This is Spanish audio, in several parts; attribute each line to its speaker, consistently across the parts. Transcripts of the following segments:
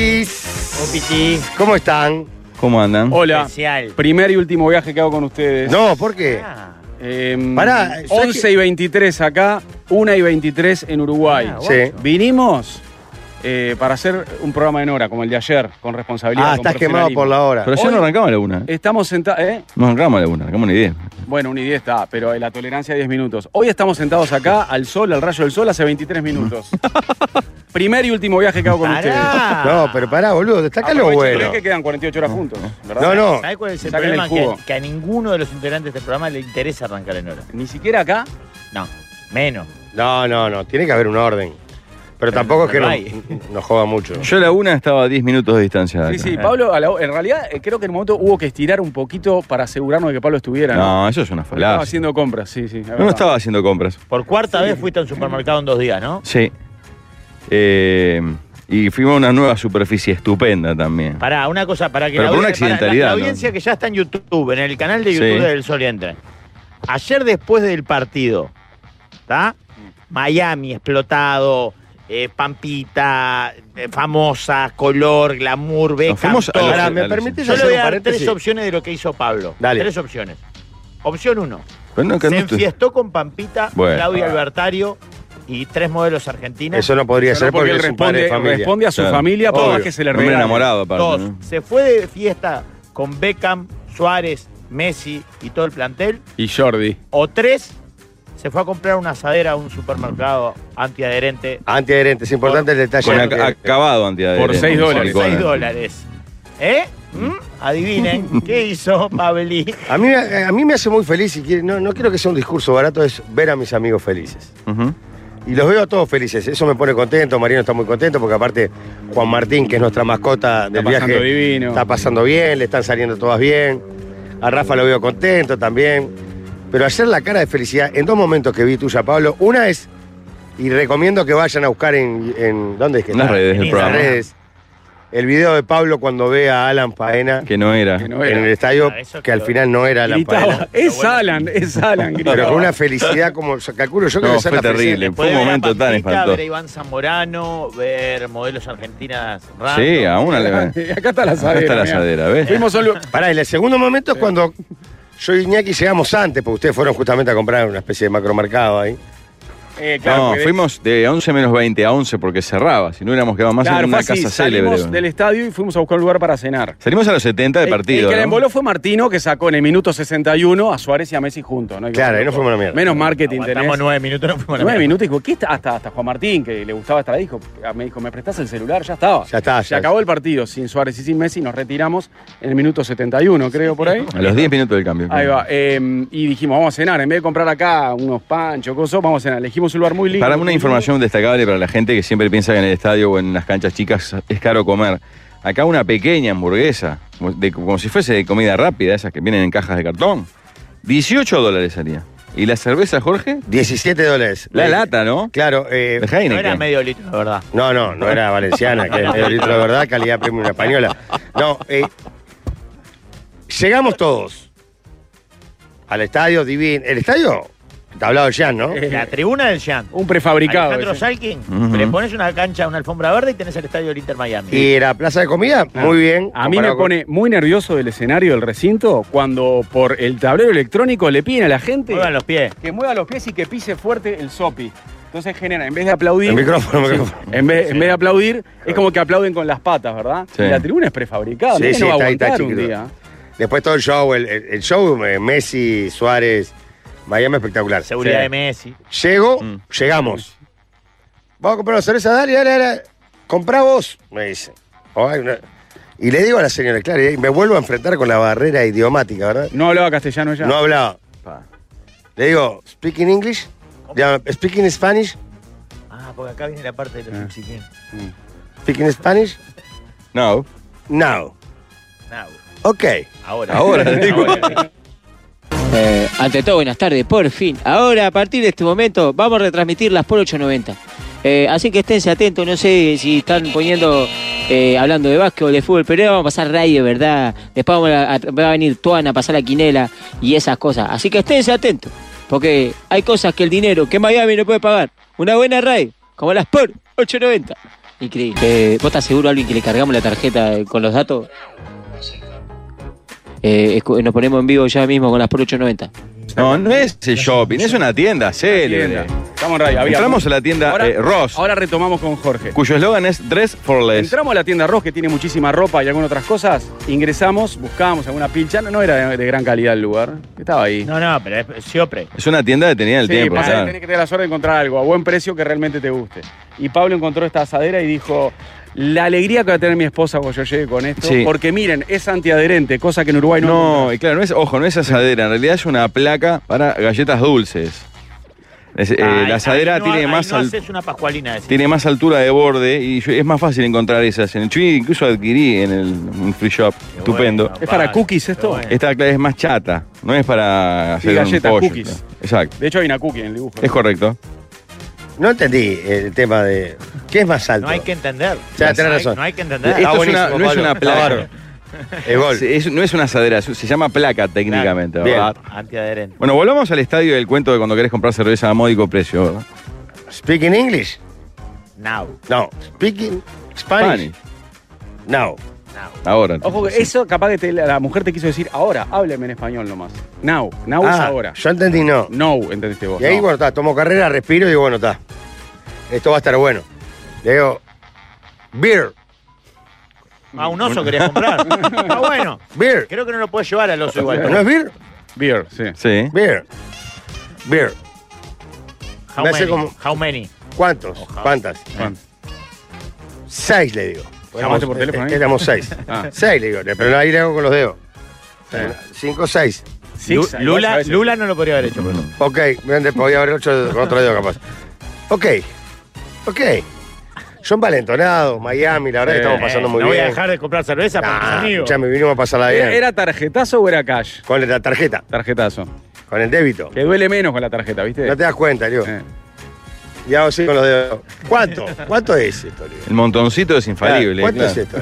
Speaker 1: Polis.
Speaker 2: Opiti.
Speaker 1: ¿Cómo están?
Speaker 3: ¿Cómo andan?
Speaker 4: Hola.
Speaker 2: Especial.
Speaker 4: Primer y último viaje que hago con ustedes.
Speaker 1: No, ¿por qué?
Speaker 2: Ah,
Speaker 4: Em,
Speaker 1: Pará, ¿sabes
Speaker 4: 11
Speaker 1: qué?
Speaker 4: y 23 acá, 1 y 23 en Uruguay.
Speaker 2: Ah,
Speaker 1: Sí.
Speaker 4: Vinimos eh, para hacer un programa en hora, como el de ayer, con responsabilidad.
Speaker 1: Ah,
Speaker 4: con
Speaker 1: estás quemado
Speaker 4: profesionalismo.
Speaker 1: por la hora.
Speaker 3: Pero ya
Speaker 4: Hoy-
Speaker 3: no arrancamos a la una. ¿eh?
Speaker 4: Estamos sentados. ¿eh?
Speaker 3: No arrancamos a la una, arrancamos a la 10.
Speaker 4: Bueno, un idea está, pero la tolerancia 10 minutos. Hoy estamos sentados acá, al sol, al rayo del sol, hace 23 minutos. Primer y último viaje que hago con ustedes.
Speaker 2: pará.
Speaker 1: No, pero pará, boludo, destaca lo
Speaker 4: Aprovechen,
Speaker 1: bueno.
Speaker 4: creo que quedan 48 horas juntos, ¿verdad?
Speaker 1: No, no.
Speaker 2: ¿Sabes cuál es el
Speaker 4: Sáquenle
Speaker 2: problema?
Speaker 4: el jugo.
Speaker 2: Que, que a ninguno de los integrantes de este programa le interesa arrancar en hora.
Speaker 4: Ni siquiera acá.
Speaker 2: No, menos.
Speaker 1: No, no, no. Tiene que haber un orden. Pero tampoco es que
Speaker 2: no
Speaker 1: no-
Speaker 2: hay.
Speaker 1: nos joda mucho.
Speaker 3: Yo a la una estaba a 10 minutos de distancia. de acá.
Speaker 4: Sí, sí, Pablo, a la- en realidad eh, creo que en un momento hubo que estirar un poquito para asegurarnos de que Pablo estuviera. ¿no?
Speaker 3: No, eso es una
Speaker 4: Porque Estaba
Speaker 3: falacia.
Speaker 4: haciendo compras, sí, sí. es
Speaker 3: No, no
Speaker 4: verdad.
Speaker 3: estaba haciendo compras.
Speaker 2: Por cuarta vez fuiste a un supermercado en dos días, ¿no?
Speaker 3: Sí. Eh, y fuimos a una nueva superficie estupenda también.
Speaker 2: Pará, una cosa, para que
Speaker 3: Pero
Speaker 2: la,
Speaker 3: por una
Speaker 2: audiencia- pará, la-
Speaker 3: accidentalidad,
Speaker 2: la
Speaker 3: ¿no?
Speaker 2: audiencia que ya está en YouTube, en el canal de
Speaker 3: Sí.
Speaker 2: YouTube del Soliente. Ayer después del partido, ¿está? Miami explotado, eh, Pampita, eh, famosa, color, glamour, beca.
Speaker 3: fuimos a
Speaker 2: todo.
Speaker 3: los-
Speaker 1: Ahora,
Speaker 3: dale,
Speaker 1: ¿me
Speaker 3: sí.
Speaker 1: permites
Speaker 2: Yo le
Speaker 1: hacer
Speaker 2: voy
Speaker 1: un
Speaker 2: a dar
Speaker 1: paréntesis?
Speaker 2: tres opciones de lo que hizo Pablo.
Speaker 1: Dale.
Speaker 2: Tres opciones. Opción uno.
Speaker 3: Pero no, que
Speaker 2: se
Speaker 3: no estoy-
Speaker 2: enfiestó con Pampita,
Speaker 3: Bueno.
Speaker 2: Claudio Albertario y tres modelos argentinos.
Speaker 1: Eso no podría
Speaker 4: Pero
Speaker 1: ser
Speaker 4: no
Speaker 1: porque,
Speaker 4: él
Speaker 1: es un padre de
Speaker 4: responde,
Speaker 1: familia.
Speaker 4: responde a su
Speaker 3: Claro.
Speaker 4: familia por
Speaker 1: Obvio.
Speaker 4: más que se le
Speaker 3: Hombre
Speaker 4: regale.
Speaker 3: enamorado, aparte.
Speaker 2: Dos,
Speaker 3: ¿no?
Speaker 2: se fue de fiesta con Beckham, Suárez, Messi y todo el plantel.
Speaker 4: Y Jordi.
Speaker 2: O tres, se fue a comprar una asadera a un supermercado antiadherente
Speaker 1: Antiadherente, es importante el detalle.
Speaker 3: Con
Speaker 1: antiadherente.
Speaker 3: aca- acabado antiadherente.
Speaker 4: Por seis
Speaker 3: con
Speaker 4: dólares.
Speaker 2: por
Speaker 3: silicona.
Speaker 2: 6 dólares. ¿Eh? ¿Mm? Adivinen, ¿qué hizo Pabli?
Speaker 1: A mí, a mí me hace muy feliz y quiere- no, no quiero que sea un discurso barato, es ver a mis amigos felices.
Speaker 3: Ujú.
Speaker 1: Y los veo a todos felices. Eso me pone contento. Mariano está muy contento porque, aparte, Juan Martín, que es nuestra mascota del
Speaker 4: pasando
Speaker 1: viaje,
Speaker 4: divino.
Speaker 1: está pasando bien, le están saliendo todas bien. A Rafa lo veo contento también. Pero ayer la cara de felicidad, en dos momentos que vi tuya, Pablo, una es, y recomiendo que vayan a buscar en. en- ¿Dónde es que
Speaker 3: En las
Speaker 1: está?
Speaker 3: redes del
Speaker 2: En
Speaker 1: En las
Speaker 3: programa.
Speaker 1: redes. El video de Pablo cuando ve a Alan Paena
Speaker 3: Que no era.
Speaker 4: Que no era.
Speaker 1: en el estadio,
Speaker 2: Ah, eso
Speaker 1: que al
Speaker 2: quedó.
Speaker 1: final no era Alan Paena.
Speaker 4: Gritaba, es Alan, es Alan.
Speaker 1: Pero
Speaker 4: gritaba.
Speaker 1: con una felicidad como. o sea, calculo yo que
Speaker 3: No,
Speaker 1: debe ser
Speaker 3: fue
Speaker 1: la felicidad-
Speaker 3: terrible. Fue un
Speaker 2: ver a
Speaker 3: momento tan
Speaker 2: Pampita,
Speaker 3: espantoso.
Speaker 2: Ver a Iván Zamorano, ver modelos argentinas random.
Speaker 3: Sí, a una le
Speaker 4: Acá está
Speaker 3: Acá
Speaker 4: la
Speaker 3: está
Speaker 4: sadera.
Speaker 3: la
Speaker 4: mirá.
Speaker 3: asadera, ¿ves?
Speaker 4: Fuimos solo.
Speaker 1: Pará, y el segundo momento es cuando yo y Iñaki llegamos antes, porque ustedes fueron justamente a comprar una especie de macromercado ahí.
Speaker 4: Eh,
Speaker 3: No,
Speaker 4: que-
Speaker 3: fuimos de 11 menos 20 a 11 porque cerraba. Si no hubiéramos quedado más
Speaker 4: claro,
Speaker 3: en una
Speaker 4: fue así,
Speaker 3: casa
Speaker 4: salimos
Speaker 3: célebre.
Speaker 4: del estadio y fuimos a buscar un lugar para cenar.
Speaker 3: Salimos a los 70 de
Speaker 4: El-
Speaker 3: partido.
Speaker 4: El que la
Speaker 3: ¿no?
Speaker 4: emboló fue Martino, que sacó en el minuto 61 a Suárez y a Messi juntos. ¿no?
Speaker 1: Claro, ahí no fuimos una mierda.
Speaker 4: Menos marketing
Speaker 2: Aguantamos
Speaker 4: tenés.
Speaker 2: nueve minutos, no fuimos a la
Speaker 4: Nueve
Speaker 2: mierda.
Speaker 4: minutos. Dijo, ¿qué está? Hasta, hasta Juan Martín, que le gustaba estar ahí, dijo, "Ah, me dijo, ¿me prestás el celular? Ya estaba.
Speaker 1: Ya está,
Speaker 4: Se
Speaker 1: ya.
Speaker 4: acabó el partido sin Suárez y sin Messi. Nos retiramos en el minuto 71, creo, por ahí.
Speaker 3: A los 10 minutos del cambio.
Speaker 4: Ahí va. eh, y dijimos, vamos a cenar. En vez de comprar acá unos panchos, cosas, vamos a cenar. Elegimos un lugar muy lindo.
Speaker 3: Para una información destacable para la gente que siempre piensa que en el estadio o en las canchas chicas es caro comer. Acá una pequeña hamburguesa, como, de- como si fuese de comida rápida, esas que vienen en cajas de cartón, 18 dólares salía. ¿Y la cerveza, Jorge?
Speaker 1: 17 dólares.
Speaker 3: La
Speaker 1: Eh,
Speaker 3: lata, ¿no?
Speaker 1: Claro, eh,
Speaker 3: De
Speaker 2: No era
Speaker 3: Heineken.
Speaker 2: medio litro, la verdad.
Speaker 1: no, no, no era valenciana, que es medio litro de verdad, calidad premium española. No, eh, llegamos todos al estadio divino. ¿El estadio? Tablado ya, ¿no?
Speaker 2: La tribuna del Jean.
Speaker 4: Eh, Un prefabricado.
Speaker 2: Alejandro
Speaker 4: ese.
Speaker 2: Salkin,
Speaker 3: Ujú.
Speaker 2: le pones una cancha, una alfombra verde y tenés el estadio del Inter Miami.
Speaker 1: Y la plaza de comida, muy bien.
Speaker 4: Ah. A mí me
Speaker 1: comparado con-
Speaker 4: pone muy nervioso el escenario del recinto cuando por el tablero electrónico le piden a la gente
Speaker 2: Muevan los pies.
Speaker 4: que mueva los pies y que pise fuerte el sopi. Entonces genera, en vez de aplaudir.
Speaker 1: El micrófono, el micrófono.
Speaker 4: En vez, en vez de aplaudir, es como que aplauden con las patas, ¿verdad?
Speaker 3: Sí.
Speaker 4: Y la tribuna es prefabricada,
Speaker 1: Sí,
Speaker 4: no,
Speaker 1: sí,
Speaker 4: no va a
Speaker 1: está ahí, está
Speaker 4: aguantar un
Speaker 1: chiquito.
Speaker 4: día.
Speaker 1: Después todo el show, el, el- el show, eh, Messi, Suárez, Miami espectacular.
Speaker 2: Seguridad
Speaker 1: Sí.
Speaker 2: de Messi.
Speaker 1: Llego,
Speaker 3: Mm.
Speaker 1: llegamos. Vamos a comprar una cerveza, dale, dale, dale. Comprá vos, me dice. O hay una- Y le digo a la señora, claro, y me vuelvo a enfrentar con la barrera idiomática, ¿verdad?
Speaker 4: No hablaba castellano ya.
Speaker 1: No hablaba.
Speaker 3: Pa.
Speaker 1: Le digo, speaking English, ya, speaking Spanish,
Speaker 2: Ah, porque acá viene la parte de los mexicanos.
Speaker 1: speaking Spanish,
Speaker 3: No.
Speaker 1: now.
Speaker 2: Nah,
Speaker 1: Ok.
Speaker 2: ahora.
Speaker 3: Ahora,
Speaker 4: Ah,
Speaker 3: digo.
Speaker 5: Eh, ante todo, buenas tardes, por fin. Ahora, a partir de este momento, vamos a retransmitirlas por 8.90. Eh, así que esténse atentos, no sé si están poniendo, eh, hablando de básquet o de fútbol, pero ahora vamos a pasar radio, ¿verdad? Después vamos a- a- va a venir Tuana a pasar la quinela y esas cosas. Así que esténse atentos, porque hay cosas que el dinero que Miami no puede pagar. Una buena radio, como la Sport 8.90. Increíble. Eh, ¿Vos estás seguro, Alvin, que le cargamos la tarjeta eh, con los datos? Eh, escu- nos ponemos en vivo ya mismo con las por 890.
Speaker 3: No, no es el shopping, es una tienda célebre.
Speaker 4: Tienda. Estamos en radio. había-
Speaker 3: Entramos a la tienda
Speaker 4: Ahora-
Speaker 3: eh, Ross,
Speaker 4: Ahora retomamos con Jorge.
Speaker 3: cuyo eslogan es Dress for Less.
Speaker 4: Entramos a la tienda Ross, que tiene muchísima ropa y algunas otras cosas. Ingresamos, buscábamos alguna pincha. No, no era de, de gran calidad el lugar. Estaba ahí.
Speaker 2: No, no, pero es siempre.
Speaker 3: Es una tienda detenida en el
Speaker 4: sí,
Speaker 3: tiempo.
Speaker 4: pasa que
Speaker 3: claro.
Speaker 4: tenés que tener la suerte de encontrar algo a buen precio que realmente te guste. Y Pablo encontró esta asadera y dijo, la alegría que va a tener mi esposa cuando yo llegue con esto,
Speaker 3: Sí.
Speaker 4: porque miren, es antiadherente, cosa que en Uruguay no...
Speaker 3: No, y claro, no es, ojo, no es asadera, en realidad es una placa para galletas dulces. Es, eh,
Speaker 2: Ahí-
Speaker 3: la asadera
Speaker 2: ahí no-
Speaker 3: tiene,
Speaker 2: ahí
Speaker 3: más
Speaker 2: No
Speaker 3: al-
Speaker 2: haces una pascualina. decís.
Speaker 3: tiene más altura de borde y yo- es más fácil encontrar esas. En el, yo incluso adquirí en el un free shop,
Speaker 2: Qué
Speaker 3: estupendo.
Speaker 2: bueno,
Speaker 4: ¿Es para
Speaker 2: vale,
Speaker 4: cookies
Speaker 2: qué
Speaker 4: esto?
Speaker 2: bueno.
Speaker 3: Esta clave es más chata, no es para
Speaker 4: Sí,
Speaker 3: hacer
Speaker 4: galletas,
Speaker 3: un pollo.
Speaker 4: cookies.
Speaker 3: claro. Exacto,
Speaker 4: De hecho hay una cookie en el dibujo.
Speaker 3: es correcto.
Speaker 1: No entendí el tema de. ¿Qué es más alto?
Speaker 2: No hay que entender.
Speaker 1: Ya, tenés
Speaker 2: No hay-
Speaker 1: razón.
Speaker 2: No hay que
Speaker 3: Esto
Speaker 2: entender. Ah,
Speaker 1: Está
Speaker 3: es una-
Speaker 1: buenísimo,
Speaker 3: no es
Speaker 1: Pablo.
Speaker 3: una
Speaker 1: Está
Speaker 3: placa,
Speaker 1: bárbaro. El gol.
Speaker 3: Se- es- no es una asadera, se se llama placa técnicamente.
Speaker 1: Bien.
Speaker 3: ¿verdad?
Speaker 2: Antiadherente.
Speaker 3: Bueno, volvamos al estadio del cuento de cuando querés comprar cerveza a módico precio, ¿verdad?
Speaker 1: Speaking English?
Speaker 2: Now,
Speaker 1: No.
Speaker 2: now.
Speaker 1: Speaking
Speaker 3: Spanish.
Speaker 1: Spanish? No.
Speaker 3: Ahora.
Speaker 4: Ojo, que eso capaz que te- la mujer te quiso decir, ahora, hábleme en español nomás. Now, now es
Speaker 1: Ah,
Speaker 4: ahora.
Speaker 1: Yo entendí no.
Speaker 4: No, entendiste vos.
Speaker 1: Y ahí,
Speaker 4: no.
Speaker 1: bueno, está, tomo carrera, respiro y digo, bueno, está. Esto va a estar bueno. Le digo, beer,
Speaker 2: A Ah, un oso querés comprar. Está bueno.
Speaker 1: beer.
Speaker 2: Creo que no lo puedes llevar al oso igual.
Speaker 1: ¿No es beer?
Speaker 4: Beer, sí.
Speaker 3: Sí.
Speaker 1: Beer. Beer.
Speaker 2: How
Speaker 1: me
Speaker 2: many?
Speaker 1: hace como-
Speaker 2: How many? Oh, eh.
Speaker 1: ¿Cuántos?
Speaker 2: Ojalá.
Speaker 1: ¿Cuántas?
Speaker 4: ¿Cuántas?
Speaker 1: Seis, le digo.
Speaker 4: ¿Llamaste por
Speaker 1: eh,
Speaker 4: teléfono,
Speaker 1: eh,
Speaker 4: eh?
Speaker 1: Éramos seis.
Speaker 4: Ah.
Speaker 1: Seis, le digo. Pero ahí le hago con los dedos. Eh, Cinco, seis.
Speaker 2: Lu-
Speaker 4: Six, igual
Speaker 2: Lula,
Speaker 4: sabes eso.
Speaker 2: Lula no lo podría haber hecho. pero-
Speaker 1: Ok, grande, podía haber hecho con otro dedo capaz. Ok, ok. Son valentonados, Miami, la verdad que
Speaker 4: Eh,
Speaker 1: estamos pasando
Speaker 2: Eh,
Speaker 1: muy
Speaker 2: no
Speaker 1: bien.
Speaker 2: voy a dejar Eh, de comprar cerveza para mis
Speaker 1: Ah,
Speaker 2: amigos.
Speaker 1: escuchame, vinimos a pasarla bien.
Speaker 4: ¿Era, ¿E- era tarjetazo o era cash?
Speaker 1: Con la tarjeta,
Speaker 4: Tarjetazo.
Speaker 1: con el débito.
Speaker 4: Que duele menos con la tarjeta, ¿viste?
Speaker 1: No te das cuenta, digo.
Speaker 4: Eh.
Speaker 1: Y hago así con los dedos. ¿Cuánto? ¿Cuánto es esto, digo?
Speaker 3: El montoncito es infalible.
Speaker 1: ¿Cuánto
Speaker 3: claro.
Speaker 1: es esto?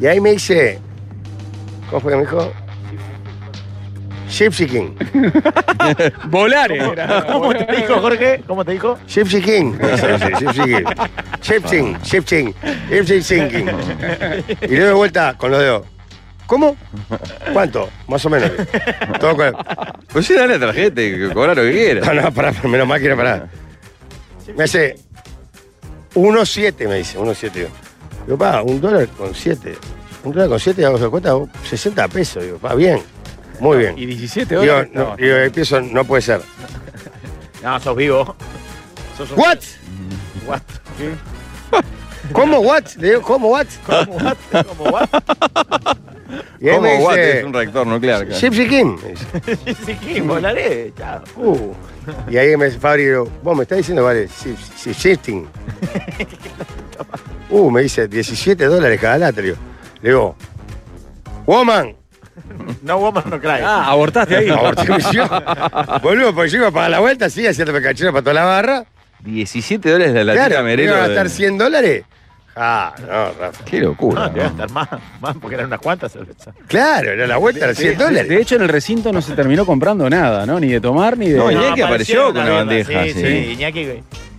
Speaker 1: Y ahí me dice. ¿Cómo fue que me dijo? Gypsy King.
Speaker 4: Volar eh. era.
Speaker 2: ¿Cómo te dijo, Jorge? ¿Cómo te dijo?
Speaker 1: Gypsy King. Gypsy King. Gypsy King. Gypsy King. Gypsy King. Y le doy de vuelta con los dedos. ¿Cómo? ¿Cuánto? Más o menos. Todo con...
Speaker 3: Pues sí, dale la tarjeta y cobrar lo que quieras.
Speaker 1: No, no, pará, menos mal que no pará. Me hace 1.7, me dice, 1.7. Digo, Digo, pa, un dólar con 7. Un dólar con 7, hago de cuenta, 60 pesos. Digo, pa, bien. Muy bien.
Speaker 4: Ah, ¿Y 17
Speaker 1: Digo,
Speaker 4: horas?
Speaker 1: no, digo, empiezo, no puede ser.
Speaker 2: No, sos vivo. Sos un-
Speaker 1: ¿What?
Speaker 2: What?
Speaker 1: ¿Cómo what? Le digo, ¿cómo what?
Speaker 2: ¿Cómo what? ¿Cómo what?
Speaker 1: Y él
Speaker 3: Como
Speaker 1: me
Speaker 3: Watt
Speaker 1: dice,
Speaker 3: es un reactor nuclear. claro.
Speaker 1: Gypsy King. me dice.
Speaker 2: Sí, que volaré. Chao.
Speaker 1: Uh. Y ahí me dice Fabri, digo, vos me estás diciendo, vale, si- si- shifting. Uh, me dice, 17 dólares cada lata. Le digo, le digo woman.
Speaker 2: No woman no cry.
Speaker 4: Ah, abortaste ahí.
Speaker 1: Aborté misión. Boludo, porque yo iba para la vuelta, sí, haciéndome cachero para toda la barra.
Speaker 3: 17 dólares la latita
Speaker 1: claro,
Speaker 3: Merelo
Speaker 1: iba a
Speaker 3: de-
Speaker 1: gastar 100 dólares. Ah, no, Rafa.
Speaker 3: Qué locura.
Speaker 2: No, te va
Speaker 3: ¿no?
Speaker 2: a estar más, más porque eran unas cuantas cervezas.
Speaker 1: Claro, era la vuelta, era 100
Speaker 4: De
Speaker 1: dólares.
Speaker 4: hecho, en el recinto no se terminó comprando nada, ¿no? Ni de tomar, ni de.
Speaker 3: No, y
Speaker 4: No,
Speaker 3: Iñaki apareció
Speaker 2: aparecieron
Speaker 3: con
Speaker 2: unas
Speaker 3: la
Speaker 2: birras,
Speaker 3: bandeja,
Speaker 2: Sí, sí.
Speaker 3: sí.
Speaker 2: Iñaki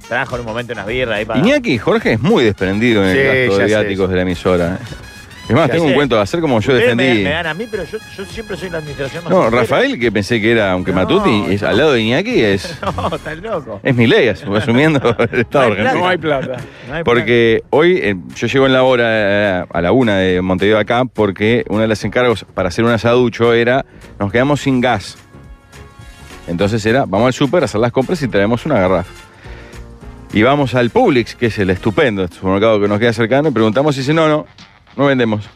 Speaker 2: trajo en un momento unas birras ahí para.
Speaker 3: Iñaki Jorge es muy desprendido en
Speaker 1: Sí,
Speaker 3: el gasto
Speaker 1: ya
Speaker 3: de
Speaker 1: sé
Speaker 3: viáticos
Speaker 1: eso.
Speaker 3: de la emisora. ¿eh? Es más,
Speaker 2: Ya
Speaker 3: tengo un
Speaker 2: sé.
Speaker 3: cuento de hacer como yo
Speaker 2: Ustedes me,
Speaker 3: defendí.
Speaker 2: me dan a mí, pero yo, yo siempre soy la administración más.
Speaker 3: No,
Speaker 2: sincera.
Speaker 3: Rafael, que pensé que era, aunque
Speaker 2: No,
Speaker 3: Matuti, es,
Speaker 2: no.
Speaker 3: al lado de Iñaki es,
Speaker 2: No, estás loco.
Speaker 3: es mi ley, asumiendo el Estado
Speaker 2: No hay
Speaker 3: argentino.
Speaker 2: plata.
Speaker 4: hay plata.
Speaker 2: No hay
Speaker 3: Porque hoy eh, yo llego en la hora eh, a la una de Montevideo acá porque uno de los encargos para hacer un asaducho era nos quedamos sin gas. Entonces era, vamos al súper a hacer las compras y traemos una garrafa. Y vamos al Publix, que es el estupendo supermercado que nos queda cercano, y preguntamos y dice, no, no, no vendemos.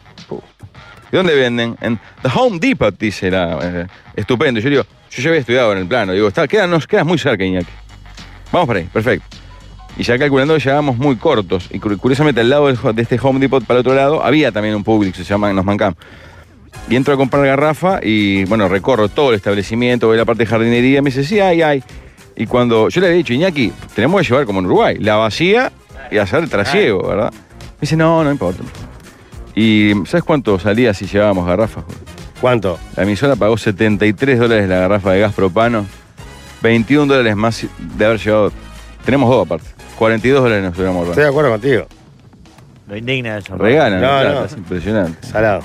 Speaker 3: ¿Y dónde venden? En The Home Depot, dice la... eh, estupendo. Yo digo, yo ya había estudiado en el plano. Digo, está, queda, nos quedas muy cerca, Iñaki. Vamos para ahí, perfecto. Y ya calculando que llegábamos muy cortos. Y cu- curiosamente, al lado del ho- de este Home Depot, para el otro lado, había también un Publix, se llama Nos Mancam. Y entro a comprar garrafa y, bueno, recorro todo el establecimiento, voy a la parte de jardinería, me dice, sí, hay, hay. Y cuando yo le había dicho, Iñaki, tenemos que llevar como en Uruguay, la vacía y hacer el trasiego, ¿verdad? Me dice, no, no importa. ¿Y sabes cuánto salía si llevábamos garrafas? Jorge?
Speaker 1: ¿Cuánto?
Speaker 3: La emisora pagó 73 dólares la garrafa de gas propano, 21 dólares más de haber llevado. Tenemos dos aparte. 42 dólares nos hubiéramos ahorrado.
Speaker 1: Estoy de acuerdo contigo.
Speaker 2: Lo indigna de San Pablo.
Speaker 3: Regalan,
Speaker 1: No,
Speaker 3: la plata,
Speaker 1: no.
Speaker 3: es impresionante.
Speaker 1: Salado.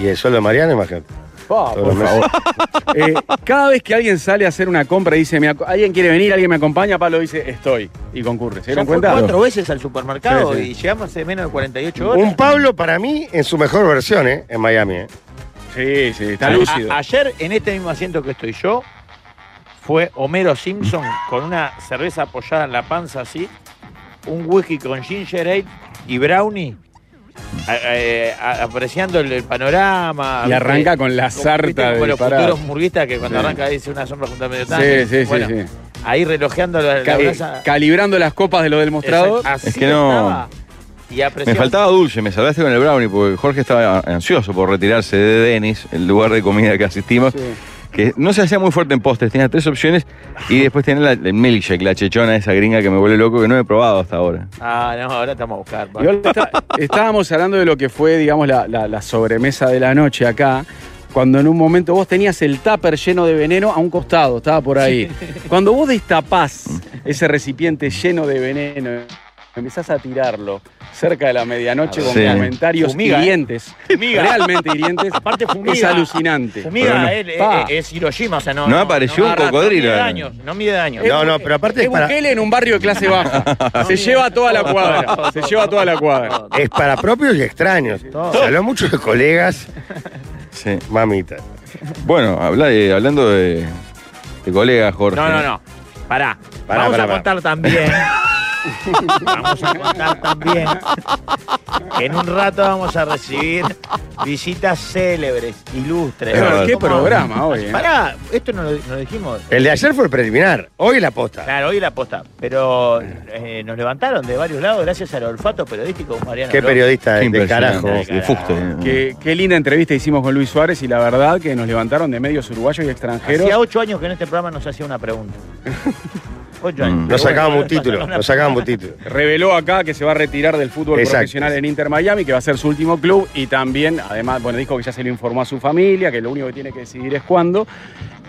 Speaker 1: Y el sueldo de Mariano, imagínate.
Speaker 4: Pa,
Speaker 1: Todos los
Speaker 4: por
Speaker 1: meses.
Speaker 4: Eh, cada vez que alguien sale a hacer una compra y dice, "Me ac- alguien quiere venir, alguien me acompaña, Pablo dice, estoy. Y concurre. ¿Se
Speaker 2: Ya
Speaker 4: dieron
Speaker 2: fue
Speaker 4: cuenta?
Speaker 2: cuatro veces al supermercado
Speaker 4: Sí, sí.
Speaker 2: y llegamos hace menos de 48 horas.
Speaker 1: Un Pablo para mí en su mejor versión, ¿eh? En Miami, ¿eh?
Speaker 4: Sí, sí, está
Speaker 2: A-
Speaker 4: lúcido.
Speaker 2: a- ayer, en este mismo asiento que estoy yo, fue Homero Simpson con una cerveza apoyada en la panza así, un whisky con ginger ale y brownie, a- eh, a- apreciando el, el panorama.
Speaker 4: Y
Speaker 2: ¿viste?
Speaker 4: arranca con la
Speaker 2: Como- ¿viste?
Speaker 4: sarta
Speaker 2: como,
Speaker 4: de
Speaker 2: los
Speaker 4: disparar.
Speaker 2: futuros murguistas que cuando
Speaker 4: Sí.
Speaker 2: arranca dice una sombra junto a medio tanque.
Speaker 4: Sí, sí,
Speaker 2: Bueno,
Speaker 4: sí. sí.
Speaker 2: Ahí relojeando la, la
Speaker 4: Ca- eh,
Speaker 2: brasa.
Speaker 4: calibrando las copas de lo del mostrador.
Speaker 2: Exacto. Así
Speaker 3: Es que no-
Speaker 2: estaba. Y
Speaker 3: Me
Speaker 2: apreciando.
Speaker 3: faltaba dulce, me salvaste con el brownie, porque Jorge estaba ansioso por retirarse de Denis, el lugar de comida que asistimos,
Speaker 4: Sí.
Speaker 3: que no se hacía muy fuerte en postres, tenía tres opciones y después tenía la, el milkshake, la chechona esa gringa que me vuelve loco, que no he probado hasta ahora.
Speaker 2: Ah, no, ahora estamos a buscar. pa.
Speaker 4: Igual está- estábamos hablando de lo que fue, digamos, la, la- la sobremesa de la noche acá. Cuando en un momento vos tenías el tupper lleno de veneno a un costado, estaba por ahí. Cuando vos destapás
Speaker 2: Mm.
Speaker 4: ese recipiente lleno de veneno, empezás a tirarlo cerca de la medianoche con
Speaker 3: Sí.
Speaker 4: comentarios
Speaker 2: Fumiga, ¿eh?
Speaker 4: hirientes,
Speaker 2: Fumiga.
Speaker 4: realmente hirientes.
Speaker 2: Aparte fumiga.
Speaker 4: Es alucinante.
Speaker 2: Fumiga,
Speaker 4: Pero no-
Speaker 2: él, eh,
Speaker 4: Pa.
Speaker 2: eh, es Hiroshima, o sea, no.
Speaker 3: No apareció un
Speaker 2: arrastra,
Speaker 3: cocodrilo.
Speaker 2: No mide daños, no mide daños.
Speaker 1: eh. No, no, pero aparte
Speaker 4: Es
Speaker 1: es para,
Speaker 4: Bukele en un barrio de clase baja. Se
Speaker 2: No,
Speaker 4: lleva a toda la
Speaker 2: todo,
Speaker 4: cuadra.
Speaker 2: todo,
Speaker 4: Se
Speaker 2: todo,
Speaker 4: lleva a toda la cuadra.
Speaker 2: todo.
Speaker 1: es para propios y extraños. Se habló mucho de colegas,
Speaker 3: Sí.
Speaker 1: mamita.
Speaker 3: Bueno, habla de- hablando de, de colegas, Jorge.
Speaker 2: No, no, no. Pará.
Speaker 1: Pará,
Speaker 2: Vamos
Speaker 1: pará,
Speaker 2: a
Speaker 1: pará.
Speaker 2: contar también. vamos a contar también. Que en un rato vamos a recibir visitas célebres, ilustres.
Speaker 3: Es verdad.
Speaker 4: Pero qué
Speaker 2: Como-
Speaker 4: programa hoy. ¿eh?
Speaker 2: Pará, esto no lo, no lo dijimos.
Speaker 1: El de ayer fue el preliminar, hoy la posta.
Speaker 2: Claro, hoy la posta. Pero eh, nos levantaron de varios lados gracias al olfato periodístico de Mariano.
Speaker 1: Qué
Speaker 2: Brown.
Speaker 1: periodista eh,
Speaker 3: Qué
Speaker 1: de, de carajo.
Speaker 3: impresionante, de fuste.
Speaker 1: Ah.
Speaker 4: Qué, qué linda entrevista hicimos con Luis Suárez y la verdad que nos levantaron de medios uruguayos y extranjeros.
Speaker 2: Hacía ocho años que en este programa nos hacía una pregunta. Ocho
Speaker 3: Mm.
Speaker 2: años.
Speaker 1: Nos sacábamos un título,
Speaker 2: Una-
Speaker 1: nos sacábamos un título.
Speaker 4: Reveló acá que se va a retirar del fútbol
Speaker 1: Exacto.
Speaker 4: profesional en Inter Miami, que va a ser su último club y también, además, bueno, dijo que ya se lo informó a su familia, que lo único que tiene que decidir es cuándo.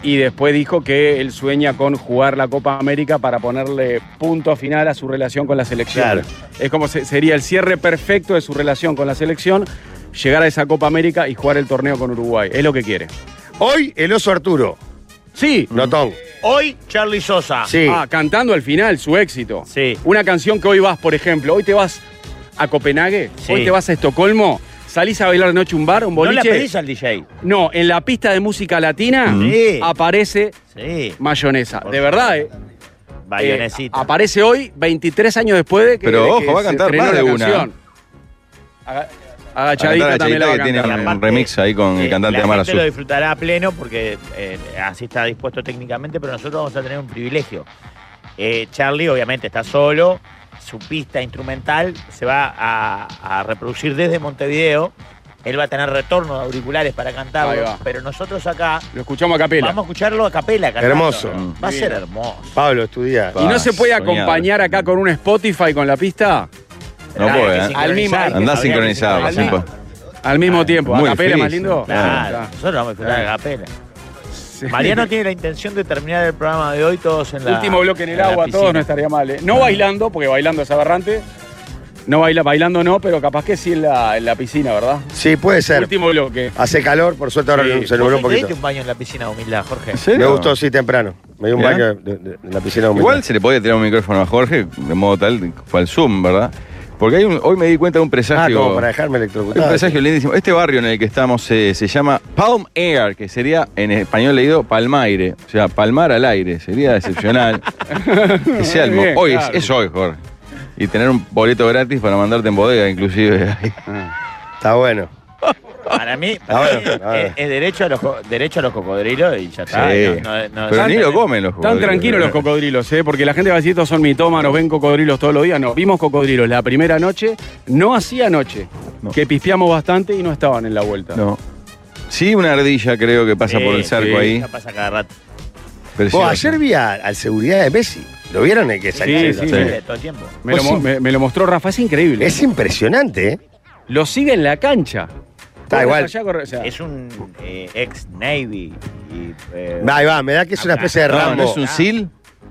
Speaker 4: Y después dijo que él sueña con jugar la Copa América para ponerle punto final a su relación con la selección.
Speaker 1: Claro.
Speaker 4: Es como se- sería el cierre perfecto de su relación con la selección, llegar a esa Copa América y jugar el torneo con Uruguay. Es lo que quiere.
Speaker 1: Hoy el oso Arturo,
Speaker 4: Sí,
Speaker 1: notón.
Speaker 2: Hoy, Charlie Sosa.
Speaker 1: Sí.
Speaker 4: Ah, cantando al final su éxito.
Speaker 2: Sí.
Speaker 4: Una canción que hoy vas, por ejemplo, hoy te vas a Copenhague,
Speaker 2: Sí.
Speaker 4: hoy te vas a Estocolmo, salís a bailar de noche un bar, un
Speaker 2: ¿No la
Speaker 4: boliche.
Speaker 2: pedís al DJ?
Speaker 4: No, en la pista de música latina
Speaker 2: Sí.
Speaker 4: aparece
Speaker 2: Sí.
Speaker 4: mayonesa. De verdad, eh.
Speaker 2: Bayonecita.
Speaker 4: Eh, aparece hoy, 23 años después de que.
Speaker 3: Pero,
Speaker 4: de
Speaker 3: ojo,
Speaker 4: que
Speaker 3: va a
Speaker 4: se
Speaker 3: cantar
Speaker 4: estrenó
Speaker 3: más
Speaker 4: la
Speaker 3: de una. ¿eh?
Speaker 4: canción. Aga- agachadita
Speaker 3: Cantar
Speaker 4: también la va a
Speaker 3: Agachadita que
Speaker 4: cantar. Eh,
Speaker 3: tiene-
Speaker 2: Y
Speaker 3: un remix ahí con el cantante
Speaker 2: Eh, la
Speaker 3: Amar
Speaker 2: gente
Speaker 3: Azul.
Speaker 2: lo disfrutará a pleno porque eh, así está dispuesto técnicamente, pero nosotros vamos a tener un privilegio. Eh, Charlie, obviamente, está solo. Su pista instrumental se va a, a reproducir desde Montevideo. Él va a tener retorno de auriculares para
Speaker 4: Ahí
Speaker 2: cantarlo,
Speaker 4: va.
Speaker 2: pero nosotros acá
Speaker 4: Lo escuchamos a capela.
Speaker 2: vamos a escucharlo a capela. cantando.
Speaker 1: Hermoso.
Speaker 2: Va a ser
Speaker 4: Divino.
Speaker 2: hermoso.
Speaker 1: Pablo, estudia.
Speaker 4: Y no se puede
Speaker 3: Soñado.
Speaker 4: acompañar acá con un Spotify con la pista
Speaker 3: No
Speaker 2: Habría
Speaker 3: puede,
Speaker 2: que
Speaker 3: ¿eh?
Speaker 2: sincronizar.
Speaker 4: Al mismo-
Speaker 2: Habría que
Speaker 3: Andá sincronizado.
Speaker 2: sincronizar.
Speaker 3: sí, pues.
Speaker 4: al mismo tiempo.
Speaker 3: muy
Speaker 4: a capela
Speaker 3: difícil.
Speaker 4: más lindo. Ah.
Speaker 2: Claro,
Speaker 4: Está.
Speaker 2: nosotros vamos a disfrutar a capela.
Speaker 4: Sí.
Speaker 2: Mariano tiene la intención de terminar el programa de hoy todos en la.
Speaker 4: Último bloque en el
Speaker 2: la
Speaker 4: agua, todos no
Speaker 2: piscina.
Speaker 4: estaría mal. ¿eh? No bailando, porque bailando es aberrante. No baila, bailando no, pero capaz que sí en la, en la piscina, ¿verdad?
Speaker 1: Sí, puede ser.
Speaker 4: Último bloque.
Speaker 1: Hace calor, por suerte ahora
Speaker 4: Sí.
Speaker 1: se nubló un
Speaker 2: ¿Vos te diste
Speaker 1: poquito.
Speaker 2: un baño en la piscina de humildad, Jorge?
Speaker 3: ¿En serio?
Speaker 1: Me gustó, sí, temprano. Me di un
Speaker 3: ¿Ya?
Speaker 1: baño de- de- en la piscina humilde.
Speaker 3: Igual se le podía tirar un micrófono a Jorge, de modo tal, fue al Zoom, ¿verdad? Porque hay un- hoy me di cuenta de un
Speaker 1: Ah,
Speaker 3: presagio.
Speaker 1: como para dejarme
Speaker 3: Hay un
Speaker 1: electrocutado.
Speaker 3: presagio lindísimo. Este barrio en el que estamos eh, se llama Palm Air, que sería en español leído palmaire. O sea, palmar al aire. Sería excepcional. que sea el mo-
Speaker 4: Bien,
Speaker 3: hoy,
Speaker 4: claro.
Speaker 3: es, es hoy, Jorge. Y tener un boleto gratis para mandarte en bodega, inclusive.
Speaker 1: Ah, Está bueno.
Speaker 2: Para mí,
Speaker 1: Ah,
Speaker 2: para
Speaker 1: bueno,
Speaker 2: mí
Speaker 1: ah,
Speaker 2: es, es derecho, a los, co- derecho a los cocodrilos y ya está.
Speaker 3: Sí.
Speaker 2: No- no- no-
Speaker 3: Pero
Speaker 2: no-
Speaker 3: ni lo comen los
Speaker 4: Están
Speaker 3: cocodrilos,
Speaker 4: tranquilos los
Speaker 3: ¿verdad?
Speaker 4: cocodrilos, ¿eh? porque la gente va a decir, estos son mitómanos, ven cocodrilos todos los días. No, vimos cocodrilos la primera noche, no hacía noche,
Speaker 3: No.
Speaker 4: que pispeamos bastante y no estaban en la vuelta.
Speaker 3: No. Sí, una ardilla creo que pasa
Speaker 2: Sí,
Speaker 3: por el
Speaker 2: sí,
Speaker 3: cerco ahí.
Speaker 2: ya pasa cada rato.
Speaker 1: Vos,
Speaker 3: Preciosa.
Speaker 1: ayer vi a- al seguridad de Messi. ¿Lo vieron el que salió?
Speaker 4: Sí,
Speaker 2: Sí,
Speaker 4: sí.
Speaker 2: Todo el tiempo.
Speaker 4: Me, lo,
Speaker 1: Vos
Speaker 4: mo-
Speaker 1: sí.
Speaker 4: me- me lo mostró Rafa, es increíble.
Speaker 1: Es impresionante, ¿eh?
Speaker 4: Lo sigue en la cancha.
Speaker 1: Está igual.
Speaker 4: Allá corre- o sea,
Speaker 2: Es un ex Navy. Y, eh,
Speaker 1: Ahí va, me da que es una especie de
Speaker 3: No,
Speaker 1: Rambo.
Speaker 3: ¿no es un
Speaker 2: Ah.
Speaker 3: sil?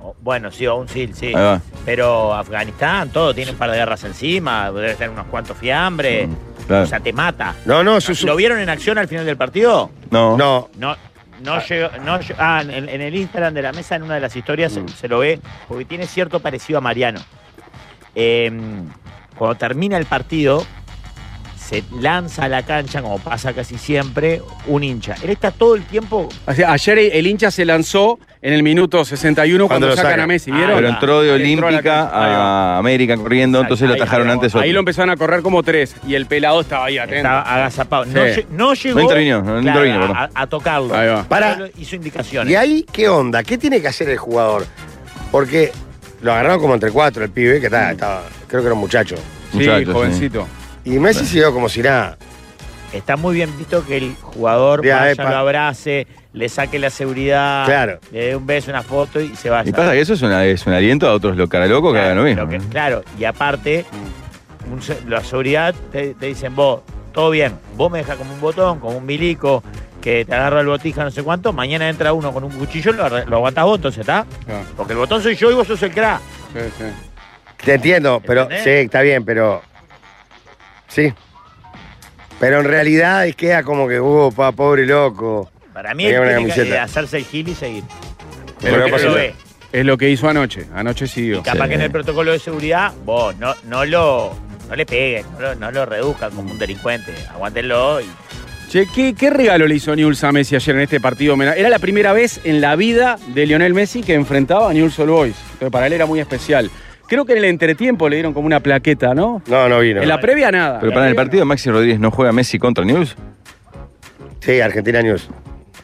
Speaker 2: o O- Bueno, sí, o un SIL, sí.
Speaker 3: Ahí va.
Speaker 2: Pero Afganistán, todo, tiene un par de guerras encima, debe tener unos cuantos fiambres.
Speaker 3: Mm, claro.
Speaker 2: O sea, te mata.
Speaker 1: No, no, su- su-
Speaker 2: ¿Lo vieron en acción al final del partido?
Speaker 3: No.
Speaker 1: no.
Speaker 2: No, no llegó. No, lle- ah, en, en el Instagram de la mesa, en una de las historias,
Speaker 1: Mm.
Speaker 2: se- se lo ve, porque tiene cierto parecido a Mariano. Eh, cuando termina el partido, se lanza a la cancha, como pasa casi siempre, un hincha. Él está todo el tiempo.
Speaker 4: O sea, ayer el hincha se lanzó en el minuto 61 cuando,
Speaker 1: Cuando lo
Speaker 4: sacan
Speaker 1: sacan.
Speaker 4: a Messi,
Speaker 2: Ah,
Speaker 4: ¿vieron?
Speaker 3: Pero entró de
Speaker 4: Ahí entró a la
Speaker 3: Olímpica
Speaker 4: cancha. Ahí
Speaker 3: a, América corriendo, entonces lo
Speaker 2: Ahí-
Speaker 3: atajaron
Speaker 2: ahí-
Speaker 3: antes.
Speaker 4: Ahí lo
Speaker 3: otro.
Speaker 4: empezaron a correr como tres y el pelado estaba ahí atento.
Speaker 2: Estaba agazapado. No,
Speaker 4: Sí.
Speaker 2: lle- no llegó
Speaker 3: No intervino, no intervino,
Speaker 2: a-
Speaker 3: perdón.
Speaker 2: a, a tocarlo.
Speaker 4: Ahí va.
Speaker 1: Pará.
Speaker 2: Solo Hizo indicaciones.
Speaker 1: ¿Y ahí qué onda? ¿Qué tiene que hacer el jugador? Porque lo agarraron como entre cuatro el pibe, que está, estaba, creo que era un muchacho.
Speaker 4: Sí,
Speaker 3: Muchachos, sí.
Speaker 4: jovencito.
Speaker 1: Y Messi siguió como si nada.
Speaker 2: Está muy bien visto que el jugador
Speaker 1: Ya,
Speaker 2: vaya,
Speaker 1: epa.
Speaker 2: lo abrace, le saque la seguridad,
Speaker 1: Claro.
Speaker 2: le dé un beso, una foto y se vaya.
Speaker 3: Y pasa que eso es, una- es un aliento a otros lo cara loco que hagan lo mismo.
Speaker 2: Ah, Lo que- claro, y aparte, un se- la seguridad te, te dicen, vos, todo bien, vos me dejas como un botón, como un milico, que te agarro el botija, no sé cuánto, mañana entra uno con un cuchillo, lo, arre- lo aguantás vos, entonces, ¿está?
Speaker 4: Claro,
Speaker 2: Porque el botón soy yo y vos sos el crack.
Speaker 4: sí, sí.
Speaker 1: Te entiendo, pero
Speaker 2: ¿Entendés?
Speaker 1: sí, está bien, pero. Sí. Pero en realidad queda como que, uh, pa, pobre loco.
Speaker 2: Para mí,
Speaker 1: Me
Speaker 2: él
Speaker 1: llevo una
Speaker 2: tiene que
Speaker 1: camiseta.
Speaker 2: eh, hacerse el gil y seguir.
Speaker 1: Pero
Speaker 2: Porque
Speaker 1: no pasa
Speaker 2: lo
Speaker 1: nada.
Speaker 2: ve.
Speaker 4: Es lo que hizo anoche. Anoche siguió.
Speaker 2: Capaz
Speaker 3: Sí.
Speaker 2: que en el protocolo de seguridad, vos no, no lo no le peguen, no lo, no lo reduzcan como un delincuente. Aguántenlo y
Speaker 4: Che, ¿qué, qué regalo le hizo Newell's a Messi ayer en este partido? homenaje? Era la primera vez en la vida de Lionel Messi que enfrentaba a Newell's Old Boys. Entonces, para él era muy especial. Creo que en el entretiempo le dieron como una plaqueta, ¿no?
Speaker 1: No, no vino.
Speaker 4: en la previa nada.
Speaker 3: Pero para el partido Maxi Rodríguez no juega Messi contra News,
Speaker 1: Sí, Argentina News.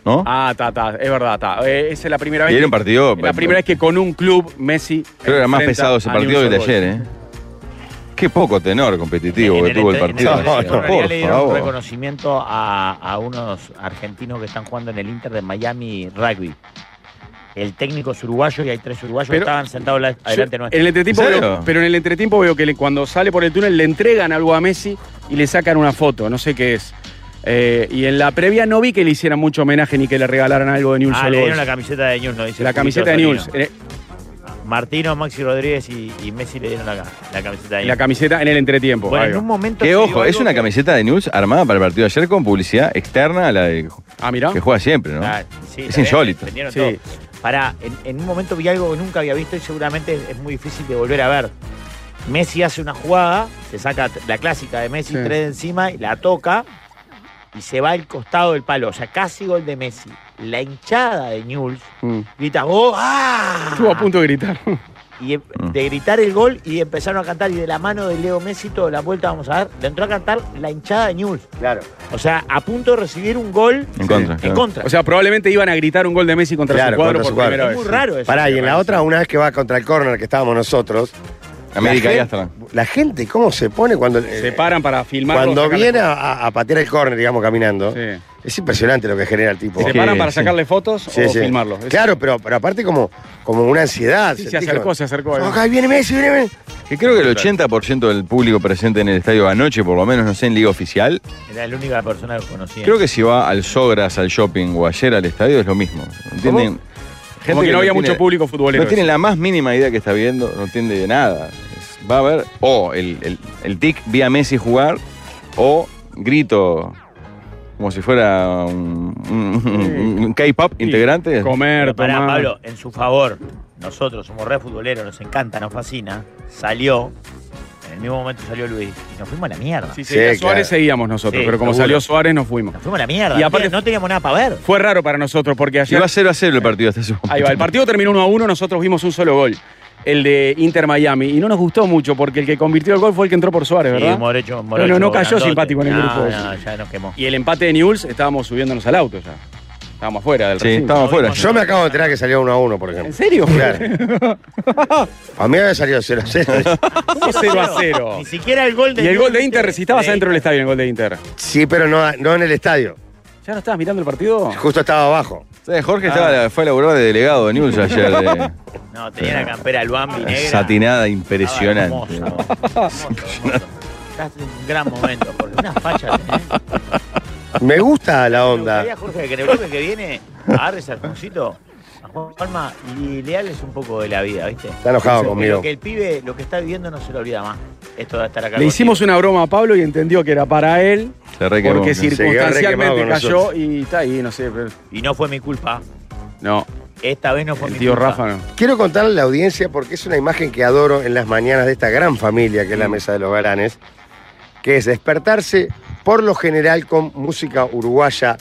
Speaker 3: ¿no?
Speaker 4: Ah, ta, ta, es verdad, ta. Eh, esa es la primera vez.
Speaker 3: Y era
Speaker 4: que-
Speaker 3: un partido- eh,
Speaker 4: La primera vez que con un club Messi.
Speaker 3: Creo que era más
Speaker 4: enfrenta
Speaker 3: pesado ese
Speaker 4: a
Speaker 3: partido que el de
Speaker 4: Newell's Old
Speaker 3: ayer, ¿eh? Qué poco tenor competitivo
Speaker 2: En
Speaker 3: que
Speaker 2: el
Speaker 3: tuvo el
Speaker 2: entre-
Speaker 3: partido.
Speaker 2: en el
Speaker 1: No,
Speaker 2: entretiempo,
Speaker 1: no,
Speaker 2: en realidad
Speaker 3: por
Speaker 2: le dieron un
Speaker 3: favor.
Speaker 2: reconocimiento a, a unos argentinos que están jugando en el Inter de Miami Rugby. El técnico es uruguayo y hay tres uruguayos
Speaker 4: Pero-
Speaker 2: que estaban sentados la-
Speaker 4: Boys.
Speaker 2: adelante
Speaker 4: Yo- en
Speaker 2: nuestro.
Speaker 4: el entretiempo
Speaker 3: ¿En serio?
Speaker 4: veo- pero en el entretiempo veo que le- cuando sale por el túnel le entregan algo a Messi y le sacan una foto, no sé qué es. Eh, y en la previa no vi que le hicieran mucho homenaje ni que le regalaran algo de Newell's
Speaker 2: Ah,
Speaker 4: Old
Speaker 2: le dieron la
Speaker 4: Boys.
Speaker 2: camiseta de News, no dice.
Speaker 4: La
Speaker 2: Julito
Speaker 4: camiseta de
Speaker 2: Torino.
Speaker 4: Newell's. Eh,
Speaker 2: Martino, Maxi Rodríguez y, y Messi le dieron la, la camiseta de
Speaker 4: La
Speaker 2: News.
Speaker 4: camiseta en el
Speaker 3: Pues
Speaker 4: entretiempo.
Speaker 2: Bueno,
Speaker 4: ahí
Speaker 2: en
Speaker 4: va.
Speaker 2: un momento.
Speaker 3: Que
Speaker 2: se
Speaker 3: ojo,
Speaker 2: dio
Speaker 3: es
Speaker 2: algo
Speaker 3: una
Speaker 2: que-
Speaker 3: camiseta de News armada para el partido de ayer con publicidad externa a la de-
Speaker 4: Ah, mirá.
Speaker 3: que juega siempre, ¿no?
Speaker 2: Ah, sí,
Speaker 3: Es
Speaker 2: la
Speaker 3: insólito.
Speaker 2: vendieron
Speaker 4: Sí.
Speaker 2: todo. Pará, en, en un momento vi algo que nunca había visto y seguramente es, es muy difícil de volver a ver. Messi hace una jugada, se saca t- la clásica de Messi,
Speaker 4: Sí.
Speaker 2: tres de encima, y la toca y se va al costado del palo. O sea, casi gol de Messi. La hinchada de Newell's
Speaker 4: Mm.
Speaker 2: grita ¡Oh! ¡Ah!
Speaker 4: Estuvo a punto de gritar.
Speaker 2: Y em-
Speaker 3: Mm.
Speaker 2: de gritar el gol y empezaron a cantar. Y de la mano de Leo Messi, toda la vuelta, vamos a ver, le entró a cantar la hinchada de Newell's.
Speaker 1: Claro.
Speaker 2: O sea, a punto de recibir un gol
Speaker 3: En contra.
Speaker 2: en
Speaker 3: claro.
Speaker 2: contra.
Speaker 4: O sea, probablemente iban a gritar un gol de Messi contra
Speaker 1: Claro,
Speaker 4: su cuadro
Speaker 1: contra
Speaker 4: por
Speaker 1: su cuadro.
Speaker 4: primera
Speaker 2: es
Speaker 4: vez.
Speaker 2: muy raro eso.
Speaker 1: Pará, y en la otra, una vez que va contra el corner que estábamos nosotros.
Speaker 3: América
Speaker 1: la
Speaker 3: y
Speaker 1: gente-
Speaker 3: hasta.
Speaker 1: La gente, ¿cómo se pone cuando. eh,
Speaker 4: Se paran para filmar.
Speaker 1: Cuando viene a, a- a patear el corner, digamos, caminando,
Speaker 4: Sí.
Speaker 1: es impresionante lo que genera el tipo.
Speaker 3: Es
Speaker 4: Se
Speaker 3: que-
Speaker 4: paran para
Speaker 3: sí.
Speaker 4: sacarle fotos
Speaker 1: Sí,
Speaker 4: o
Speaker 1: sí.
Speaker 4: filmarlo. Es-
Speaker 1: Claro, pero, pero aparte como, como una ansiedad.
Speaker 4: Sí, se
Speaker 1: sentí
Speaker 4: acercó,
Speaker 1: como-
Speaker 4: se acercó. eh.
Speaker 1: Acá viene Messi, viene Messi.
Speaker 3: Que creo que el 80% del público presente en el estadio anoche, por lo menos, no sé, en Liga Oficial,
Speaker 2: Era la única persona que conocía.
Speaker 3: creo que si va al Sogras, al shopping o ayer al estadio es lo mismo. ¿Entienden?
Speaker 4: Como que no había mucho
Speaker 3: tiene-
Speaker 4: público futbolero.
Speaker 3: No tiene la más mínima idea que está viendo, no entiende de nada. Es- Va a haber o el, el, el tic vía Messi jugar o grito como si fuera un, un- un- un K-pop
Speaker 4: Sí.
Speaker 3: integrante.
Speaker 4: Comer,
Speaker 2: Pero pará,
Speaker 4: tomar.
Speaker 2: Pablo, en su favor, nosotros somos re futboleros, nos encanta, nos fascina. Salió, en el mismo momento salió Luis, y nos fuimos a la mierda.
Speaker 4: Si
Speaker 1: Sí,
Speaker 4: seguía
Speaker 1: claro.
Speaker 4: Suárez seguíamos nosotros,
Speaker 2: Sí,
Speaker 4: pero como
Speaker 2: seguro.
Speaker 4: salió Suárez nos fuimos.
Speaker 2: Nos fuimos a la mierda.
Speaker 4: Y
Speaker 2: no
Speaker 4: aparte-
Speaker 2: teníamos- no teníamos nada para ver.
Speaker 4: Fue raro para nosotros porque
Speaker 3: Y
Speaker 4: ayer...
Speaker 3: va 0 a 0 el partido hasta ese momento.
Speaker 4: Ahí va, el partido terminó 1 a 1, nosotros vimos un solo gol, el de Inter Miami, y no nos gustó mucho porque el que convirtió el gol fue el que entró por Suárez, ¿verdad?
Speaker 2: Sí, Morocho- Morocho
Speaker 4: no, no cayó
Speaker 2: grandote.
Speaker 4: simpático en el
Speaker 2: No,
Speaker 4: grupo ese.
Speaker 2: No, ya nos quemó.
Speaker 4: Y el empate de Newell's, estábamos subiéndonos al auto ya. Estábamos afuera del
Speaker 3: Sí,
Speaker 4: recinto.
Speaker 3: estábamos fuera.
Speaker 1: Yo me acabo de enterar que salió 1 a 1, por ejemplo.
Speaker 4: ¿En serio?
Speaker 1: Claro. A mí me había salido 0 a 0.
Speaker 4: ¿Cómo 0 a 0?
Speaker 2: Ni siquiera el gol de
Speaker 4: Y el gol de Inter, si estabas
Speaker 2: de-
Speaker 4: adentro del estadio, el gol de Inter.
Speaker 1: Sí, pero no, no en el estadio.
Speaker 4: ¿Ya no estabas mirando el partido?
Speaker 1: Justo estaba abajo.
Speaker 3: Sí, Jorge estaba, fue a laburar de delegado de News ayer. de-
Speaker 2: No, tenía la campera Luambi negra.
Speaker 3: satinada
Speaker 2: Estaba
Speaker 3: impresionante.
Speaker 2: hermoso, hermoso, hermoso. Estás en un gran momento, porque una facha ¿eh? tenés.
Speaker 1: Me gusta la
Speaker 2: Me
Speaker 1: onda.
Speaker 2: gustaría, Jorge, que en el bloque que viene agarres al Juancito, a Juanma, li- leales un poco de la vida, ¿viste?
Speaker 1: Está enojado conmigo.
Speaker 2: Lo que el pibe, lo que está viviendo no se lo olvida más. Esto va a estar acá.
Speaker 4: Le hicimos una broma a Pablo y entendió que era para él,
Speaker 3: Se re quemó.
Speaker 4: porque
Speaker 1: quedó requemado
Speaker 4: circunstancialmente
Speaker 1: con
Speaker 4: cayó
Speaker 1: nosotros.
Speaker 4: y está ahí, no sé. pero-
Speaker 2: Y no fue mi culpa.
Speaker 4: No,
Speaker 2: Esta vez no fue
Speaker 4: el
Speaker 2: mi
Speaker 4: tío
Speaker 2: culpa.
Speaker 4: Rafa no.
Speaker 1: Quiero contarle a la audiencia porque es una imagen que adoro en las mañanas de esta gran familia que es la Mesa de los Garanes, que es despertarse por lo general con música uruguaya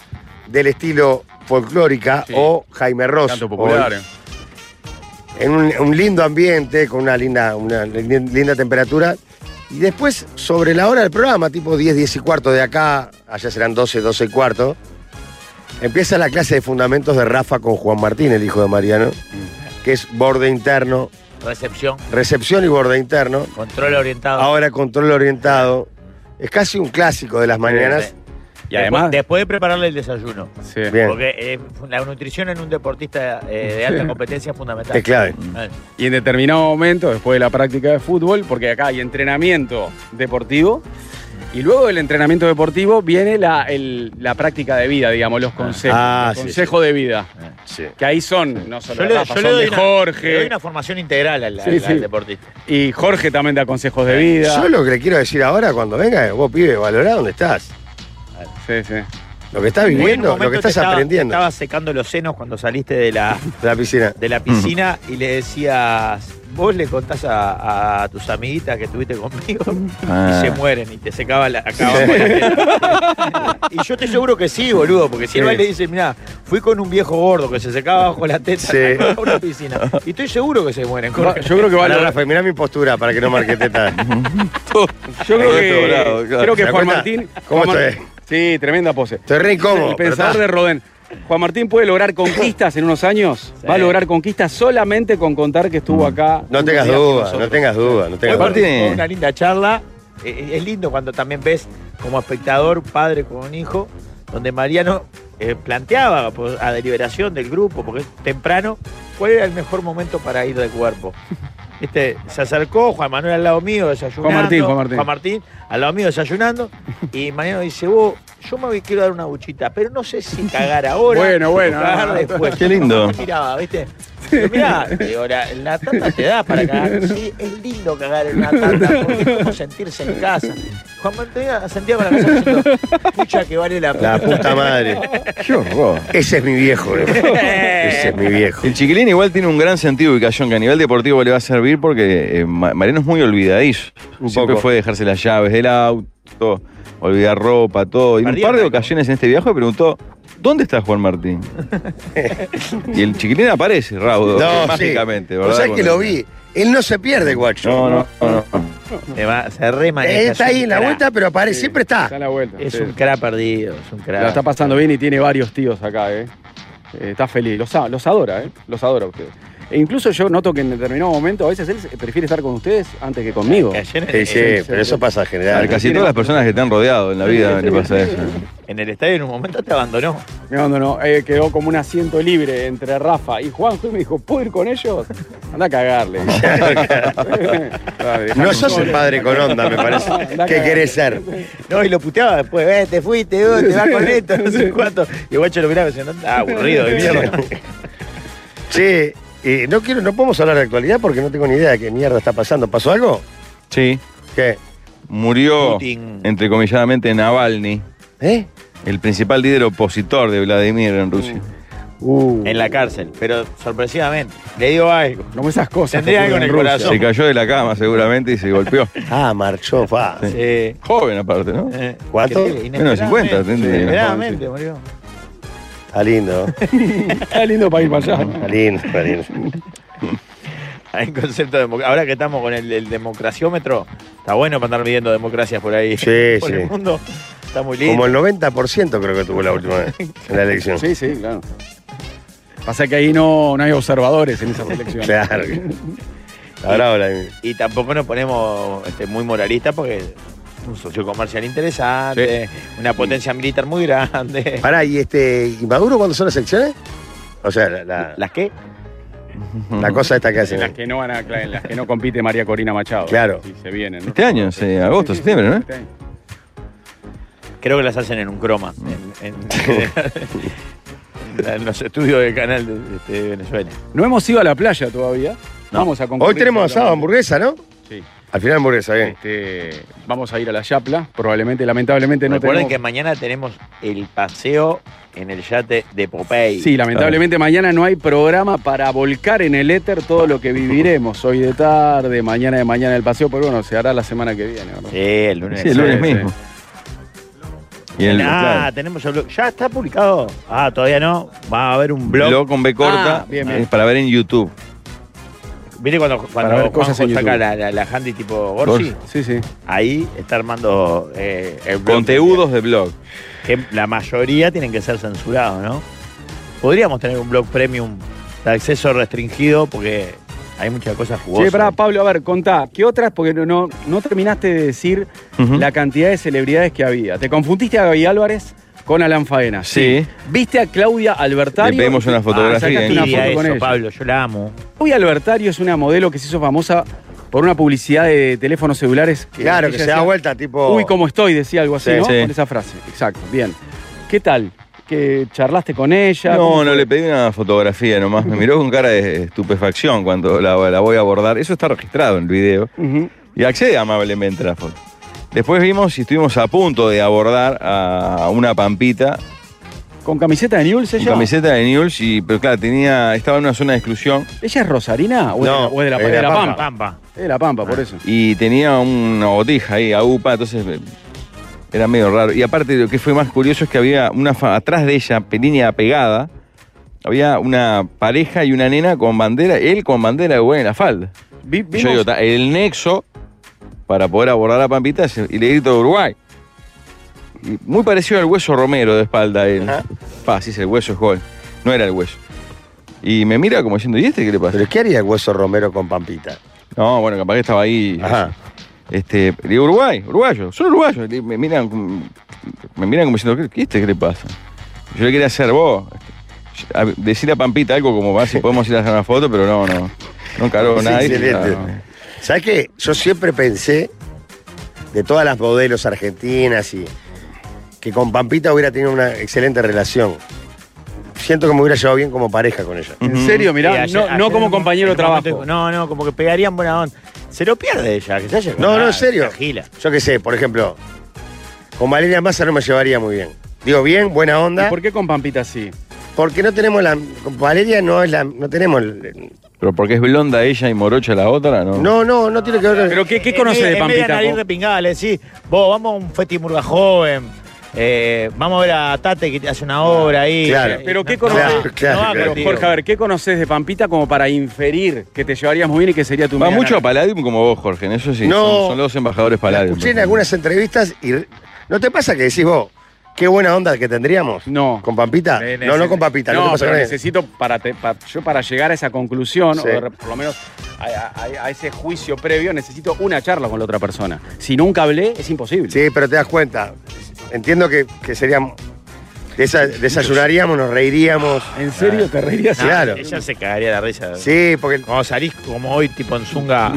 Speaker 1: del estilo folclórica
Speaker 4: Sí.
Speaker 1: o Jaime Ross.
Speaker 4: Canto popular.
Speaker 1: o-
Speaker 4: eh.
Speaker 1: en un, un lindo ambiente, con una linda, una lin- linda temperatura. Y después, sobre la hora del programa, tipo 10, 10 y cuarto de acá, allá serán 12, 12 y cuarto, empieza la clase de fundamentos de Rafa con Juan Martín, el hijo de Mariano, que es borde interno,
Speaker 2: Recepción,
Speaker 1: recepción y borde interno,
Speaker 2: control orientado.
Speaker 1: ahora control orientado. Es casi un clásico de las mañanas.
Speaker 4: Y además,
Speaker 2: Después de prepararle el desayuno.
Speaker 4: sí.
Speaker 1: Bien.
Speaker 2: Porque eh, la nutrición en un deportista eh, de alta competencia es fundamental.
Speaker 1: Es clave.
Speaker 2: Eh,
Speaker 4: Y en determinado momento, después de la práctica de fútbol, porque acá hay entrenamiento deportivo, y luego del entrenamiento deportivo viene la, el- la práctica de vida, digamos, los consejos.
Speaker 1: Ah,
Speaker 4: los
Speaker 1: sí, Eh,
Speaker 4: consejos de vida.
Speaker 1: Sí.
Speaker 4: Que ahí son, no solo
Speaker 2: Yo
Speaker 4: de
Speaker 2: le,
Speaker 4: Rafa,
Speaker 2: yo le
Speaker 4: son
Speaker 2: doy
Speaker 4: de
Speaker 2: una, le doy
Speaker 4: Jorge.
Speaker 2: una formación integral al,
Speaker 4: Sí,
Speaker 2: al-
Speaker 4: sí.
Speaker 2: al deportista.
Speaker 4: Y Jorge también da consejos de vida.
Speaker 1: Yo lo que le quiero decir ahora, cuando venga, es, vos pibe, valorá dónde estás.
Speaker 4: Sí, sí.
Speaker 1: Lo que estás
Speaker 2: Vos en un
Speaker 1: viviendo, lo
Speaker 2: momento
Speaker 1: que
Speaker 2: te
Speaker 1: estás
Speaker 2: estaba-
Speaker 1: aprendiendo.
Speaker 2: te Estaba secando los senos cuando saliste de la,
Speaker 1: De la piscina.
Speaker 2: de la piscina y le decías, vos le contás a, a tus amiguitas que estuviste conmigo
Speaker 3: Ah.
Speaker 2: y se mueren y te secaba la acá abajo la teta. Y yo te seguro que sí, boludo, porque si el
Speaker 1: Sí.
Speaker 2: baile dice, mirá, fui con un viejo gordo que se secaba bajo la teta
Speaker 1: Sí.
Speaker 2: a una piscina. Y estoy seguro que se mueren.
Speaker 4: Va-
Speaker 2: Jorge.
Speaker 4: Yo creo que
Speaker 1: Pará,
Speaker 4: valora.
Speaker 1: Rafa, mirá mi postura para que no marque teta.
Speaker 4: Yo creo
Speaker 3: Ahí
Speaker 4: que,
Speaker 3: está
Speaker 2: Ah,
Speaker 3: bravo, claro.
Speaker 4: creo que
Speaker 1: ¿Te das
Speaker 4: Juan
Speaker 1: cuenta?
Speaker 4: Martín.
Speaker 1: ¿Cómo
Speaker 4: Juan Mar-
Speaker 1: estoy?
Speaker 4: Sí, tremenda pose.
Speaker 1: Estoy re incómodo.
Speaker 4: El pensador
Speaker 1: pero
Speaker 4: de Rodén. Juan Martín puede lograr conquistas en unos años. Va a lograr conquistas solamente con contar que estuvo acá.
Speaker 1: está. Mm. No tengas duda, no tengas duda, no tengas duda.
Speaker 2: Fue
Speaker 3: Aparte-
Speaker 2: fue una linda charla. Eh, eh, Es lindo cuando también ves como espectador, padre con un hijo, donde Mariano eh, planteaba pues, a deliberación del grupo, porque es temprano, cuál era el mejor momento para ir de cuerpo. Este, se acercó Juan Manuel al lado mío desayunando.
Speaker 4: Juan Martín, Juan Martín.
Speaker 2: al lado mío desayunando. Y Mariano dice, vos, yo me voy- quiero dar una buchita, pero no sé si cagar ahora
Speaker 4: Bueno,
Speaker 2: o
Speaker 4: bueno. ah,
Speaker 2: cagar después.
Speaker 3: Qué lindo.
Speaker 2: Me miraba, ¿viste? Pero mirá, digo, la, la tanda te da para cagar. Sí, es lindo cagar en una tanda, porque es como sentirse en casa. Juan Martín Santiago la casa diciendo, pucha que vale la
Speaker 1: La
Speaker 2: pena.
Speaker 1: puta madre.
Speaker 3: Qué horror.
Speaker 1: Ese es mi viejo, bro. Ese es mi viejo.
Speaker 3: El chiquilín igual tiene un gran sentido de ubicación que a nivel deportivo le va a servir porque eh, Ma- Mariano es muy olvidadizo.
Speaker 1: Un
Speaker 3: Siempre
Speaker 1: poco.
Speaker 3: fue dejarse las llaves del auto, olvidar ropa, todo. Y en un
Speaker 2: Perdido,
Speaker 3: par de
Speaker 2: ¿no?
Speaker 3: ocasiones en este viaje me preguntó, ¿dónde está Juan Martín? y el chiquilín aparece, Raudo, mágicamente. ¿verdad?
Speaker 1: ¿verdad? Vos sabés que
Speaker 3: Cuando-
Speaker 1: lo vi. Él no se pierde, guacho.
Speaker 3: No, no, no. no.
Speaker 2: Se, va- se remaneja,
Speaker 1: Él
Speaker 2: es
Speaker 1: está
Speaker 2: un
Speaker 1: ahí en la
Speaker 2: cra.
Speaker 1: vuelta, pero aparece, siempre
Speaker 4: Está
Speaker 1: está.
Speaker 4: a la vuelta.
Speaker 2: Es
Speaker 4: sí.
Speaker 2: un cra perdido, es un cra.
Speaker 4: La está pasando bien y tiene varios tíos acá, ¿eh? Eh, está feliz. Los, a- los adora, ¿eh? Los adora a ustedes. E incluso yo noto que en determinado momento a veces él se- prefiere estar con ustedes antes que conmigo.
Speaker 2: Que ayer en,
Speaker 1: Sí, sí,
Speaker 2: en-
Speaker 1: pero eso pasa en
Speaker 3: A
Speaker 1: general.
Speaker 3: casi todas las personas que te han rodeado en la vida le pasa eso.
Speaker 2: en el estadio en un momento te abandonó.
Speaker 4: No, no, no. eh, quedó como un asiento libre entre Rafa y Juanjo y me dijo, ¿puedo ir con ellos? Anda a cagarle. Dale, dejame
Speaker 1: No sos
Speaker 4: solo.
Speaker 1: el padre con onda, me parece. ¿Qué querés ser?
Speaker 2: No, y lo puteaba después, "Eh, te fuiste, vos, te vas con esto, no sé cuánto. Y el guacho lo miraba y decía, "No, ah, aburrido de mierda.
Speaker 1: Che, eh, no quiero, no podemos hablar de actualidad porque no tengo ni idea de qué mierda está pasando. ¿Pasó algo?
Speaker 3: Sí,
Speaker 1: ¿Qué?
Speaker 3: murió,
Speaker 2: Putin.
Speaker 3: entrecomilladamente, Navalny,
Speaker 1: ¿Eh?
Speaker 3: el principal líder opositor de Vladimir en Rusia.
Speaker 1: Uh.
Speaker 2: En la cárcel, pero sorpresivamente. Le digo algo.
Speaker 4: Como esas cosas.
Speaker 2: Tendría
Speaker 4: que
Speaker 2: algo en el
Speaker 4: ocurren
Speaker 2: corazón.
Speaker 3: Se cayó de la cama seguramente y se golpeó.
Speaker 1: Ah, marchó, fa.
Speaker 2: Sí.
Speaker 3: Joven aparte, ¿no?
Speaker 2: Eh,
Speaker 1: ¿Cuánto?
Speaker 2: increíble,
Speaker 3: Menos de 50,
Speaker 2: inesperadamente.
Speaker 3: tendría.
Speaker 2: Inesperadamente, murió.
Speaker 1: Está lindo,
Speaker 4: en Rusia. Está lindo para ir para allá.
Speaker 1: está lindo, está lindo.
Speaker 2: Hay un concepto de democ- Ahora que estamos con el, el democraciómetro, está bueno para andar midiendo democracias por ahí.
Speaker 1: Sí,
Speaker 2: por
Speaker 1: sí.
Speaker 2: el mundo. Está muy lindo.
Speaker 1: Como el 90% creo que tuvo la última vez en la elección.
Speaker 4: Sí, sí, claro. Pasa que ahí no, no hay observadores en esa selección.
Speaker 1: Claro. Ahora, ahora. eh.
Speaker 2: Y tampoco nos ponemos este, muy moralistas porque un socio comercial interesante, una potencia militar muy grande.
Speaker 1: Pará, ¿y, este, ¿y Maduro cuándo son las elecciones? O sea, la, la-
Speaker 2: ¿Las qué?
Speaker 1: la cosa esta que
Speaker 4: En las
Speaker 1: hacen.
Speaker 4: que no van a, claro, en las que no compite María Corina Machado.
Speaker 1: Claro.
Speaker 4: Sí, se vienen. ¿no?
Speaker 3: Este año, sí, agosto, septiembre, ¿no?
Speaker 4: Este año.
Speaker 2: Creo que las hacen en un croma. en- en- la- en los estudios del canal de, este, de Venezuela.
Speaker 4: No hemos ido a la playa todavía.
Speaker 2: No.
Speaker 4: Vamos a concurrir.
Speaker 1: Hoy tenemos asado hamburguesa, ¿no?
Speaker 4: Sí.
Speaker 1: Al final hamburguesa, bien.
Speaker 4: Este, vamos a ir a la Yapla. Probablemente, lamentablemente, no
Speaker 2: Recuerden que
Speaker 4: tenemos.
Speaker 2: mañana tenemos el paseo en el yate de Popeye.
Speaker 4: Sí, lamentablemente mañana no hay programa para volcar en el éter todo lo que viviremos hoy de tarde, mañana de mañana el paseo, pero bueno, se hará la semana que viene. ¿verdad?
Speaker 2: Sí, el lunes.
Speaker 3: Sí, el lunes
Speaker 4: sí,
Speaker 3: mismo. Y el
Speaker 2: ah,
Speaker 3: claro,
Speaker 2: tenemos el blog. ¿Ya está publicado? Ah, todavía no. Va a haber un blog.
Speaker 3: blog, con B corta
Speaker 4: Ah, bien, bien.
Speaker 3: es para ver en YouTube.
Speaker 2: ¿Viste cuando, cuando
Speaker 4: ver cosas
Speaker 2: Juanjo
Speaker 4: en
Speaker 2: saca
Speaker 4: YouTube.
Speaker 2: la, la, la handy tipo Gorsi?
Speaker 3: Gorsi.
Speaker 4: Sí, sí.
Speaker 2: Ahí está armando eh, el blog.
Speaker 3: Conteudos de blog.
Speaker 2: Que la mayoría tienen que ser censurados, ¿no? Podríamos tener un blog premium de acceso restringido porque hay muchas cosas jugosas.
Speaker 4: Sí, pará, Pablo, a ver, contá, ¿qué otras? Porque no, no, no terminaste de decir
Speaker 3: Ujú.
Speaker 4: la cantidad de celebridades que había. Te confundiste a Gaby Álvarez con Alan Faena.
Speaker 3: Sí.
Speaker 4: Viste a Claudia Albertario.
Speaker 3: Le pedimos una
Speaker 2: Ah,
Speaker 3: fotografía.
Speaker 4: sacaste
Speaker 2: sacaste
Speaker 4: una
Speaker 3: ¿eh?
Speaker 4: foto
Speaker 2: eso,
Speaker 4: con ella.
Speaker 2: Pablo, yo la amo.
Speaker 4: Claudia Albertario es una modelo que se hizo famosa por una publicidad de teléfonos celulares. que
Speaker 1: Claro,
Speaker 4: ella
Speaker 1: que se da
Speaker 4: decía,
Speaker 1: vuelta, tipo.
Speaker 4: Uy, cómo estoy, decía algo así,
Speaker 1: Sí,
Speaker 4: ¿no?
Speaker 3: sí.
Speaker 4: Con esa frase. Exacto, bien. ¿Qué tal? ¿Que charlaste con ella?
Speaker 3: No,
Speaker 4: ¿Cómo
Speaker 3: no
Speaker 4: fue?
Speaker 3: le pedí una fotografía nomás. Me miró con cara de estupefacción cuando la, la voy a abordar. Eso está registrado en el video.
Speaker 4: Ujú.
Speaker 3: Y accede amablemente a la foto. Después vimos y estuvimos a punto de abordar a una pampita
Speaker 4: ¿Con camiseta de Newell's
Speaker 3: con
Speaker 4: ella?
Speaker 3: camiseta de News, y, pero claro, tenía, estaba en una zona de exclusión
Speaker 4: ¿Ella es rosarina o, es de la-
Speaker 1: No,
Speaker 4: o es de la,
Speaker 1: es de
Speaker 4: de la
Speaker 1: La Ah.
Speaker 4: Pampa?
Speaker 2: Pampa.
Speaker 4: Es de la Pampa, por eso.
Speaker 3: y tenía una botija ahí, a UPA, entonces eh, era medio raro. Y aparte, lo que fue más curioso es que había una fa- atrás de ella, pequeña pegada, había una pareja y una nena con bandera, él con bandera de Uruguay en la falda.
Speaker 4: Vi-
Speaker 3: Y Yo digo,
Speaker 4: vimos-
Speaker 3: ta, el nexo para poder abordar a Pampita es el- y le grito de Uruguay. Y muy parecido al hueso Romero de espalda. él. Pa, sí, es el hueso es gol. No era el hueso. Y me mira como diciendo, ¿y este qué le pasa?
Speaker 1: Pero ¿qué haría el hueso Romero con Pampita?
Speaker 3: No, bueno, capaz que estaba ahí.
Speaker 1: Ajá.
Speaker 3: Este, le digo, Uruguay, uruguayo, solo uruguayo. Y Me miran, como- me miran como diciendo, ¿qué, qué este qué le pasa? Yo le quería hacer vos. este, A- Decir a Pampita algo como, va, si podemos ir a hacer una foto, pero no, no. No encaró
Speaker 1: Es
Speaker 3: nada. Y-
Speaker 1: excelente.
Speaker 3: no, no.
Speaker 1: ¿Sabes qué? Yo siempre pensé de todas las modelos argentinas y que con Pampita hubiera tenido una excelente relación. Siento que me hubiera llevado bien como pareja con ella.
Speaker 4: En serio, mirá,
Speaker 2: Sí, ayer-
Speaker 4: no,
Speaker 2: ayer
Speaker 4: no
Speaker 2: en
Speaker 4: como
Speaker 2: un-
Speaker 4: compañero
Speaker 2: en
Speaker 4: de
Speaker 2: un
Speaker 4: trabajo.
Speaker 2: momento- no, no, como que pegarían buena onda. Se lo pierde ella, que se haya
Speaker 1: No, no,
Speaker 2: Ah,
Speaker 1: en serio.
Speaker 2: esa Gila.
Speaker 1: Yo qué sé, por ejemplo, con Valeria Massa no me llevaría muy bien. Digo bien, buena
Speaker 4: ¿Y
Speaker 1: onda,
Speaker 4: por qué con Pampita sí?
Speaker 1: porque no tenemos la con Valeria no es la no tenemos el-
Speaker 3: Pero porque es blonda ella y morocha la otra, ¿no?
Speaker 1: no no no tiene que ver.
Speaker 4: ¿Pero qué, qué
Speaker 2: En
Speaker 4: conoce
Speaker 2: vez-
Speaker 4: de
Speaker 2: En vez de
Speaker 4: Pampita?
Speaker 2: nariz
Speaker 4: vos?
Speaker 2: repingada, le decís, vos, vamos a un festimurga joven, eh, vamos a ver a Tate que te hace una obra ahí.
Speaker 1: Claro.
Speaker 2: Eh,
Speaker 4: Pero ¿qué
Speaker 2: no, no
Speaker 4: conoce-
Speaker 2: va-
Speaker 1: Claro,
Speaker 2: no va
Speaker 1: claro.
Speaker 2: contigo.
Speaker 4: Jorge, a ver, ¿qué conoces de Pampita como para inferir que te llevarías muy bien y que sería tu
Speaker 3: Va
Speaker 4: media
Speaker 3: mucho a
Speaker 4: naranja?
Speaker 3: Palladium como vos, Jorge, en eso sí.
Speaker 1: No.
Speaker 3: Son, son los embajadores
Speaker 1: la
Speaker 3: Palladium.
Speaker 1: escuché en algunas entrevistas y ¿no te pasa que decís vos qué buena onda que tendríamos?
Speaker 4: No.
Speaker 1: ¿Con Pampita?
Speaker 4: Eh,
Speaker 1: No, no
Speaker 4: neces-
Speaker 1: con Pampita, no,
Speaker 4: No,
Speaker 1: te pasa
Speaker 4: pero
Speaker 1: con ella.
Speaker 4: necesito para, te- pa- yo para llegar a esa conclusión,
Speaker 1: Sí.
Speaker 4: o de- por lo menos a, a- a- a ese juicio previo, necesito una charla con la otra persona. Si nunca hablé, es imposible.
Speaker 1: Sí, pero te das cuenta. Entiendo que, que seríamos. desa- desayunaríamos, nos reiríamos.
Speaker 4: ¿En serio te reirías?
Speaker 2: No,
Speaker 1: Claro.
Speaker 2: Ella se cagaría la risa.
Speaker 1: Sí, porque
Speaker 2: Como salís como hoy, tipo en zunga.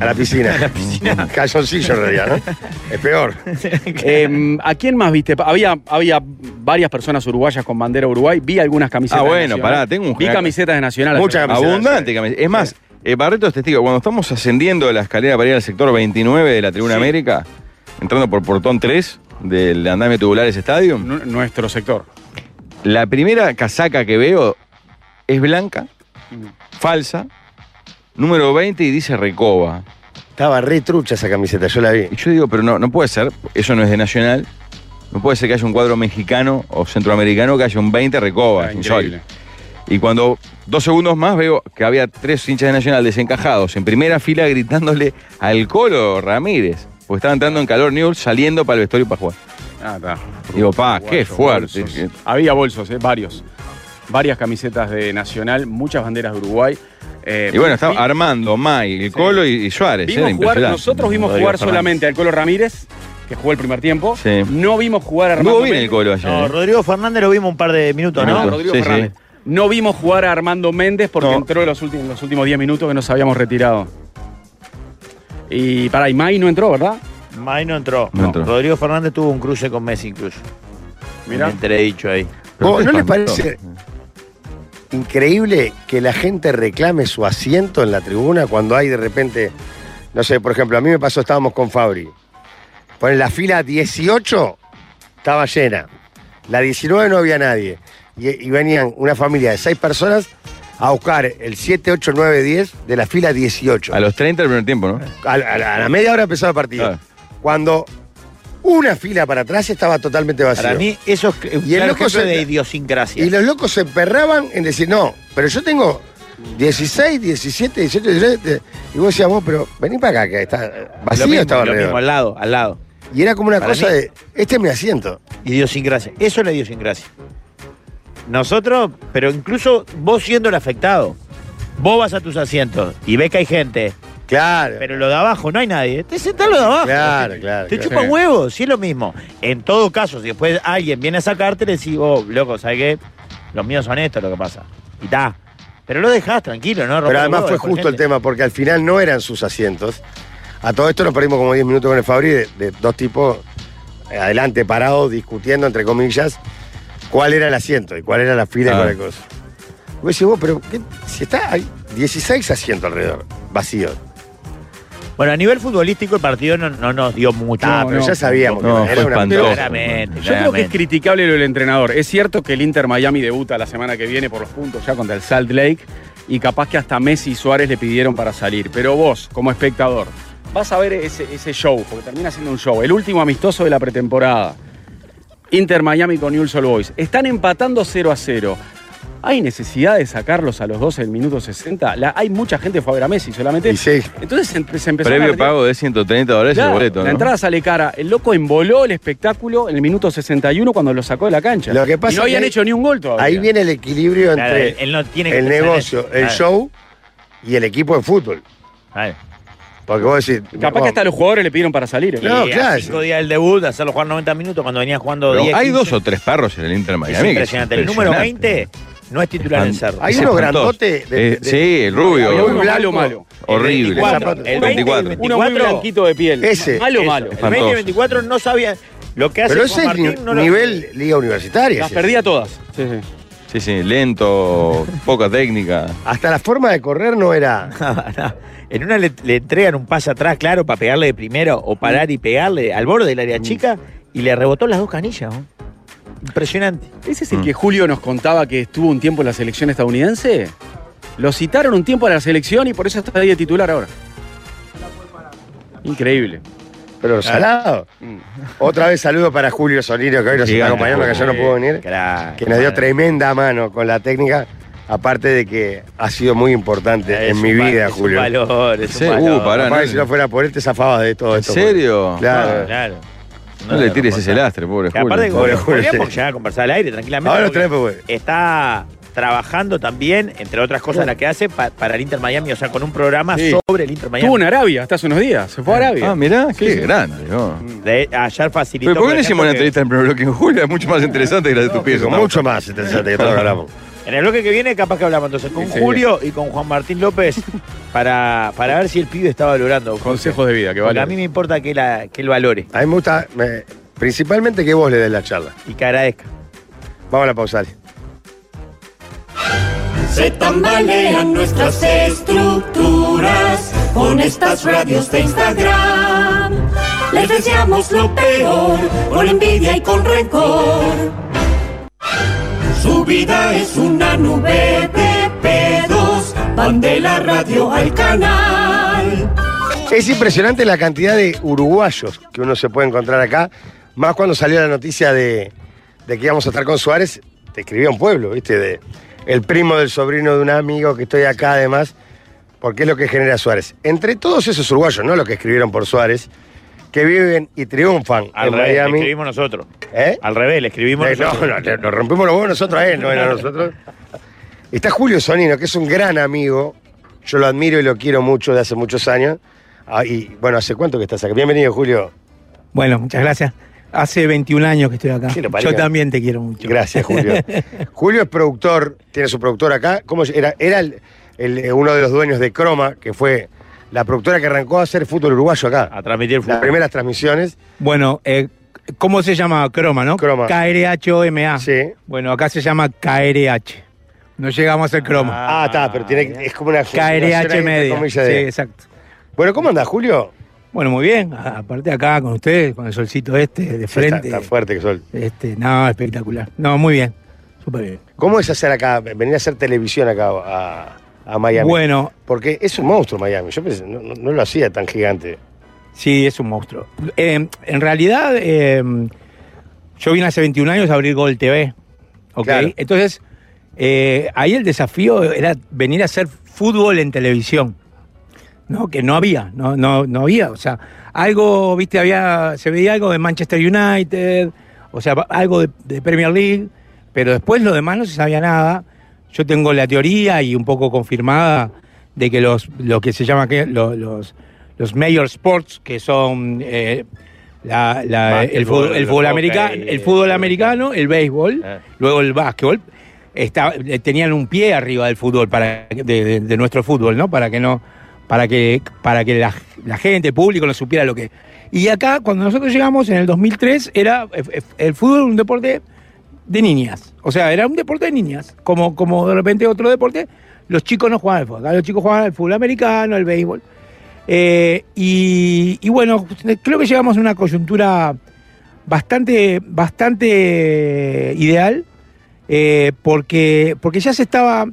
Speaker 1: a la piscina. a la piscina. Calzoncillo en realidad, ¿no? Es peor.
Speaker 4: Eh, ¿A quién más viste? Había, había varias personas uruguayas con bandera Uruguay. Vi algunas camisetas.
Speaker 3: Ah,
Speaker 4: de
Speaker 3: bueno,
Speaker 4: Nacional.
Speaker 3: pará, tengo un
Speaker 4: Vi
Speaker 3: hack.
Speaker 4: camisetas de Nacional.
Speaker 1: Muchas
Speaker 4: ayer.
Speaker 3: Abundante camiseta. Es más, eh, Barreto es testigo. Cuando estamos ascendiendo de la escalera para ir al sector 29 de la Tribuna América, entrando por portón 3 del andamio tubular ese Stadium,
Speaker 4: Nu- Nuestro sector.
Speaker 3: la primera casaca que veo es blanca, falsa, número 20 y dice Recoba.
Speaker 1: Estaba re trucha esa camiseta, yo la vi.
Speaker 3: Y yo digo, pero no, no puede ser, eso no es de Nacional. No puede ser que haya un cuadro mexicano o centroamericano que haya un 20 Recoba,
Speaker 4: Ah,
Speaker 3: es
Speaker 4: increíble.
Speaker 3: insólito. Y cuando dos segundos más veo que había tres hinchas de Nacional desencajados en primera fila gritándole al Colo Ramírez, porque estaba entrando en calor Newell saliendo para el vestuario para jugar.
Speaker 4: Ah, está.
Speaker 3: Digo, pa, qué fuerte.
Speaker 4: bolsos. Había bolsos, eh, varios. Varias camisetas de Nacional, muchas banderas de Uruguay. Eh,
Speaker 3: Y bueno, estaba
Speaker 4: vi-
Speaker 3: Armando, May, el Colo y, y Suárez.
Speaker 4: vimos
Speaker 3: era
Speaker 4: jugar-
Speaker 3: impresionante.
Speaker 4: nosotros vimos
Speaker 2: Rodrigo
Speaker 4: jugar
Speaker 2: Fernández.
Speaker 4: solamente al Colo Ramírez, que jugó el primer tiempo.
Speaker 3: Sí.
Speaker 4: No vimos jugar a Armando
Speaker 3: Jugó bien el
Speaker 4: Méndez.
Speaker 3: Colo ayer.
Speaker 2: No,
Speaker 3: eh.
Speaker 2: Rodrigo Fernández lo vimos un par de minutos,
Speaker 4: No,
Speaker 2: ¿no?
Speaker 3: Minutos.
Speaker 4: Rodrigo
Speaker 3: Sí, sí.
Speaker 4: Fernández. No vimos jugar a Armando Méndez porque
Speaker 3: No.
Speaker 4: entró en los últimos, los últimos 10 minutos que nos habíamos retirado. Y para Imai no entró, ¿verdad?
Speaker 2: May no entró.
Speaker 3: No entró.
Speaker 2: Rodrigo Fernández tuvo un cruce con Messi incluso.
Speaker 4: Mirá.
Speaker 2: Un entredicho ahí.
Speaker 1: ¿Vos-
Speaker 3: Pero
Speaker 1: Oh, ¿No
Speaker 3: te
Speaker 1: les
Speaker 3: espantó.
Speaker 1: parece increíble que la gente reclame su asiento en la tribuna cuando hay de repente, no sé, por ejemplo, a mí me pasó, estábamos con Fabri. Pues en la fila 18 estaba llena. La 19 no había nadie. Y, y venían una familia de seis personas a buscar el 7, 8, 9, 10 de la fila 18.
Speaker 3: A los 30 del primer tiempo, ¿no?
Speaker 1: A, la- a la- a la media hora empezaba el partido.
Speaker 3: Claro.
Speaker 1: Cuando una fila para atrás estaba totalmente vacía.
Speaker 2: Para mí, eso es cl- un
Speaker 1: Y el
Speaker 2: claro
Speaker 1: loco
Speaker 2: ejemplo
Speaker 1: se-
Speaker 2: de idiosincrasia.
Speaker 1: Y los locos se perraban en decir, no, pero yo tengo 16, 17, 18, 19. Y vos decías, vos, pero vení para acá, que está vacío
Speaker 2: lo mismo,
Speaker 1: estaba
Speaker 2: lo
Speaker 1: alrededor.
Speaker 2: mismo, al lado, al lado.
Speaker 1: Y era como una
Speaker 2: Para
Speaker 1: cosa
Speaker 2: mí-
Speaker 1: de, este es mi asiento.
Speaker 2: Idiosincrasia. Eso es la idiosincrasia. Nosotros, pero incluso vos siendo el afectado, vos vas a tus asientos y ves que hay gente,
Speaker 1: Claro,
Speaker 2: pero lo de abajo no hay nadie. Te sentás lo de abajo.
Speaker 1: claro, claro.
Speaker 2: Te
Speaker 1: claro.
Speaker 2: chupa
Speaker 4: Sí.
Speaker 2: huevo, sí es lo mismo. En todo caso, si después alguien viene a sacarte, le decís, oh, loco, ¿sabes qué? Los míos son estos lo que pasa. Y ta. Pero lo dejás tranquilo, ¿no?
Speaker 1: Pero además fue justo el tema, porque al final no eran sus asientos. A todo esto nos perdimos como 10 minutos con el Fabri, de, de dos tipos eh, adelante, parados, discutiendo, entre comillas, cuál era el asiento y cuál era la fila
Speaker 3: Ah.
Speaker 1: y cuál era la cosa. Vos decís, vos, pero ¿qué? si está, hay 16 asientos alrededor, vacíos.
Speaker 2: Bueno, a nivel futbolístico el partido no, no nos dio mucho.
Speaker 1: Ah,
Speaker 4: No,
Speaker 1: pero
Speaker 4: no.
Speaker 1: ya sabíamos
Speaker 3: No,
Speaker 1: que
Speaker 3: fue espantoso.
Speaker 4: Yo creo que
Speaker 2: Claramente,
Speaker 4: es
Speaker 2: claramente.
Speaker 4: criticable lo del entrenador. Es cierto que el Inter Miami debuta la semana que viene por los puntos ya contra el Salt Lake y capaz que hasta Messi y Suárez le pidieron para salir. Pero vos, como espectador, vas a ver ese, ese show, porque termina siendo un show. El último amistoso de la pretemporada. Inter Miami con Newell's Old Boys. Están empatando 0 a 0. ¿Hay necesidad de sacarlos a los 12 del minuto 60? La- hay mucha gente que fue a ver a Messi solamente.
Speaker 1: Y sí.
Speaker 4: Entonces se, empe- se empezó a
Speaker 3: Previo
Speaker 4: perder-
Speaker 3: pago de 130 dólares
Speaker 4: Claro,
Speaker 3: el boleto, ¿no?
Speaker 4: La entrada sale cara. El loco emboló el espectáculo en el minuto 61 cuando lo sacó de la cancha.
Speaker 1: Lo que pasa
Speaker 4: y no
Speaker 1: es que
Speaker 4: habían
Speaker 1: ahí-
Speaker 4: hecho ni un gol todavía.
Speaker 1: Ahí viene el equilibrio
Speaker 2: Claro,
Speaker 1: entre
Speaker 2: él no tiene que
Speaker 1: el
Speaker 2: pensar en
Speaker 1: negocio,
Speaker 2: eso.
Speaker 1: el
Speaker 2: Claro,
Speaker 1: show y el equipo de fútbol.
Speaker 2: claro.
Speaker 1: Porque vos decís.
Speaker 4: Capaz
Speaker 1: vos-
Speaker 4: que hasta los jugadores le pidieron para salir. ¿eh?
Speaker 1: No,
Speaker 2: Y a
Speaker 1: claro.
Speaker 2: Cinco días del debut, hacerlo jugar 90 minutos cuando venía jugando
Speaker 3: Pero
Speaker 2: 10.
Speaker 3: hay
Speaker 2: 15,
Speaker 3: dos o tres parros en el Inter
Speaker 2: es
Speaker 3: Miami. que es
Speaker 2: impresionante. El número 20 no es titular en
Speaker 3: Espan-
Speaker 2: Cerro.
Speaker 1: Hay
Speaker 3: Es
Speaker 1: uno
Speaker 3: espantoso.
Speaker 1: grandote. de- de-
Speaker 3: Eh, sí, el rubio.
Speaker 4: Había uno
Speaker 1: Muy
Speaker 4: malo,
Speaker 1: blanco.
Speaker 4: malo.
Speaker 3: Horrible.
Speaker 2: El 24,
Speaker 1: El
Speaker 2: el 24.
Speaker 3: 20,
Speaker 4: Uno muy
Speaker 2: 24.
Speaker 4: blanquito de piel.
Speaker 1: Ese.
Speaker 4: Malo,
Speaker 2: Eso,
Speaker 4: malo.
Speaker 2: El
Speaker 3: Espantoso.
Speaker 2: 20 24 no sabía lo que hace
Speaker 1: Pero
Speaker 2: Juan
Speaker 1: ese es
Speaker 2: Martín,
Speaker 1: ni-
Speaker 2: no lo-
Speaker 1: nivel liga universitaria.
Speaker 4: Las
Speaker 1: ese.
Speaker 4: perdía todas. Sí, sí.
Speaker 3: Sí, sí, lento, poca técnica.
Speaker 1: Hasta la forma de correr no era.
Speaker 2: en una le, le entregan un pase atrás, claro, para pegarle de primero o parar y pegarle al borde del área
Speaker 1: Mm.
Speaker 2: chica y le rebotó las dos canillas. ¿no? Impresionante.
Speaker 4: Ese es el
Speaker 3: Mm.
Speaker 4: que Julio nos contaba que estuvo un tiempo en la selección estadounidense. Lo citaron un tiempo a la selección y por eso está ahí de titular ahora. Increíble.
Speaker 1: Pero salado. Otra vez saludo para Julio Solino, que hoy nos está
Speaker 3: Gigante,
Speaker 1: acompañando, que yo no puedo venir.
Speaker 2: Crack,
Speaker 1: Que nos dio
Speaker 2: hermano.
Speaker 1: tremenda mano con la técnica. Aparte de que ha sido muy importante
Speaker 2: Es
Speaker 1: en mi
Speaker 2: un va-
Speaker 1: vida,
Speaker 2: es un
Speaker 1: Julio.
Speaker 2: valor, es un
Speaker 3: Sí, uh,
Speaker 2: valor.
Speaker 3: pará,
Speaker 1: Capaz
Speaker 3: no-
Speaker 1: que si no fuera por él, te zafabas de todo
Speaker 3: ¿En
Speaker 1: esto.
Speaker 3: serio?
Speaker 1: Claro.
Speaker 2: Claro.
Speaker 3: No le tires ese
Speaker 2: lado.
Speaker 3: lastre, pobre
Speaker 2: Que aparte,
Speaker 3: Julio.
Speaker 1: Pobre
Speaker 2: podríamos
Speaker 1: Julio,
Speaker 2: podríamos
Speaker 1: sí.
Speaker 2: llegar a conversar al aire tranquilamente.
Speaker 1: Ahora lo
Speaker 2: porque
Speaker 1: traemos, güey.
Speaker 2: Está trabajando también, entre otras cosas, la que hace pa- para el Inter Miami, o sea, con un programa
Speaker 4: Sí.
Speaker 2: sobre el Inter Miami.
Speaker 4: Estuvo en Arabia hasta hace unos días. Se fue a Arabia.
Speaker 3: Ah, mirá, qué grande. ¿no?
Speaker 2: De- ayer facilitó.
Speaker 3: Pero ¿por qué
Speaker 2: por
Speaker 3: no hicimos una
Speaker 2: ejemplo, que-
Speaker 3: entrevista en primer bloque en Julio? Es mucho más interesante que la de tu
Speaker 1: Porque
Speaker 3: pieza.
Speaker 1: con mucho más interesante que todo lo que hablamos.
Speaker 2: En el bloque que viene, capaz que hablamos entonces con
Speaker 4: Sí, sí.
Speaker 2: Julio y con Juan Martín López para, para ver si el pibe está valorando.
Speaker 4: Consejos de vida, que
Speaker 2: Porque
Speaker 4: vale.
Speaker 2: a mí me importa que, la, que él valore
Speaker 1: A mí me gusta, me- principalmente que vos le des la charla.
Speaker 2: y que agradezca.
Speaker 1: Vamos a la pausa. Ale.
Speaker 6: Se tambalean nuestras estructuras con estas radios de Instagram. Les deseamos lo peor, con envidia y con rencor. Su vida es una nube de pedos, van de la radio al canal.
Speaker 1: Es impresionante la cantidad de uruguayos que uno se puede encontrar acá. Más cuando salió la noticia de, de que íbamos a estar con Suárez, te escribía un pueblo, ¿viste? De, el primo del sobrino de un amigo que estoy acá, además, porque es lo que genera Suárez. Entre todos esos uruguayos, no los que escribieron por Suárez, que viven y triunfan
Speaker 2: Al
Speaker 1: en
Speaker 2: revés, le
Speaker 1: Miami.
Speaker 2: escribimos nosotros.
Speaker 1: ¿Eh?
Speaker 2: Al revés, le escribimos
Speaker 1: Eh,
Speaker 2: nosotros.
Speaker 1: No, no, le- nos rompimos los huevos nosotros a él, no era nosotros. Está Julio Sonino, que es un gran amigo. Yo lo admiro y lo quiero mucho de hace muchos años. Ah, y bueno, ¿hace cuánto que estás acá? Bienvenido, Julio.
Speaker 7: Bueno, muchas gracias. Hace 21 años que estoy acá.
Speaker 1: Que lo parezca.
Speaker 7: Yo también te quiero mucho.
Speaker 1: Gracias, Julio. Julio es productor, tiene su productora acá. ¿Cómo se- era? Era el- el, eh, uno de los dueños de Croma, que fue la productora que arrancó a hacer fútbol uruguayo acá.
Speaker 2: A transmitir fútbol.
Speaker 1: Las primeras transmisiones.
Speaker 7: Bueno, eh, ¿cómo se llama? Croma, ¿no?
Speaker 1: Croma.
Speaker 7: K-R-H-O-M-A.
Speaker 1: Sí.
Speaker 7: Bueno, acá se llama KRH. No llegamos al croma.
Speaker 1: Ah, está, pero tiene, es como una
Speaker 7: KRH
Speaker 1: entre
Speaker 7: media. Sí,
Speaker 1: comillas, de-
Speaker 7: exacto.
Speaker 1: Bueno, ¿cómo anda, Julio?
Speaker 7: Bueno, muy bien. A- Aparte acá con ustedes, con el solcito este de
Speaker 1: Sí, está-
Speaker 7: frente.
Speaker 1: Está, fuerte que sol.
Speaker 7: Este, no, espectacular. No, muy bien. Súper bien.
Speaker 1: ¿Cómo es hacer acá, venir a hacer televisión acá a, a Miami?
Speaker 7: Bueno,
Speaker 1: Porque es un monstruo Miami. Yo pensé, no, no- no lo hacía tan gigante.
Speaker 7: sí, es un monstruo. Eh, en realidad, eh, yo vine hace 21 años a abrir Gol TV. ¿ok?
Speaker 1: Claro.
Speaker 7: Entonces, eh, ahí el desafío era venir a hacer fútbol en televisión. No, que no había, no, no, no había. O sea, algo, viste, había, se veía algo de Manchester United, o sea, algo de, de Premier League, pero después lo demás no se sabía nada. Yo tengo la teoría y un poco confirmada de que los, lo que se llama que los, los, los major sports, que son eh, la- la-
Speaker 2: Básquetbol,
Speaker 7: el fútbol, el fútbol
Speaker 2: hockey,
Speaker 7: americano, el
Speaker 2: eh,
Speaker 7: fútbol americano, el béisbol, Eh.
Speaker 3: Ah.
Speaker 7: luego el básquetbol, está- eh, tenían un pie arriba del fútbol para de, de- de nuestro fútbol, ¿no? Para que no para que para que la, la gente, el público no supiera lo que. Y acá cuando nosotros llegamos en el 2003 era eh, eh, el fútbol un deporte de niñas, o sea, era un deporte de niñas, como como de repente otro deporte, los chicos no jugaban al fútbol, acá los chicos jugaban al fútbol americano, al béisbol. Eh, y, y bueno, creo que llegamos a una coyuntura bastante, bastante ideal, eh, porque, porque ya se estaba.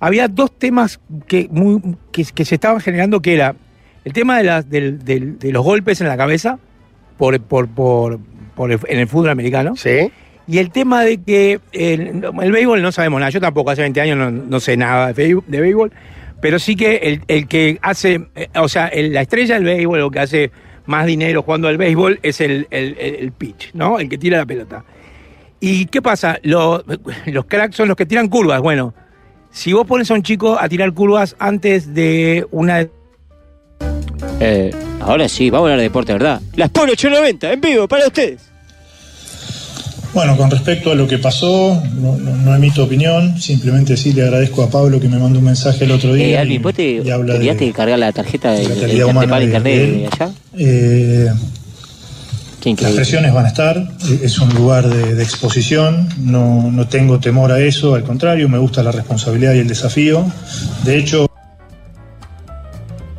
Speaker 7: Había dos temas que, muy, que, que se estaban generando, que era el tema de, las- del- del- de los golpes en la cabeza por, por, por, por el- en el fútbol americano.
Speaker 1: ¿Sí?
Speaker 7: Y el tema de que el, el béisbol no sabemos nada. Yo tampoco hace 20 años no, no sé nada de, béis- de béisbol. Pero sí que el, el que hace, eh, o sea, el- la estrella del béisbol o que hace más dinero jugando al béisbol es el, el, el- el pitch, ¿no? El que tira la pelota. ¿Y qué pasa? Lo- los cracks son los que tiran curvas. Bueno, si vos pones a un chico a tirar curvas antes de una
Speaker 5: Eh, ahora sí, vamos a hablar de deporte, ¿verdad? Las Polo 890, en vivo, para ustedes.
Speaker 8: Bueno, con respecto a lo que pasó, no, no- no emito opinión, simplemente sí le agradezco a Pablo que me mandó un mensaje el otro día.
Speaker 5: Eh,
Speaker 8: y-
Speaker 5: Alvin, ¿vos te,
Speaker 8: y habla
Speaker 5: te
Speaker 8: de-
Speaker 5: olvidaste de cargar la tarjeta de,
Speaker 8: de la
Speaker 5: de-
Speaker 8: calidad
Speaker 5: de-
Speaker 8: humana
Speaker 5: para
Speaker 8: de-
Speaker 5: internet
Speaker 8: de él.
Speaker 5: de allá?
Speaker 8: Eh,
Speaker 5: Qué
Speaker 8: las
Speaker 5: increíble.
Speaker 8: presiones van a estar, e- es un lugar de, de exposición, no, no tengo temor a eso, al contrario, me gusta la responsabilidad y el desafío. De hecho,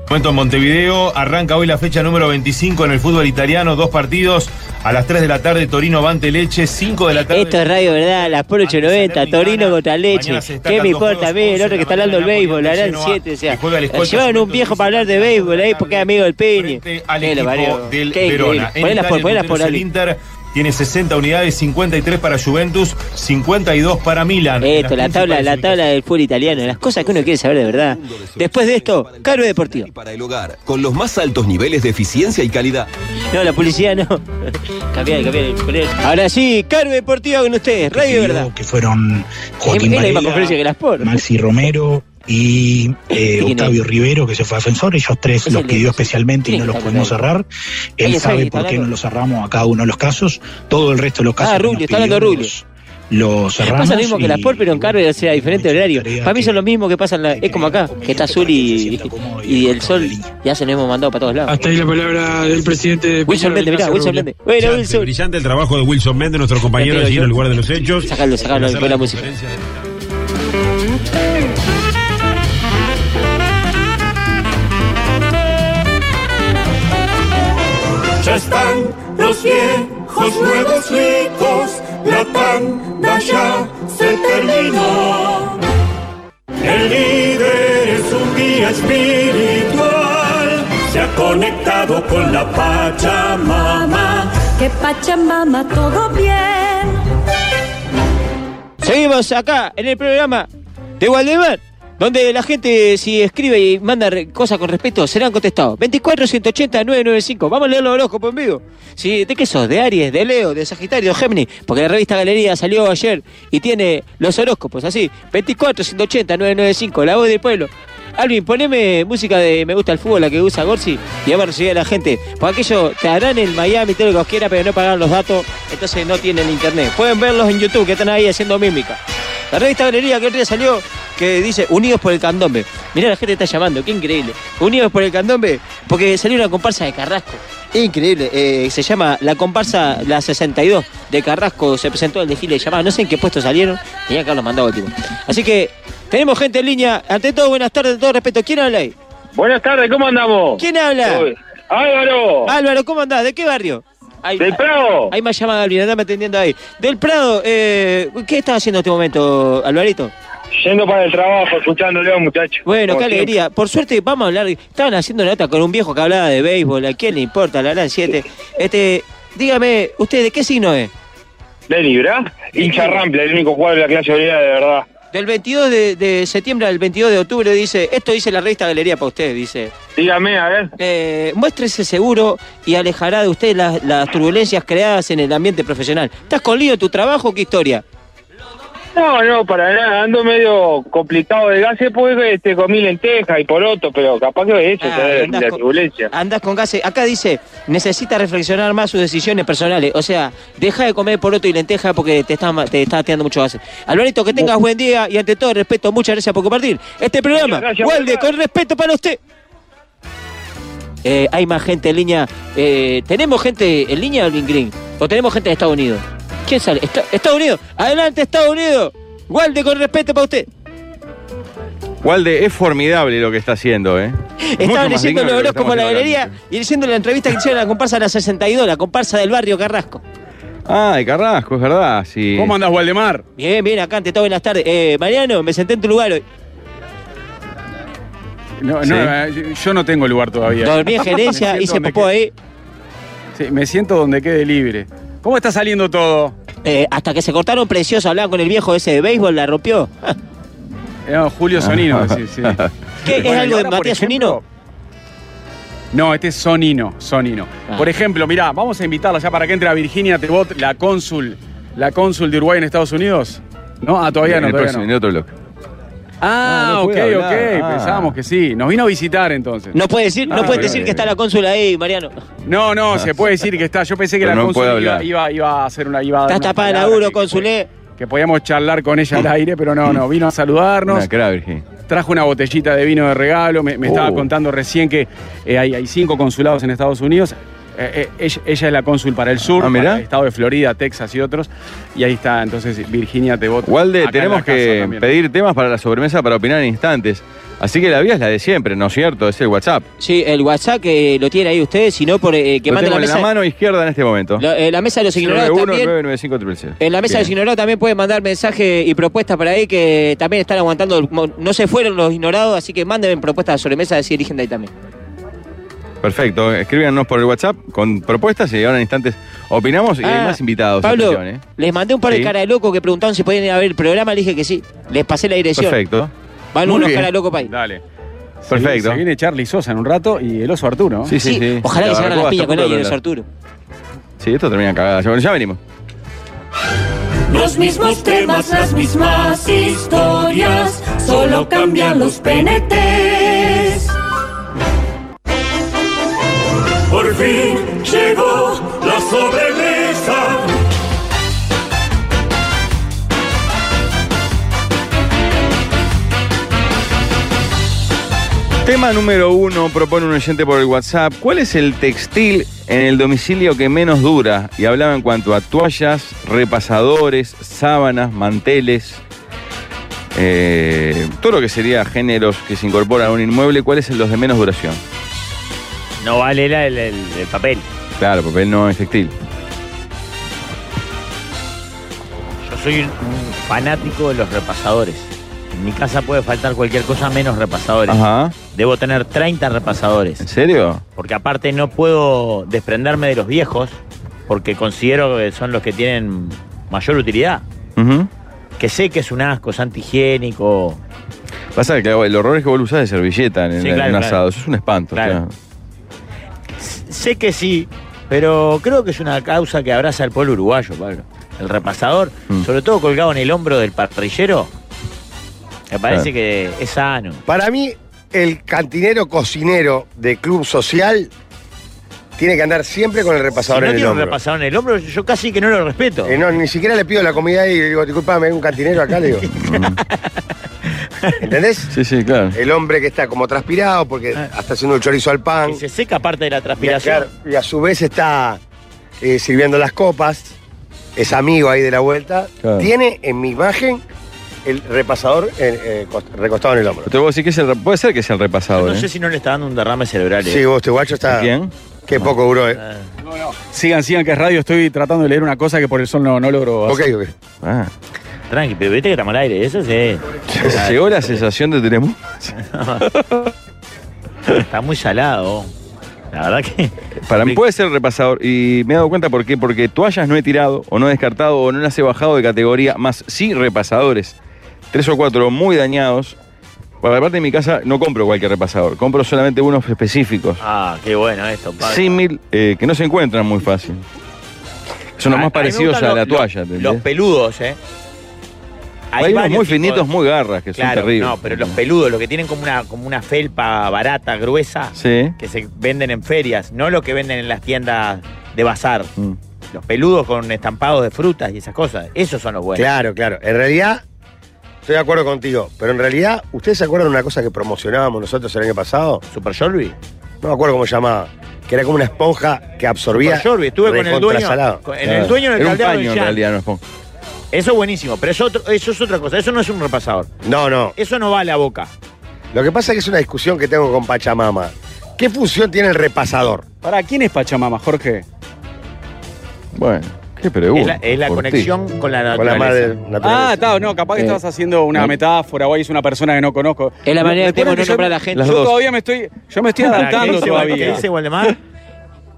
Speaker 9: Momento en Montevideo, arranca hoy la fecha número 25 en el fútbol italiano, dos partidos a las 3 de la tarde, Torino Bante Leche, 5 de la tarde.
Speaker 5: Esto es radio, ¿verdad? Las Polo 890, Torino contra Leche.
Speaker 9: Mañana se destacan
Speaker 5: ¿Qué me
Speaker 9: dos
Speaker 5: importa
Speaker 9: juegos,
Speaker 5: a mí? El
Speaker 9: 11
Speaker 5: otro que
Speaker 9: de
Speaker 5: está
Speaker 9: la
Speaker 5: hablando del
Speaker 9: mañana,
Speaker 5: béisbol,
Speaker 9: Bolivia,
Speaker 5: harán
Speaker 9: Genoa,
Speaker 5: 7. O
Speaker 9: que
Speaker 5: sea,
Speaker 9: juega el Escolta
Speaker 5: llevaron un
Speaker 9: Juventud
Speaker 5: viejo para hablar de
Speaker 9: Visitante,
Speaker 5: béisbol ahí porque es amigo del Peñi.
Speaker 9: frente al
Speaker 5: Eh, lo
Speaker 9: equipo
Speaker 5: parió.
Speaker 9: del
Speaker 5: Qué
Speaker 9: Verona.
Speaker 5: increíble. Ponelas por,
Speaker 9: Italia,
Speaker 5: ponelas
Speaker 9: el
Speaker 5: por
Speaker 9: puntero es el
Speaker 5: Alvin.
Speaker 9: Inter tiene 60 unidades, 53 para Juventus, 52 para Milan.
Speaker 5: Esto,
Speaker 9: Las
Speaker 5: la tabla,
Speaker 9: principales
Speaker 5: la
Speaker 9: ubicaciones.
Speaker 5: tabla del fútbol italiano, las cosas que uno quiere saber de verdad. Después de esto, Caro Deportivo.
Speaker 10: Para el hogar, con los más altos niveles de eficiencia y calidad.
Speaker 5: No, la publicidad no. cambiar, cambiar, poner. Ahora sí, Caro Deportiva con ustedes, radio de verdad.
Speaker 8: que fueron
Speaker 5: Es la misma conferencia que las por.
Speaker 8: Maxi Romero y eh,
Speaker 5: ¿Quién es?
Speaker 8: Octavio Rivero, que se fue defensor. Ellos tres
Speaker 5: Es
Speaker 8: los
Speaker 5: Pues el
Speaker 8: pidió
Speaker 5: de-
Speaker 8: especialmente y
Speaker 5: ¿Quién
Speaker 8: no los
Speaker 5: está
Speaker 8: pudimos
Speaker 5: hablando?
Speaker 8: cerrar.
Speaker 5: ¿Alguien
Speaker 8: Él
Speaker 5: sabe
Speaker 8: sabe
Speaker 5: que
Speaker 8: por
Speaker 5: está
Speaker 8: qué no
Speaker 5: hablando?
Speaker 8: los cerramos a cada uno de los casos. Todo el resto de los casos.
Speaker 5: Ah,
Speaker 8: que nos
Speaker 5: Rulio, está
Speaker 8: pidió
Speaker 5: hablando Rulio.
Speaker 8: los- Los cerramos.
Speaker 5: Pasa lo mismo que las por, pero en Caro, o sea, diferente horario. Para mí son lo mismo que pasa, en la- es como acá, que está azul y, y el sol, ya se nos hemos mandado para todos lados.
Speaker 11: Hasta ahí la palabra del presidente de
Speaker 5: Wilson Méndez, mirá, Wilson Méndez. Bueno, Wilson.
Speaker 9: Brillante el trabajo de Wilson Méndez, nuestro compañero
Speaker 5: Mentira,
Speaker 9: allí en
Speaker 5: yo-
Speaker 9: el lugar de los hechos.
Speaker 5: Sacalo, sacalo,
Speaker 9: Hacer
Speaker 5: pon la
Speaker 9: la
Speaker 5: música.
Speaker 9: conferencia de-
Speaker 6: Ya están los viejos nuevos ricos, la tanda ya se terminó. El líder es un guía espiritual, se ha conectado con la Pachamama. Que Pachamama todo bien.
Speaker 5: Seguimos acá en el programa de Waldemar, donde la gente si escribe y manda re- cosas con respecto serán contestados. 24 180 995. Vamos a leer los horóscopos en vivo. Sí, ¿De qué sos? ¿De Aries, de Leo, de Sagitario, Géminis? Porque la revista Galería salió ayer y tiene los horóscopos así. 24 180 995, la voz del pueblo. Alvin, poneme música de Me gusta el fútbol, la que usa Gorsi, y vamos a recibir a la gente. Por aquello te harán el Miami, todo lo que os quiera, pero no pagan los datos, entonces no tienen internet. Pueden verlos en YouTube, que están ahí haciendo mímica. La revista Galería que el día salió, que dice Unidos por el Candombe. Mirá, la gente está llamando, qué increíble. Unidos por el Candombe, porque salió una comparsa de Carrasco. Increíble. eh, se llama La Comparsa La 62 de Carrasco. Se presentó el desfile de llamadas. No sé en qué puesto salieron. Tenía que haberlo mandado el tipo. Así que tenemos gente en línea. Ante todo, buenas tardes, todo respeto. ¿Quién habla ahí?
Speaker 12: Buenas tardes, ¿cómo andamos?
Speaker 5: ¿Quién habla?
Speaker 12: Soy Álvaro.
Speaker 5: Álvaro, ¿cómo andás? ¿De qué barrio?
Speaker 12: Del Prado.
Speaker 5: Hay más llamada, Alvin, andame atendiendo ahí. Del Prado, eh, ¿qué estás haciendo en este momento, Alvarito?
Speaker 12: Yendo para el trabajo, escuchándolo, muchachos.
Speaker 5: Bueno, qué alegría. Por suerte, vamos a hablar. Estaban haciendo nota con un viejo que hablaba de béisbol. ¿A quién le importa? La gran 7. Este, dígame, ¿usted de qué signo es?
Speaker 12: De Libra. Hincha Rampla, el único jugador de la clase obrera de verdad.
Speaker 5: Del 22 de, de septiembre al 22 de octubre dice, esto dice la revista Galería para usted, dice.
Speaker 12: Dígame, a ver.
Speaker 5: Eh, muéstrese seguro y alejará de usted las, las turbulencias creadas en el ambiente profesional. ¿Estás con lío en tu trabajo? ¿Qué historia?
Speaker 12: No, no, para nada, ando medio complicado de gases porque este, comí lentejas y poroto, pero capaz que es eso,
Speaker 5: Ah,
Speaker 12: ¿sabes?
Speaker 5: andás
Speaker 12: la
Speaker 5: con-
Speaker 12: turbulencia.
Speaker 5: Andás con gases. Acá dice, necesita reflexionar más sus decisiones personales. O sea, deja de comer poroto y lenteja porque te está, ma- te está tirando mucho gases. Alvarito, que tengas buen día y ante todo respeto, muchas gracias por compartir este programa.
Speaker 12: gracias,
Speaker 5: Walde, con respeto para usted. Eh, hay más gente en línea. Eh, ¿Tenemos gente en línea, Alvin Green? ¿O tenemos gente de Estados Unidos? ¿Quién sale? Esta- ¿Estados Unidos? ¡Adelante, Estados Unidos! Walde, con respeto para usted.
Speaker 3: Walde, es formidable lo que está haciendo, ¿eh? Mucho
Speaker 5: Estaban
Speaker 3: más
Speaker 5: leyendo
Speaker 3: digno
Speaker 5: los
Speaker 3: de lo que
Speaker 5: horóscopos
Speaker 3: estamos
Speaker 5: a la
Speaker 3: haciendo
Speaker 5: galería y leyendo la entrevista que hicieron a la comparsa de la 62, la comparsa del barrio Carrasco.
Speaker 3: acá. Ah, de Carrasco, es verdad. Sí.
Speaker 4: ¿Cómo andás, Waldemar?
Speaker 5: Bien, bien, acá ante todo, buenas tardes. Eh, Mariano, me senté en tu lugar hoy.
Speaker 4: No, no,
Speaker 3: Sí.
Speaker 4: eh, yo no tengo lugar todavía.
Speaker 5: Dormí en
Speaker 4: Me
Speaker 5: gerencia,
Speaker 4: siento
Speaker 5: hice
Speaker 4: donde
Speaker 5: popó eh.
Speaker 4: quede-
Speaker 5: ahí.
Speaker 4: Sí, me siento donde quede libre. ¿Cómo está saliendo todo?
Speaker 5: Eh, hasta que se cortaron precioso, hablaban con el viejo ese de béisbol, la rompió.
Speaker 4: No, Julio Sonino, sí, sí.
Speaker 5: ¿Qué, ¿Es
Speaker 4: Bueno, y
Speaker 5: algo de
Speaker 4: ahora, por
Speaker 5: Matías
Speaker 4: ejemplo,
Speaker 5: Unino?
Speaker 4: No, este es Sonino, Sonino.
Speaker 5: Ah.
Speaker 4: Por ejemplo, mirá, vamos a invitarla ya para que entre a Virginia Tebot, la cónsul, la cónsul de Uruguay en Estados Unidos. No, ah, todavía
Speaker 3: en
Speaker 4: no,
Speaker 3: el
Speaker 4: todavía
Speaker 3: próximo, en
Speaker 4: no.
Speaker 3: el otro bloque.
Speaker 4: Ah,
Speaker 3: Ah, no
Speaker 4: ok,
Speaker 3: puede
Speaker 4: ok,
Speaker 3: hablar. Ah.
Speaker 4: pensábamos que sí. Nos vino a visitar entonces.
Speaker 5: No puedes decir, no
Speaker 4: Ah,
Speaker 5: puedes
Speaker 4: bien,
Speaker 5: decir que
Speaker 3: bien.
Speaker 5: está la cónsula ahí, Mariano.
Speaker 4: No, no, se puede decir que está. Yo pensé que
Speaker 3: Ah. Pero
Speaker 4: la
Speaker 3: no
Speaker 4: cónsul
Speaker 3: puede
Speaker 4: iba,
Speaker 3: hablar.
Speaker 4: iba, iba a hacer una. Iba a dar
Speaker 5: Estás
Speaker 4: unas
Speaker 5: tapada de
Speaker 4: palabras
Speaker 5: laburo,
Speaker 4: que-
Speaker 5: consulé.
Speaker 4: Que podíamos charlar con ella al aire, pero no, no. Vino a saludarnos.
Speaker 3: Una cra, Virgin.
Speaker 4: Trajo una botellita de vino de regalo. Me, me
Speaker 3: Oh.
Speaker 4: estaba contando recién que eh, hay, hay cinco consulados en Estados Unidos. Eh, eh, ella, ella es la cónsul para el sur,
Speaker 3: Ah, mirá.
Speaker 4: para el estado de Florida, Texas y otros. Y ahí está, entonces, Virginia Tebot.
Speaker 3: Walde,
Speaker 4: acá en
Speaker 3: tenemos
Speaker 4: la casa
Speaker 3: que
Speaker 4: también.
Speaker 3: pedir temas para la sobremesa para opinar en instantes. Así que la vía es la de siempre, ¿no es cierto? Es el WhatsApp.
Speaker 5: Sí, el WhatsApp que lo tiene ahí usted, si no, por, eh, que
Speaker 3: Lo
Speaker 5: mande
Speaker 3: tengo
Speaker 5: la
Speaker 3: en la
Speaker 5: mesa.
Speaker 3: mano izquierda en este momento.
Speaker 5: La, eh, la mesa de los ignorados también.
Speaker 3: 995
Speaker 5: En la mesa de los ignorados también pueden mandar mensajes y propuestas para ahí que también están aguantando. el mo- No se fueron los ignorados, así que manden propuestas sobre mesa de si eligen de ahí también.
Speaker 3: Perfecto, escríbanos por el WhatsApp con propuestas y ahora en instantes opinamos y hay
Speaker 5: Ah,
Speaker 3: más invitados.
Speaker 5: Pablo,
Speaker 3: atención, ¿eh?
Speaker 5: les mandé un par de
Speaker 3: Sí.
Speaker 5: cara de loco que preguntaron si podían ir a ver el programa, le dije que sí. Les pasé la dirección.
Speaker 3: Perfecto.
Speaker 5: Van
Speaker 3: Muy
Speaker 5: unos
Speaker 3: bien.
Speaker 5: cara de loco para ahí.
Speaker 4: Dale. Se viene-
Speaker 3: Perfecto.
Speaker 4: Se viene Charlie Sosa en un rato y el oso Arturo.
Speaker 3: Sí, sí, sí.
Speaker 5: Ojalá que se hagan
Speaker 3: agarró
Speaker 5: la
Speaker 3: hasta
Speaker 5: piña con
Speaker 3: punto de
Speaker 5: alguien,
Speaker 3: prender.
Speaker 5: Arturo.
Speaker 3: Sí, esto termina cagada. Bueno, ya venimos.
Speaker 6: Los mismos temas, las mismas historias, solo cambian los PNTs. Por fin llegó la sobremesa.
Speaker 3: Tema número uno, propone un oyente por el WhatsApp. ¿Cuál es el textil en el domicilio que menos dura? Y hablaba en cuanto a toallas, repasadores, sábanas, manteles. eh, todo lo que sería géneros que se incorporan a un inmueble, ¿cuáles son los de menos duración?
Speaker 2: No vale la- el, el- el papel.
Speaker 3: Claro, papel no es textil.
Speaker 2: Yo soy un un fanático de los repasadores. En mi casa puede faltar cualquier cosa menos repasadores.
Speaker 3: Ajá.
Speaker 2: Debo tener 30 repasadores.
Speaker 3: ¿En serio?
Speaker 2: Porque aparte no puedo desprenderme de los viejos, porque considero que son los que tienen mayor utilidad.
Speaker 3: Ujú.
Speaker 2: Que sé que es un asco, es antihigiénico.
Speaker 3: Pasa que claro, el horror es que vos lo usás de servilleta en, el-
Speaker 2: Sí,
Speaker 3: en
Speaker 2: claro,
Speaker 3: un
Speaker 2: claro.
Speaker 3: asado. Eso es un espanto.
Speaker 2: Claro.
Speaker 3: o sea.
Speaker 2: Sé que sí, pero creo que es una causa que abraza al pueblo uruguayo, Pablo. El repasador,
Speaker 3: Mm.
Speaker 2: sobre todo colgado en el hombro del parrillero, me parece que es sano.
Speaker 1: Para mí, el cantinero cocinero de club social tiene que andar siempre con el
Speaker 2: Si
Speaker 1: repasador
Speaker 2: no
Speaker 1: en el
Speaker 2: tiene un
Speaker 1: hombro.
Speaker 2: repasador en el hombro, yo casi que no lo respeto.
Speaker 1: Eh, no, ni siquiera le pido la comida y le digo, disculpame, hay un cantinero acá, le digo. ¿Entendés?
Speaker 3: Sí, sí, claro.
Speaker 1: El hombre que está como transpirado porque
Speaker 2: Ah.
Speaker 1: está haciendo el chorizo al pan.
Speaker 2: Que se seca parte de la transpiración.
Speaker 1: Y a, y a su vez está eh, sirviendo las copas. Es amigo ahí de la vuelta.
Speaker 3: Claro.
Speaker 1: Tiene en mi imagen el repasador eh, eh, cost- recostado en el hombro.
Speaker 3: Te voy a decir que es el, re- puede ser que sea el repasado.
Speaker 2: No
Speaker 3: ¿eh?
Speaker 2: sé si no le está dando un derrame cerebral. eh. Ah.
Speaker 1: Sí, vos, este guacho está.
Speaker 3: ¿Quién?
Speaker 1: Qué poco duró, eh.
Speaker 4: Sigan, sigan, que es radio. Estoy tratando de leer una cosa que por el sol no, no logro
Speaker 1: Ok,
Speaker 4: hacer.
Speaker 1: ok.
Speaker 3: Ah.
Speaker 2: Tranqui, pero viste que estamos al aire, eso sí.
Speaker 3: Llegó la sensación de Telemundo.
Speaker 2: Está muy salado. La verdad que.
Speaker 3: Para mí puede ser repasador. Y me he dado cuenta por qué. Porque toallas no he tirado, o no he descartado, o no las he bajado de categoría, más sí repasadores. Tres o cuatro muy dañados. Por la parte de mi casa no compro cualquier repasador, compro solamente unos específicos.
Speaker 2: Ah, qué bueno esto, Pablo.
Speaker 3: Símil, eh, que no se encuentran muy fácil. Son los
Speaker 2: Ah, A- a mí
Speaker 3: más
Speaker 2: me
Speaker 3: parecidos a
Speaker 2: gustan
Speaker 3: la
Speaker 2: los-
Speaker 3: toalla.
Speaker 2: Los,
Speaker 3: ¿entendés?
Speaker 2: los peludos, ¿eh? Hay
Speaker 3: Hay unos
Speaker 2: varios
Speaker 3: muy
Speaker 2: tipos.
Speaker 3: finitos, muy garras, que
Speaker 2: Claro,
Speaker 3: son terribles.
Speaker 2: no, pero los peludos, los que tienen como una, como una felpa barata, gruesa,
Speaker 3: Sí.
Speaker 2: que se venden en ferias, no los que venden en las tiendas de bazar.
Speaker 3: Mm.
Speaker 2: Los peludos con estampados de frutas y esas cosas, esos son los buenos.
Speaker 1: Claro, claro. En realidad, estoy de acuerdo contigo. Pero en realidad, ¿ustedes se acuerdan de una cosa que promocionábamos nosotros el año pasado?
Speaker 2: ¿Super Jorby?
Speaker 1: No me acuerdo cómo se llamaba. Que era como una esponja que absorbía.
Speaker 2: Super Jorby, estuve con el dueño,
Speaker 1: recontrasalado.
Speaker 2: con- en
Speaker 3: Claro.
Speaker 2: el dueño del
Speaker 3: Era un
Speaker 2: caldeado
Speaker 3: paño,
Speaker 2: de
Speaker 3: en
Speaker 2: Jan.
Speaker 3: realidad, no es pon-
Speaker 2: Eso es buenísimo, pero eso, otro- eso es otra cosa, eso no es un repasador.
Speaker 1: No, no.
Speaker 2: Eso no va a la boca.
Speaker 1: Lo que pasa es que es una discusión que tengo con Pachamama. ¿Qué función tiene el repasador?
Speaker 4: ¿Para quién es Pachamama, Jorge?
Speaker 3: Bueno, qué pregunta.
Speaker 2: es la, es la
Speaker 3: por ti.
Speaker 2: conexión con la naturaleza.
Speaker 1: Con la madre
Speaker 4: Ah,
Speaker 1: naturaleza.
Speaker 4: está, no, capaz que
Speaker 3: Eh,
Speaker 4: estabas haciendo una
Speaker 3: no.
Speaker 4: metáfora o ahí es una persona que no conozco.
Speaker 5: Es la manera que
Speaker 4: Me-
Speaker 5: tenemos
Speaker 4: me
Speaker 5: de no
Speaker 4: acuerdo
Speaker 5: nombrar a la
Speaker 4: que yo-
Speaker 5: gente.
Speaker 4: Yo
Speaker 3: Las dos.
Speaker 4: todavía me estoy, yo me estoy
Speaker 2: Pará, ¿qué
Speaker 4: adaptando
Speaker 2: dice Wal- ¿Qué
Speaker 4: todavía.
Speaker 2: dice Waldemar?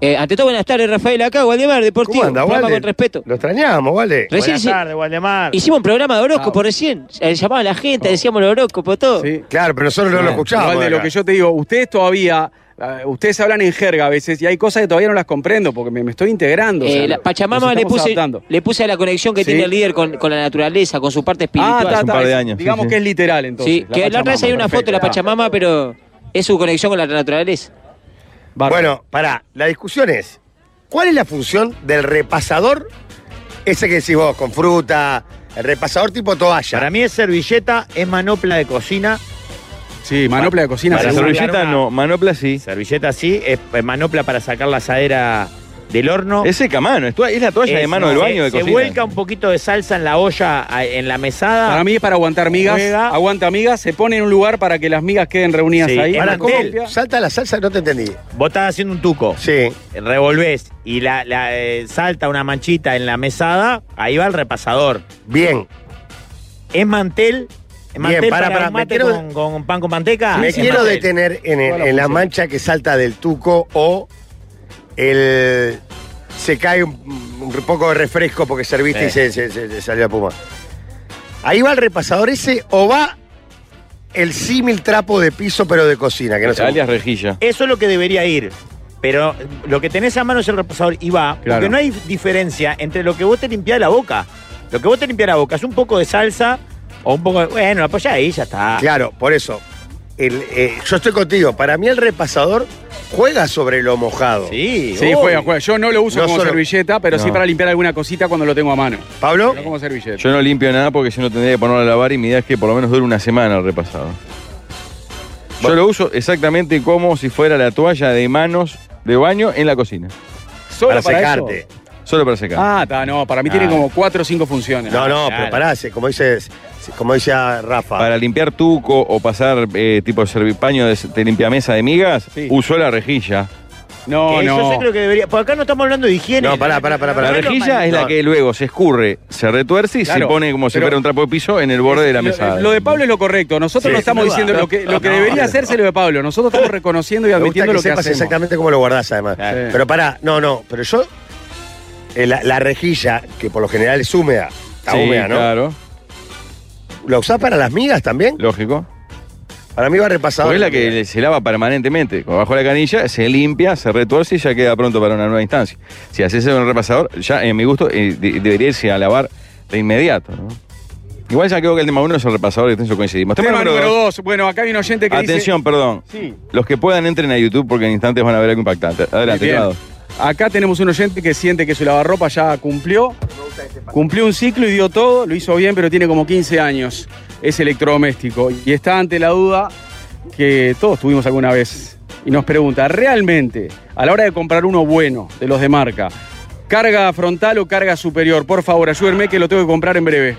Speaker 5: Eh, ante todo, buenas tardes, Rafael. Acá, Waldemar, Deportivo.
Speaker 1: ¿Cómo anda,
Speaker 5: programa
Speaker 1: Walde?
Speaker 5: con respeto.
Speaker 1: Lo extrañábamos, ¿vale?
Speaker 5: Recién
Speaker 2: Buenas
Speaker 5: se-
Speaker 2: tardes, Waldemar.
Speaker 5: hicimos un programa de horóscopo recién. Eh, Llamaba a la gente, decíamos el horóscopo, todo.
Speaker 4: Oh. Sí.
Speaker 1: Claro, pero nosotros no lo escuchábamos.
Speaker 4: Igual de lo
Speaker 1: acá.
Speaker 4: que yo te digo, ustedes todavía, eh, ustedes hablan en jerga a veces y hay cosas que todavía no las comprendo porque me, me estoy integrando. o sea,
Speaker 5: Eh, la
Speaker 4: nos
Speaker 5: Pachamama le
Speaker 4: estamos
Speaker 5: puse,
Speaker 4: adaptando.
Speaker 5: le puse a la conexión que
Speaker 4: Sí.
Speaker 5: tiene el líder con, con la naturaleza, con su parte
Speaker 4: Ah,
Speaker 5: espiritual.
Speaker 4: está,
Speaker 3: Hace un par de
Speaker 4: está,
Speaker 3: años,
Speaker 4: Digamos
Speaker 3: sí,
Speaker 4: que
Speaker 3: sí.
Speaker 4: es literal entonces.
Speaker 5: sí, que la otra vez hay una foto de la Pachamama, pero es su conexión con la naturaleza.
Speaker 1: Bueno, pará, la discusión es, ¿cuál es la función del repasador? Ese que decís vos, con fruta, el repasador tipo toalla.
Speaker 2: Para mí es servilleta, es manopla de cocina.
Speaker 4: Sí, manopla de cocina.
Speaker 3: Para
Speaker 2: Para
Speaker 3: la
Speaker 4: seguro.
Speaker 2: celular.
Speaker 3: servilleta
Speaker 2: una-
Speaker 3: no, manopla sí.
Speaker 2: Servilleta sí, es es manopla para sacar la asadera del horno.
Speaker 3: Es seca mano, es, to- es la toalla de
Speaker 2: Es-
Speaker 3: mano del
Speaker 2: se-
Speaker 3: baño de cocina.
Speaker 2: Se vuelca un poquito de salsa en la olla, a- en la mesada.
Speaker 4: Para mí es para aguantar migas.
Speaker 2: Juega.
Speaker 4: Aguanta migas, se pone en un lugar para que las migas queden reunidas
Speaker 2: Sí,
Speaker 4: ahí.
Speaker 2: en
Speaker 4: Para
Speaker 2: mantel.
Speaker 4: copia.
Speaker 1: Salta la salsa, no te entendí.
Speaker 2: Vos estás haciendo un tuco,
Speaker 1: Sí.
Speaker 2: revolvés y la, la, eh, salta una manchita en la mesada, ahí va el repasador.
Speaker 1: Bien.
Speaker 2: Es mantel, es
Speaker 1: Bien,
Speaker 2: Eh, mantel
Speaker 1: para,
Speaker 2: para,
Speaker 1: para,
Speaker 2: un
Speaker 1: me
Speaker 2: mate
Speaker 1: quiero-
Speaker 2: con, con pan con manteca.
Speaker 1: Me
Speaker 2: es
Speaker 1: quiero
Speaker 2: mantel.
Speaker 1: detener en, el- en la mancha que salta del tuco o el... Se cae un, un poco de refresco porque serviste
Speaker 2: Sí.
Speaker 1: y se, se- se- se salió la puma. ¿Ahí va el repasador ese o va el símil trapo de piso pero de cocina? Que no sé.
Speaker 3: Alias rejilla.
Speaker 2: Eso es lo que debería ir. Pero lo que tenés a mano es el repasador y va.
Speaker 4: Claro.
Speaker 2: Porque no hay diferencia entre lo que vos te limpiás la boca. Lo que vos te limpiás la boca es un poco de salsa o un poco de. Bueno, la apoyá ahí, ya está.
Speaker 1: Ah, Claro, por eso. El, eh, yo estoy contigo. Para mí el repasador juega sobre lo mojado.
Speaker 2: Sí,
Speaker 4: Sí,
Speaker 2: obvio.
Speaker 4: juega, juega. Yo no lo uso
Speaker 1: No
Speaker 4: como
Speaker 1: solo-
Speaker 4: servilleta, pero sí
Speaker 3: No.
Speaker 4: para limpiar alguna cosita cuando lo tengo a mano.
Speaker 1: Pablo,
Speaker 4: No como servilleta.
Speaker 3: Yo no limpio nada porque si no tendría que ponerlo a lavar y mi idea es que por lo menos dure una semana el repasado. Yo lo uso exactamente como si fuera la toalla de manos de baño en la cocina.
Speaker 4: Solo
Speaker 1: para
Speaker 4: eso.
Speaker 1: secarte.
Speaker 3: Solo para secar.
Speaker 4: Ah, está, no, para mí tiene
Speaker 3: Ah.
Speaker 4: como cuatro o cinco funciones.
Speaker 1: No, no,
Speaker 2: Claro.
Speaker 1: pero pará, se- como dice, como dice ah, Rafa.
Speaker 3: Para limpiar tuco o pasar eh, tipo servi- paño de, de limpiamesa de migas,
Speaker 4: Sí.
Speaker 3: usó la rejilla.
Speaker 4: No,
Speaker 2: Que
Speaker 4: no.
Speaker 2: Yo sé creo que debería. Por acá no estamos hablando de higiene.
Speaker 1: No, pará, pará, pará, pará.
Speaker 3: La
Speaker 1: Pero
Speaker 3: rejilla es la
Speaker 1: no.
Speaker 3: que luego se escurre, se retuerce y se
Speaker 4: Claro,
Speaker 3: pone como si
Speaker 4: pero-
Speaker 3: fuera un trapo de piso en el borde de la
Speaker 4: Lo-
Speaker 3: mesa.
Speaker 4: Lo, de Pablo es lo correcto. Nosotros
Speaker 2: Sí,
Speaker 4: no estamos
Speaker 2: sin duda.
Speaker 4: diciendo lo que, lo que
Speaker 2: No,
Speaker 4: debería
Speaker 2: no.
Speaker 4: hacerse lo de Pablo. Nosotros estamos reconociendo y
Speaker 1: Me gusta
Speaker 4: admitiendo
Speaker 1: que
Speaker 4: lo que
Speaker 1: sepas
Speaker 4: hacemos.
Speaker 1: exactamente cómo lo guardás, además.
Speaker 4: Claro.
Speaker 1: Pero pará, no, no, pero yo. eh, la, la rejilla, que por lo general es húmeda, está
Speaker 3: Sí,
Speaker 1: húmeda, ¿no?
Speaker 3: Claro,
Speaker 1: ¿La usás para las migas también?
Speaker 3: lógico.
Speaker 1: Para mí va repasado.
Speaker 3: Porque es la que se lava permanentemente. Como bajo la canilla, se limpia, se retuerce y ya queda pronto para una nueva instancia. Si haces eso en el repasador, ya en mi gusto eh, de- debería irse a lavar de inmediato. ¿no? Igual ya creo que el tema uno es el repasador y en eso coincidimos.
Speaker 4: Tema número dos. Bueno, acá hay un oyente que
Speaker 3: Atención, perdón.
Speaker 4: dice. Atención.
Speaker 3: Los que puedan entren a YouTube porque en instantes van a ver algo impactante. Adelante, Eduardo.
Speaker 4: Acá tenemos un oyente que siente que su lavarropa ya cumplió. Cumplió un ciclo y dio todo, lo hizo bien, pero tiene como 15 años. es electrodoméstico. Y está ante la duda que todos tuvimos alguna vez. Y nos pregunta, ¿realmente a la hora de comprar uno bueno de los de marca, carga frontal o carga superior? Por favor, ayúdenme que lo tengo que comprar en breve.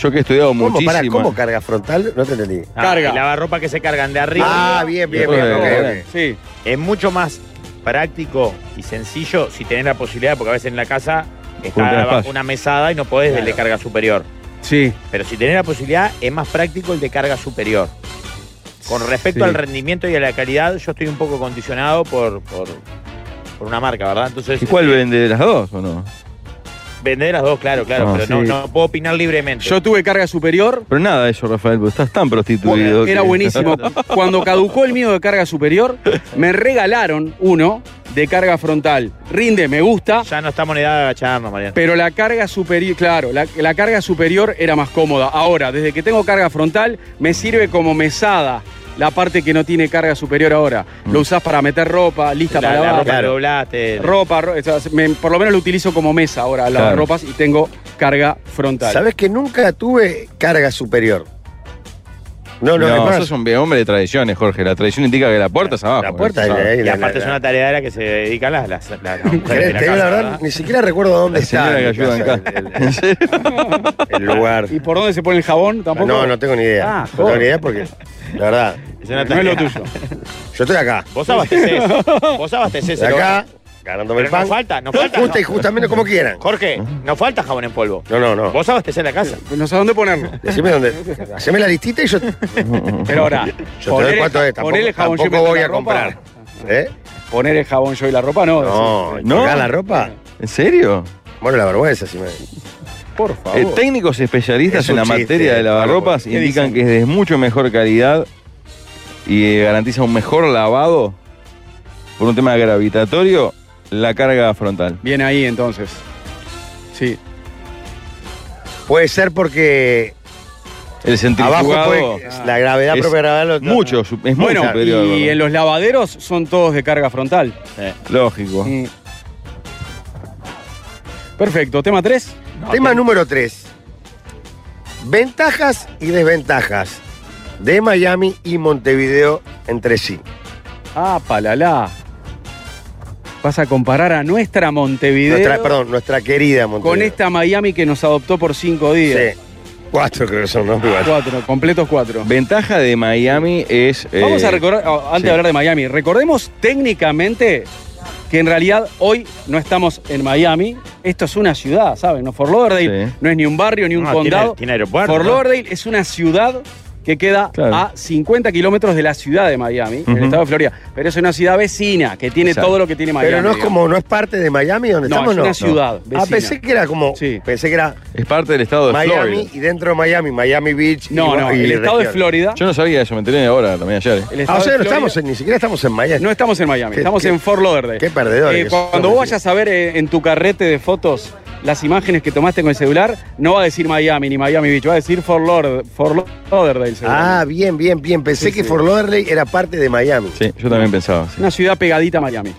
Speaker 3: Yo que he estudiado
Speaker 1: ¿Cómo,
Speaker 3: muchísimo.
Speaker 1: pará, ¿Cómo carga frontal? No te entendí.
Speaker 2: Ah, y lavarropa que se cargan de arriba.
Speaker 1: Ah, bien, bien,
Speaker 2: Después
Speaker 1: bien,
Speaker 2: de-
Speaker 1: ok,
Speaker 2: de-
Speaker 1: ok.
Speaker 2: de- Es mucho más práctico y sencillo si tenés la posibilidad, porque a veces en la casa
Speaker 3: Junta
Speaker 2: está
Speaker 3: espacio.
Speaker 2: una mesada y no podés del de carga superior.
Speaker 4: Sí.
Speaker 2: Pero si tenés la posibilidad, es más práctico el de carga superior. Con respecto
Speaker 4: Sí.
Speaker 2: al rendimiento y a la calidad, yo estoy un poco condicionado por, por, por una marca, ¿verdad? Entonces, eh,
Speaker 3: ¿Y cuál vende de las dos o no?
Speaker 2: vender las dos, claro, claro,
Speaker 3: Ah,
Speaker 2: pero no,
Speaker 3: sí.
Speaker 2: no puedo opinar libremente.
Speaker 4: Yo tuve carga superior.
Speaker 3: Pero nada de eso, Rafael, porque estás tan prostituido.
Speaker 4: Era
Speaker 3: que-
Speaker 4: buenísimo. Cuando caducó el mío de carga superior, me regalaron uno de carga frontal. Rinde, me gusta.
Speaker 2: Ya no estamos en edad de agacharnos, Mariano.
Speaker 4: Pero la carga superior, claro, la, la carga superior era más cómoda. Ahora, desde que tengo carga frontal, me sirve como mesada la parte que no tiene carga superior ahora.
Speaker 1: Mm.
Speaker 4: Lo usás para meter ropa, lista
Speaker 2: La,
Speaker 4: para
Speaker 2: la
Speaker 4: lavar.
Speaker 2: ropa que doblaste.
Speaker 4: Ropa, ro- o sea, me- por lo menos lo utilizo como mesa ahora, las
Speaker 1: Claro.
Speaker 4: ropas y tengo carga frontal.
Speaker 1: ¿Sabes que nunca tuve carga superior?
Speaker 3: No,
Speaker 1: No, no,
Speaker 3: no,
Speaker 1: es más-
Speaker 3: sos un viejo hombre de tradiciones, Jorge. La tradición indica que la puerta es abajo.
Speaker 1: La puerta
Speaker 3: ¿eh?
Speaker 1: es ahí, ahí,
Speaker 2: Y
Speaker 1: la-
Speaker 2: aparte
Speaker 1: la-
Speaker 2: es una tarea que se dedican las, las, las- las mujeres
Speaker 1: Te
Speaker 2: de la
Speaker 1: digo
Speaker 2: casa,
Speaker 1: la verdad,
Speaker 2: ¿verdad?
Speaker 1: ni siquiera recuerdo dónde
Speaker 3: La
Speaker 1: está.
Speaker 3: señora que
Speaker 1: mi
Speaker 3: ayuda en
Speaker 1: casa,
Speaker 3: casa.
Speaker 1: el- el- El lugar.
Speaker 4: ¿Y por dónde se pone el jabón? ¿Tampoco?
Speaker 1: No, no tengo ni idea.
Speaker 4: Ah,
Speaker 1: no tengo
Speaker 4: joder.
Speaker 1: ni idea porque, la verdad,
Speaker 2: Es una
Speaker 4: No es
Speaker 2: tarea.
Speaker 4: lo tuyo.
Speaker 1: yo estoy acá.
Speaker 2: Vos abastecés. Vos abastecés.
Speaker 1: De
Speaker 2: el
Speaker 1: acá,
Speaker 2: hogar.
Speaker 1: ganándome el
Speaker 2: Pero
Speaker 1: pan.
Speaker 2: nos falta, nos falta.
Speaker 1: Justa y
Speaker 2: no.
Speaker 1: justamente como quieran.
Speaker 2: Jorge, nos falta jabón en polvo.
Speaker 1: No, no, no.
Speaker 2: Vos abastecés la casa.
Speaker 4: Pues No sé dónde ponerlo.
Speaker 1: Decime dónde. Haceme la listita y yo, yo
Speaker 4: Pero ahora,
Speaker 1: te doy cuánto es. Tampoco,
Speaker 4: poner el jabón yo y
Speaker 1: tampoco
Speaker 4: meter
Speaker 1: voy
Speaker 4: la
Speaker 1: a comprar.
Speaker 4: ropa.
Speaker 1: ¿Eh?
Speaker 4: Poner el jabón yo y la ropa, no.
Speaker 1: No,
Speaker 3: ¿No?
Speaker 1: ¿no? la ropa?
Speaker 3: ¿En serio?
Speaker 1: Bueno, la vergüenza, si me.
Speaker 4: Por
Speaker 3: Eh,
Speaker 4: favor.
Speaker 3: técnicos especialistas
Speaker 1: Es
Speaker 3: en
Speaker 1: un
Speaker 3: la
Speaker 1: chiste,
Speaker 3: materia de lavarropas
Speaker 1: ¿qué
Speaker 3: indican que es de mucho mejor calidad y eh, garantiza un mejor lavado por un tema gravitatorio la carga frontal.
Speaker 4: Bien ahí entonces. Sí.
Speaker 1: Puede ser porque
Speaker 3: El
Speaker 1: abajo
Speaker 3: centrifugado
Speaker 1: puede, la gravedad
Speaker 3: Es
Speaker 1: propia de la gravedad lo-
Speaker 3: mucho, su- es muy
Speaker 4: Bueno,
Speaker 3: superior.
Speaker 4: y
Speaker 3: ¿no?
Speaker 4: en los lavaderos son todos de carga frontal.
Speaker 3: Lógico.
Speaker 4: Mm. Perfecto, tema 3.
Speaker 1: Tema número 3. Ventajas y desventajas de Miami y Montevideo entre sí.
Speaker 4: Ah, palalá. Vas a comparar a nuestra Montevideo
Speaker 1: Nuestra, perdón, nuestra querida Montevideo.
Speaker 4: con esta Miami que nos adoptó por cinco días.
Speaker 1: Sí. Cuatro creo que son, ¿no? Igual.
Speaker 4: Cuatro, completos cuatro.
Speaker 3: Ventaja de Miami es. eh,
Speaker 4: Vamos a recordar, oh, antes
Speaker 3: sí.
Speaker 4: de hablar de Miami, recordemos técnicamente que en realidad hoy no estamos en Miami. Esto es una ciudad, ¿saben? No, Fort Lauderdale
Speaker 3: Sí.
Speaker 4: no es ni un barrio ni un
Speaker 2: No, tiene-
Speaker 4: condado.
Speaker 2: tiene aeropuerto,
Speaker 4: Fort
Speaker 2: ¿no?
Speaker 4: Lauderdale es una ciudad que queda
Speaker 3: Claro.
Speaker 4: a 50 kilómetros de la ciudad de Miami, en el
Speaker 3: Ujú.
Speaker 4: estado de Florida. Pero es una ciudad vecina que tiene
Speaker 3: Exacto.
Speaker 4: todo lo que tiene Miami.
Speaker 1: Pero no es
Speaker 4: digamos.
Speaker 1: como, no es parte de Miami donde
Speaker 4: No,
Speaker 1: estamos,
Speaker 4: es
Speaker 1: no.
Speaker 4: una ciudad
Speaker 1: Ah,
Speaker 4: vecina.
Speaker 1: pensé que era como,
Speaker 4: Sí.
Speaker 1: pensé que era
Speaker 3: Es parte del estado de
Speaker 1: Miami
Speaker 3: Florida.
Speaker 1: y dentro de Miami, Miami Beach. y-
Speaker 4: No, no,
Speaker 1: y
Speaker 4: el estado de
Speaker 1: región.
Speaker 4: Florida.
Speaker 3: Yo no sabía eso, me enteré ahora, también ayer. eh.
Speaker 4: el
Speaker 1: Ah,
Speaker 4: estado
Speaker 1: o sea,
Speaker 4: de
Speaker 1: no
Speaker 4: Florida-
Speaker 1: estamos en- ni siquiera estamos en Miami.
Speaker 4: No estamos en Miami,
Speaker 1: Qué-
Speaker 4: estamos
Speaker 1: qué-
Speaker 4: en Fort Lauderdale.
Speaker 1: qué perdedores
Speaker 4: Eh,
Speaker 1: que son,
Speaker 4: cuando
Speaker 1: sí.
Speaker 4: vos vayas a ver eh, en tu carrete de fotos las imágenes que tomaste con el celular, no va a decir Miami ni Miami Beach, va a decir Fort, Laud- Fort Lauderdale.
Speaker 1: Ah,
Speaker 4: seguramente.
Speaker 1: bien, bien, bien. Pensé
Speaker 4: Sí,
Speaker 1: que
Speaker 4: sí.
Speaker 1: Fort Lauderdale Ah, era parte de Miami.
Speaker 3: Sí, yo también pensaba. sí.
Speaker 4: Una ciudad pegadita a Miami.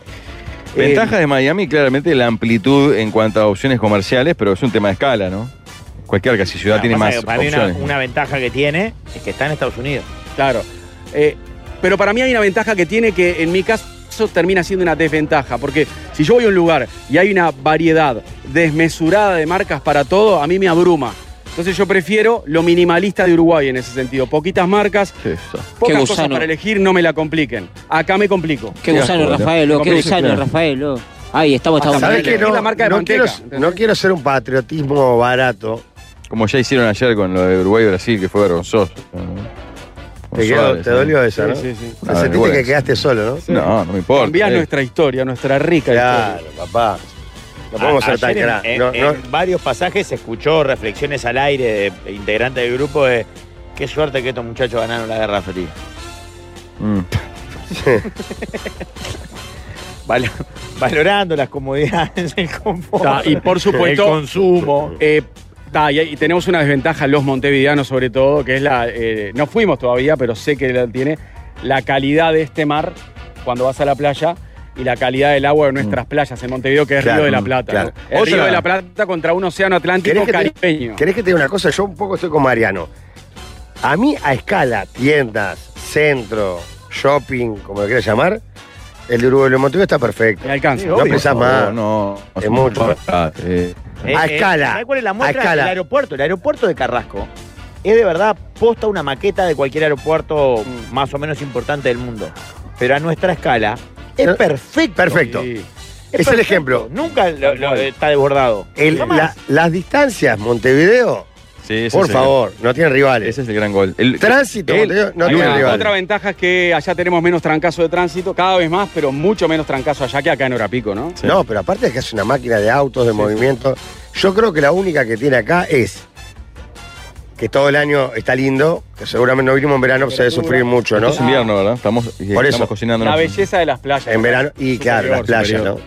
Speaker 3: Ventaja de Miami, claramente la amplitud en cuanto a opciones comerciales, pero es un tema de escala, ¿no? Cualquier casi ciudad
Speaker 2: Lo que
Speaker 3: tiene
Speaker 2: pasa
Speaker 3: más
Speaker 2: es que Para mí, una,
Speaker 3: opciones.
Speaker 2: una ventaja que tiene es que está en Estados Unidos.
Speaker 4: Claro. Eh, pero para mí hay una ventaja que tiene que en mi caso termina siendo una desventaja, porque si yo voy a un lugar y hay una variedad desmesurada de marcas para todo, a mí me abruma. Entonces yo prefiero lo minimalista de Uruguay en ese sentido. Poquitas marcas,
Speaker 3: Sí, eso.
Speaker 5: Qué
Speaker 4: pocas cosas
Speaker 5: gusano.
Speaker 4: para elegir, no me la compliquen. Acá me complico.
Speaker 5: Qué
Speaker 3: Qué
Speaker 5: gusano,
Speaker 3: asco, ¿no?
Speaker 5: Rafael, lo, qué
Speaker 4: Complejo,
Speaker 5: gusano,
Speaker 3: claro.
Speaker 5: Rafael, lo. Ahí estamos, estamos.
Speaker 1: ¿Sabés
Speaker 4: Elegir
Speaker 1: que no,
Speaker 4: la marca de
Speaker 1: no quiero,
Speaker 4: manteca, ¿entendés?
Speaker 1: no quiero hacer un patriotismo barato.
Speaker 3: Como ya hicieron ayer con lo de Uruguay y Brasil, que fue vergonzoso. ¿no? Con
Speaker 1: Te, quedó-
Speaker 3: Suárez,
Speaker 1: te
Speaker 3: ¿no?
Speaker 1: dolió eso,
Speaker 4: Sí,
Speaker 1: ¿no?
Speaker 4: sí, sí.
Speaker 1: Te
Speaker 3: Ah,
Speaker 1: sentiste
Speaker 3: vergüenza.
Speaker 1: que quedaste solo, ¿no?
Speaker 3: No, no me importa.
Speaker 4: Cambiar
Speaker 3: eh.
Speaker 4: nuestra historia, nuestra rica
Speaker 1: Claro,
Speaker 4: historia.
Speaker 1: papá. No podemos
Speaker 2: A-
Speaker 1: ser tan
Speaker 2: ayer en-
Speaker 1: grandes.
Speaker 2: en,
Speaker 1: No, no.
Speaker 2: en varios pasajes se escuchó reflexiones al aire de integrantes del grupo de qué suerte que estos muchachos ganaron la Guerra Fría.
Speaker 3: Mm.
Speaker 2: Valo- valorando las comodidades, el confort,
Speaker 4: Ta, y por
Speaker 2: el
Speaker 4: supuesto,
Speaker 2: consumo.
Speaker 4: Eh, ta, y, y tenemos una desventaja, los montevideanos sobre todo, que es la. eh, no fuimos todavía, pero sé que la tiene la calidad de este mar cuando vas a la playa. y la calidad del agua de nuestras playas en Montevideo, que es
Speaker 1: Mm. Claro, mm,
Speaker 4: Río de la Plata.
Speaker 1: claro.
Speaker 4: ¿no? El
Speaker 1: Otra-
Speaker 4: Río de la Plata contra un océano Atlántico
Speaker 1: ¿Querés que, te,
Speaker 4: caribeño.
Speaker 1: querés que te diga una cosa? Yo un poco estoy con Mariano. A mí, a escala, tiendas, centro, shopping, como lo quieras llamar, el de Uruguay de Montevideo está perfecto.
Speaker 4: alcanza.
Speaker 1: no pensás más.
Speaker 3: No, no.
Speaker 1: Es mucho.
Speaker 3: Ah, eh.
Speaker 1: A escala,
Speaker 2: ¿Sabes cuál es la
Speaker 1: a
Speaker 2: muestra?
Speaker 1: escala.
Speaker 2: El aeropuerto. El aeropuerto de Carrasco es de verdad posta una maqueta de cualquier aeropuerto
Speaker 1: Mm.
Speaker 2: más o menos importante del mundo. Pero a nuestra escala es perfecto.
Speaker 1: Perfecto.
Speaker 2: Sí.
Speaker 1: Es el
Speaker 2: perfecto.
Speaker 1: ejemplo.
Speaker 2: Nunca lo- lo- está desbordado.
Speaker 1: El-
Speaker 2: Jamás.
Speaker 1: la- las distancias, Montevideo,
Speaker 3: Sí, ese
Speaker 1: por
Speaker 3: es el-
Speaker 1: favor, no tienen rivales.
Speaker 3: Ese es el gran gol. El-
Speaker 1: Tránsito,
Speaker 3: el-
Speaker 1: Montevideo, no
Speaker 3: hay
Speaker 1: tiene
Speaker 3: una-
Speaker 1: rival.
Speaker 4: Otra ventaja es que allá tenemos menos trancazo de tránsito, cada vez más, pero mucho menos trancazo allá que acá en Hora Pico, ¿no?
Speaker 1: No, pero aparte es que es una máquina de autos, de movimiento. Yo creo que la única que tiene acá es que todo el año está lindo, que seguramente no vinimos en verano, se debe sufrir mucho, ¿no?
Speaker 3: Es invierno, ¿verdad? Estamos, eh,
Speaker 1: Por eso.
Speaker 3: estamos cocinando.
Speaker 4: La belleza de las playas.
Speaker 1: En verano, y claro, las playas, ¿no?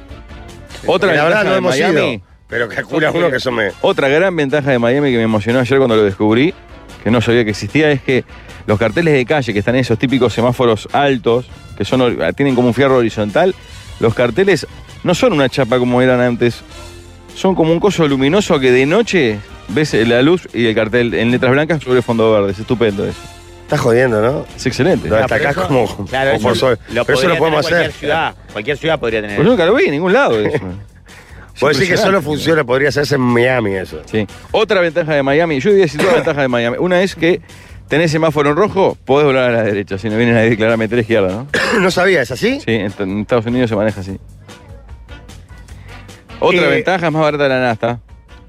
Speaker 3: Otra
Speaker 1: Que la verdad
Speaker 3: ventaja
Speaker 1: no
Speaker 3: de
Speaker 1: hemos
Speaker 3: Miami.
Speaker 1: ido, pero calcula uno que eso me...
Speaker 3: Otra gran ventaja de Miami que me emocionó ayer cuando lo descubrí, que no sabía que existía, es que los carteles de calle que están en esos típicos semáforos altos, que son, hor- tienen como un fierro horizontal, los carteles no son una chapa como eran antes, son como un coso luminoso que de noche ves la luz y el cartel en letras blancas sobre fondo verde. Es estupendo eso.
Speaker 1: Estás jodiendo, ¿no?
Speaker 3: Es excelente.
Speaker 1: No, hasta
Speaker 2: pero
Speaker 1: acá
Speaker 2: eso-
Speaker 1: como...
Speaker 2: Claro,
Speaker 1: como
Speaker 2: eso,
Speaker 1: por sol.
Speaker 2: lo
Speaker 1: pero eso lo
Speaker 2: podría
Speaker 1: podemos
Speaker 2: tener
Speaker 1: hacer.
Speaker 2: Cualquier ciudad, cualquier ciudad podría tener.
Speaker 3: Pues yo nunca lo vi en ningún lado eso. Es
Speaker 1: Puedo decir que solo
Speaker 3: impresionante.
Speaker 1: funciona, podría hacerse en Miami eso.
Speaker 3: Sí. Otra ventaja de Miami, yo voy a decir dos ventajas de Miami. Una es que tenés semáforo en rojo, podés volar a la derecha, si no viene nadie claramente a la izquierda, ¿no?
Speaker 1: no sabía, ¿es así?
Speaker 3: Sí, en, en Estados Unidos se maneja así. Otra
Speaker 1: Eh,
Speaker 3: ventaja es más barata la nasta.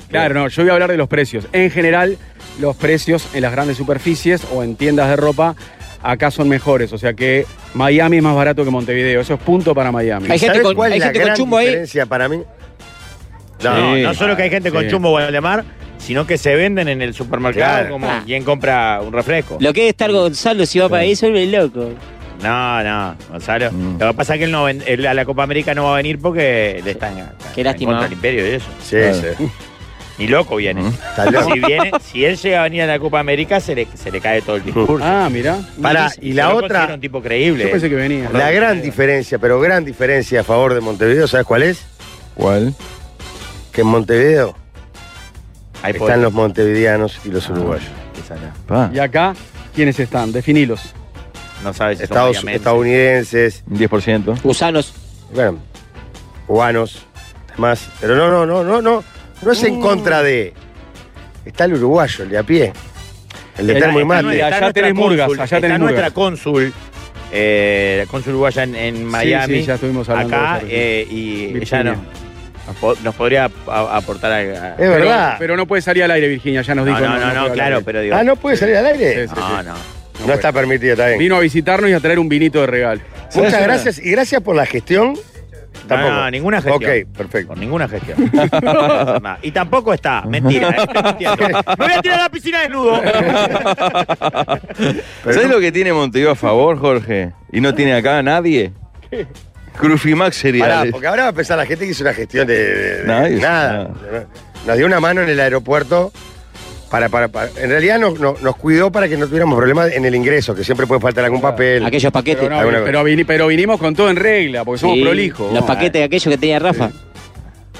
Speaker 4: Claro, no, yo voy a hablar de los precios. En general, los precios en las grandes superficies o en tiendas de ropa acá son mejores. O sea que Miami es más barato que Montevideo. Eso es punto para Miami.
Speaker 5: Hay gente
Speaker 1: ¿Sabés
Speaker 5: con-
Speaker 1: cuál
Speaker 5: hay
Speaker 1: es la
Speaker 5: gente con
Speaker 1: gran
Speaker 5: chumbo ahí?
Speaker 1: diferencia para mí?
Speaker 2: No,
Speaker 3: Sí.
Speaker 2: no solo que hay gente con
Speaker 4: Sí.
Speaker 2: chumbo Guadalmar, sino que se venden en el supermercado
Speaker 1: Claro.
Speaker 2: como
Speaker 5: Ah.
Speaker 2: quien compra un refresco.
Speaker 5: Lo que es estar Gonzalo si va para ahí, soy loco.
Speaker 2: No, no, Gonzalo.
Speaker 3: Mm.
Speaker 2: Lo que pasa es que él no ven- él a la Copa América no va a venir porque le están
Speaker 5: Qué lástima.
Speaker 2: contra el imperio y eso.
Speaker 1: Sí,
Speaker 3: Claro.
Speaker 1: sí.
Speaker 2: Ni loco viene.
Speaker 3: Mm.
Speaker 1: Está loco.
Speaker 2: Si, viene- si él llega a venir a la Copa América, se le, se le cae todo el discurso.
Speaker 4: Ah, mira.
Speaker 1: Pará, y la
Speaker 2: Yo lo
Speaker 1: otra...
Speaker 2: considero un tipo eh.
Speaker 4: Yo
Speaker 2: creíble.
Speaker 4: pensé que venía.
Speaker 1: La gran diferencia, pero gran diferencia a favor de Montevideo, ¿sabes cuál es?
Speaker 3: ¿Cuál?
Speaker 1: Que en Montevideo
Speaker 2: Ahí
Speaker 1: están los montevideanos y los uruguayos.
Speaker 3: Pa,
Speaker 4: Y acá, ¿quiénes están? Definilos.
Speaker 2: No sabes si son
Speaker 1: Estados,
Speaker 2: miamenses.
Speaker 1: estadounidenses,
Speaker 3: un 10%.
Speaker 5: Gusanos.
Speaker 1: bueno, cubanos, demás. Pero no, no, no, no, no. No es en
Speaker 2: Mm.
Speaker 1: contra de. Está el uruguayo, el de a pie. El de
Speaker 4: El-
Speaker 1: estar muy
Speaker 4: el-
Speaker 1: mate.
Speaker 4: el- Allá
Speaker 2: nuestra
Speaker 4: tenés murgas,
Speaker 2: cónsul,
Speaker 4: allá
Speaker 2: está
Speaker 4: tenés murgas.
Speaker 2: nuestra cónsul, eh, la cónsul uruguaya en, en Miami,
Speaker 4: sí, ya estuvimos hablando
Speaker 2: acá,
Speaker 4: de eso.
Speaker 2: eh, y ella
Speaker 4: Virginia.
Speaker 2: no, nos, po- nos podría a- aportar algo.
Speaker 1: Es
Speaker 4: Pero-
Speaker 1: verdad.
Speaker 4: Pero no puede salir al aire, Virginia, ya nos
Speaker 2: No,
Speaker 4: dijo.
Speaker 2: no, no, no,
Speaker 4: puede
Speaker 2: claro,
Speaker 4: hablar.
Speaker 2: pero digo...
Speaker 1: Ah, no puede salir al aire.
Speaker 4: Sí, sí,
Speaker 2: no,
Speaker 4: sí.
Speaker 2: no.
Speaker 1: No está permitido, está bien.
Speaker 4: Vino a visitarnos y a traer un vinito de regalo.
Speaker 1: Muchas gracias y gracias por la gestión. Tampoco.
Speaker 2: No, no, ninguna gestión.
Speaker 1: Ok, perfecto.
Speaker 2: Con ninguna gestión. No, y tampoco está. Mentira. eh, estoy mintiendo. Me voy a tirar a la piscina desnudo.
Speaker 3: ¿Sabes lo que tiene Montevideo a favor, Jorge? Y no tiene acá a nadie. Crufimax
Speaker 1: Pará,
Speaker 3: cereales.
Speaker 1: porque ahora va a pensar la gente que hizo una gestión de, de- de-
Speaker 3: Nadie hizo
Speaker 1: nada. Nos dio una mano en el aeropuerto para, para, para- en realidad nos, nos- nos cuidó para que no tuviéramos problemas en el ingreso, que siempre puede faltar algún papel.
Speaker 5: Aquellos paquetes.
Speaker 4: Pero, no,
Speaker 1: Alguna-
Speaker 4: pero vini- pero vinimos con todo en regla, porque somos
Speaker 5: Sí,
Speaker 4: prolijos.
Speaker 5: Los
Speaker 4: ¿no?
Speaker 5: paquetes de aquellos que tenía Rafa.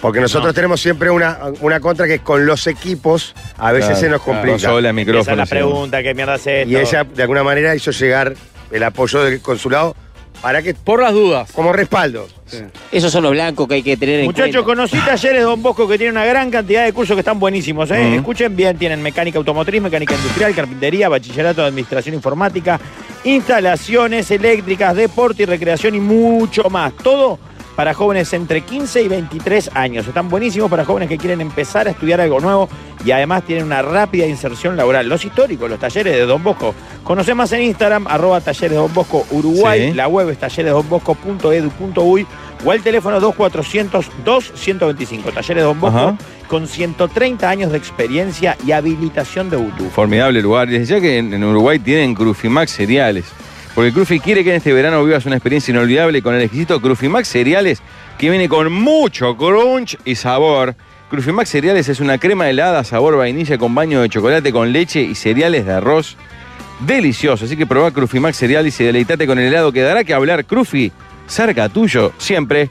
Speaker 1: Porque nosotros tenemos siempre una, una contra que con los equipos a veces se nos complica.
Speaker 3: Consola, micrófono.
Speaker 2: Esa es la
Speaker 3: sí.
Speaker 2: pregunta, ¿qué mierda es esto?
Speaker 1: y ella de alguna manera hizo llegar el apoyo del consulado para que
Speaker 4: Por las dudas.
Speaker 1: como respaldo.
Speaker 5: Esos son los blancos que hay que tener en
Speaker 2: Muchachos,
Speaker 5: cuenta.
Speaker 2: conocí talleres Don Bosco que tiene una gran cantidad de cursos que están buenísimos. ¿eh?
Speaker 3: Ujú.
Speaker 2: Escuchen bien, tienen mecánica automotriz, mecánica industrial, carpintería, bachillerato de administración informática, instalaciones eléctricas, deporte y recreación y mucho más. Todo para jóvenes entre 15 y 23 años. Están buenísimos para jóvenes que quieren empezar a estudiar algo nuevo y además tienen una rápida inserción laboral. Los históricos, los talleres de Don Bosco. Conoce más en Instagram, arroba talleres Don Bosco Uruguay.
Speaker 3: Sí.
Speaker 2: La web es talleresdonbosco.edu.uy o al teléfono 2400-2125. Talleres Don Bosco,
Speaker 3: Ajá.
Speaker 2: con 130 años de experiencia y habilitación de UTU.
Speaker 3: Formidable lugar. Les decía que en, en Uruguay tienen Crufimax cereales. Porque Crufi quiere que en este verano vivas una experiencia inolvidable con el exquisito Crufimax cereales que viene con mucho crunch y sabor. Crufimax cereales es una crema helada sabor vainilla con baño de chocolate con leche y cereales de arroz. Delicioso. Así que probá Crufimax cereales y deleitate con el helado que dará que hablar Crufi cerca tuyo, siempre.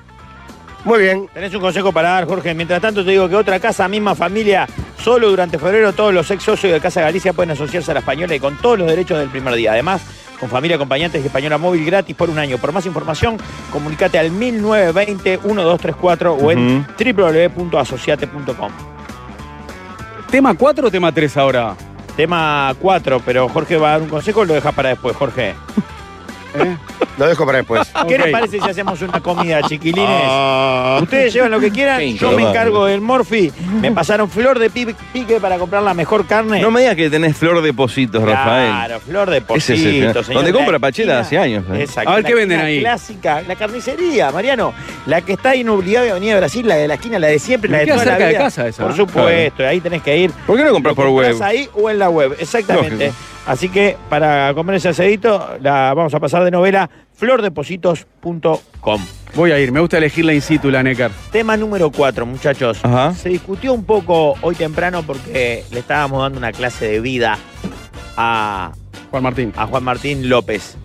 Speaker 1: Muy bien.
Speaker 2: Tenés un consejo para dar, Jorge. Mientras tanto, te digo que otra casa, misma familia, solo durante febrero, todos los ex socios de Casa Galicia pueden asociarse a la española y con todos los derechos del primer día. Además, con familia acompañantes y española móvil gratis por un año. Por más información, comunicate al 1920-1234 o en www.asociate.com.
Speaker 4: ¿Tema 4 o tema 3 ahora?
Speaker 2: Tema 4, pero Jorge va a dar un consejo o lo deja para después, Jorge.
Speaker 1: Lo dejo para
Speaker 3: Pues,
Speaker 1: después.
Speaker 2: ¿Qué les parece si hacemos una comida, chiquilines?
Speaker 3: Ah.
Speaker 2: Ustedes llevan lo que quieran, yo me
Speaker 3: increíble.
Speaker 2: encargo del Morphy. Me pasaron flor de pi- pique para comprar la mejor carne.
Speaker 3: No me digas que tenés flor de positos, Rafael.
Speaker 2: Claro, flor de
Speaker 3: Ese es el
Speaker 2: Pocito,
Speaker 3: final.
Speaker 2: señor.
Speaker 3: Donde
Speaker 2: La
Speaker 3: compra Pachela hace
Speaker 2: esquina-
Speaker 3: años. ¿eh?
Speaker 2: Exacto, la esquina clásica, la carnicería, Mariano. La que está inobligada de Avenida Brasil, la de la esquina, la de siempre, la
Speaker 3: Me
Speaker 2: de
Speaker 3: queda
Speaker 2: toda la
Speaker 3: cerca de
Speaker 2: vida.
Speaker 3: casa esa,
Speaker 2: Por
Speaker 3: ¿eh?
Speaker 2: supuesto, ahí tenés que ir.
Speaker 3: ¿Por qué no compras por web?
Speaker 2: Estás ahí o en la web, exactamente.
Speaker 3: Lógico.
Speaker 2: Así que para comer ese asadito, la vamos a pasar de novela flordepositos.com.
Speaker 4: Voy a ir, me gusta elegir la in situ, la Necar.
Speaker 2: Tema número 4, muchachos.
Speaker 4: Ajá.
Speaker 2: Se discutió un poco hoy temprano porque le estábamos dando una clase de vida a
Speaker 4: Juan Martín.
Speaker 2: A Juan Martín López.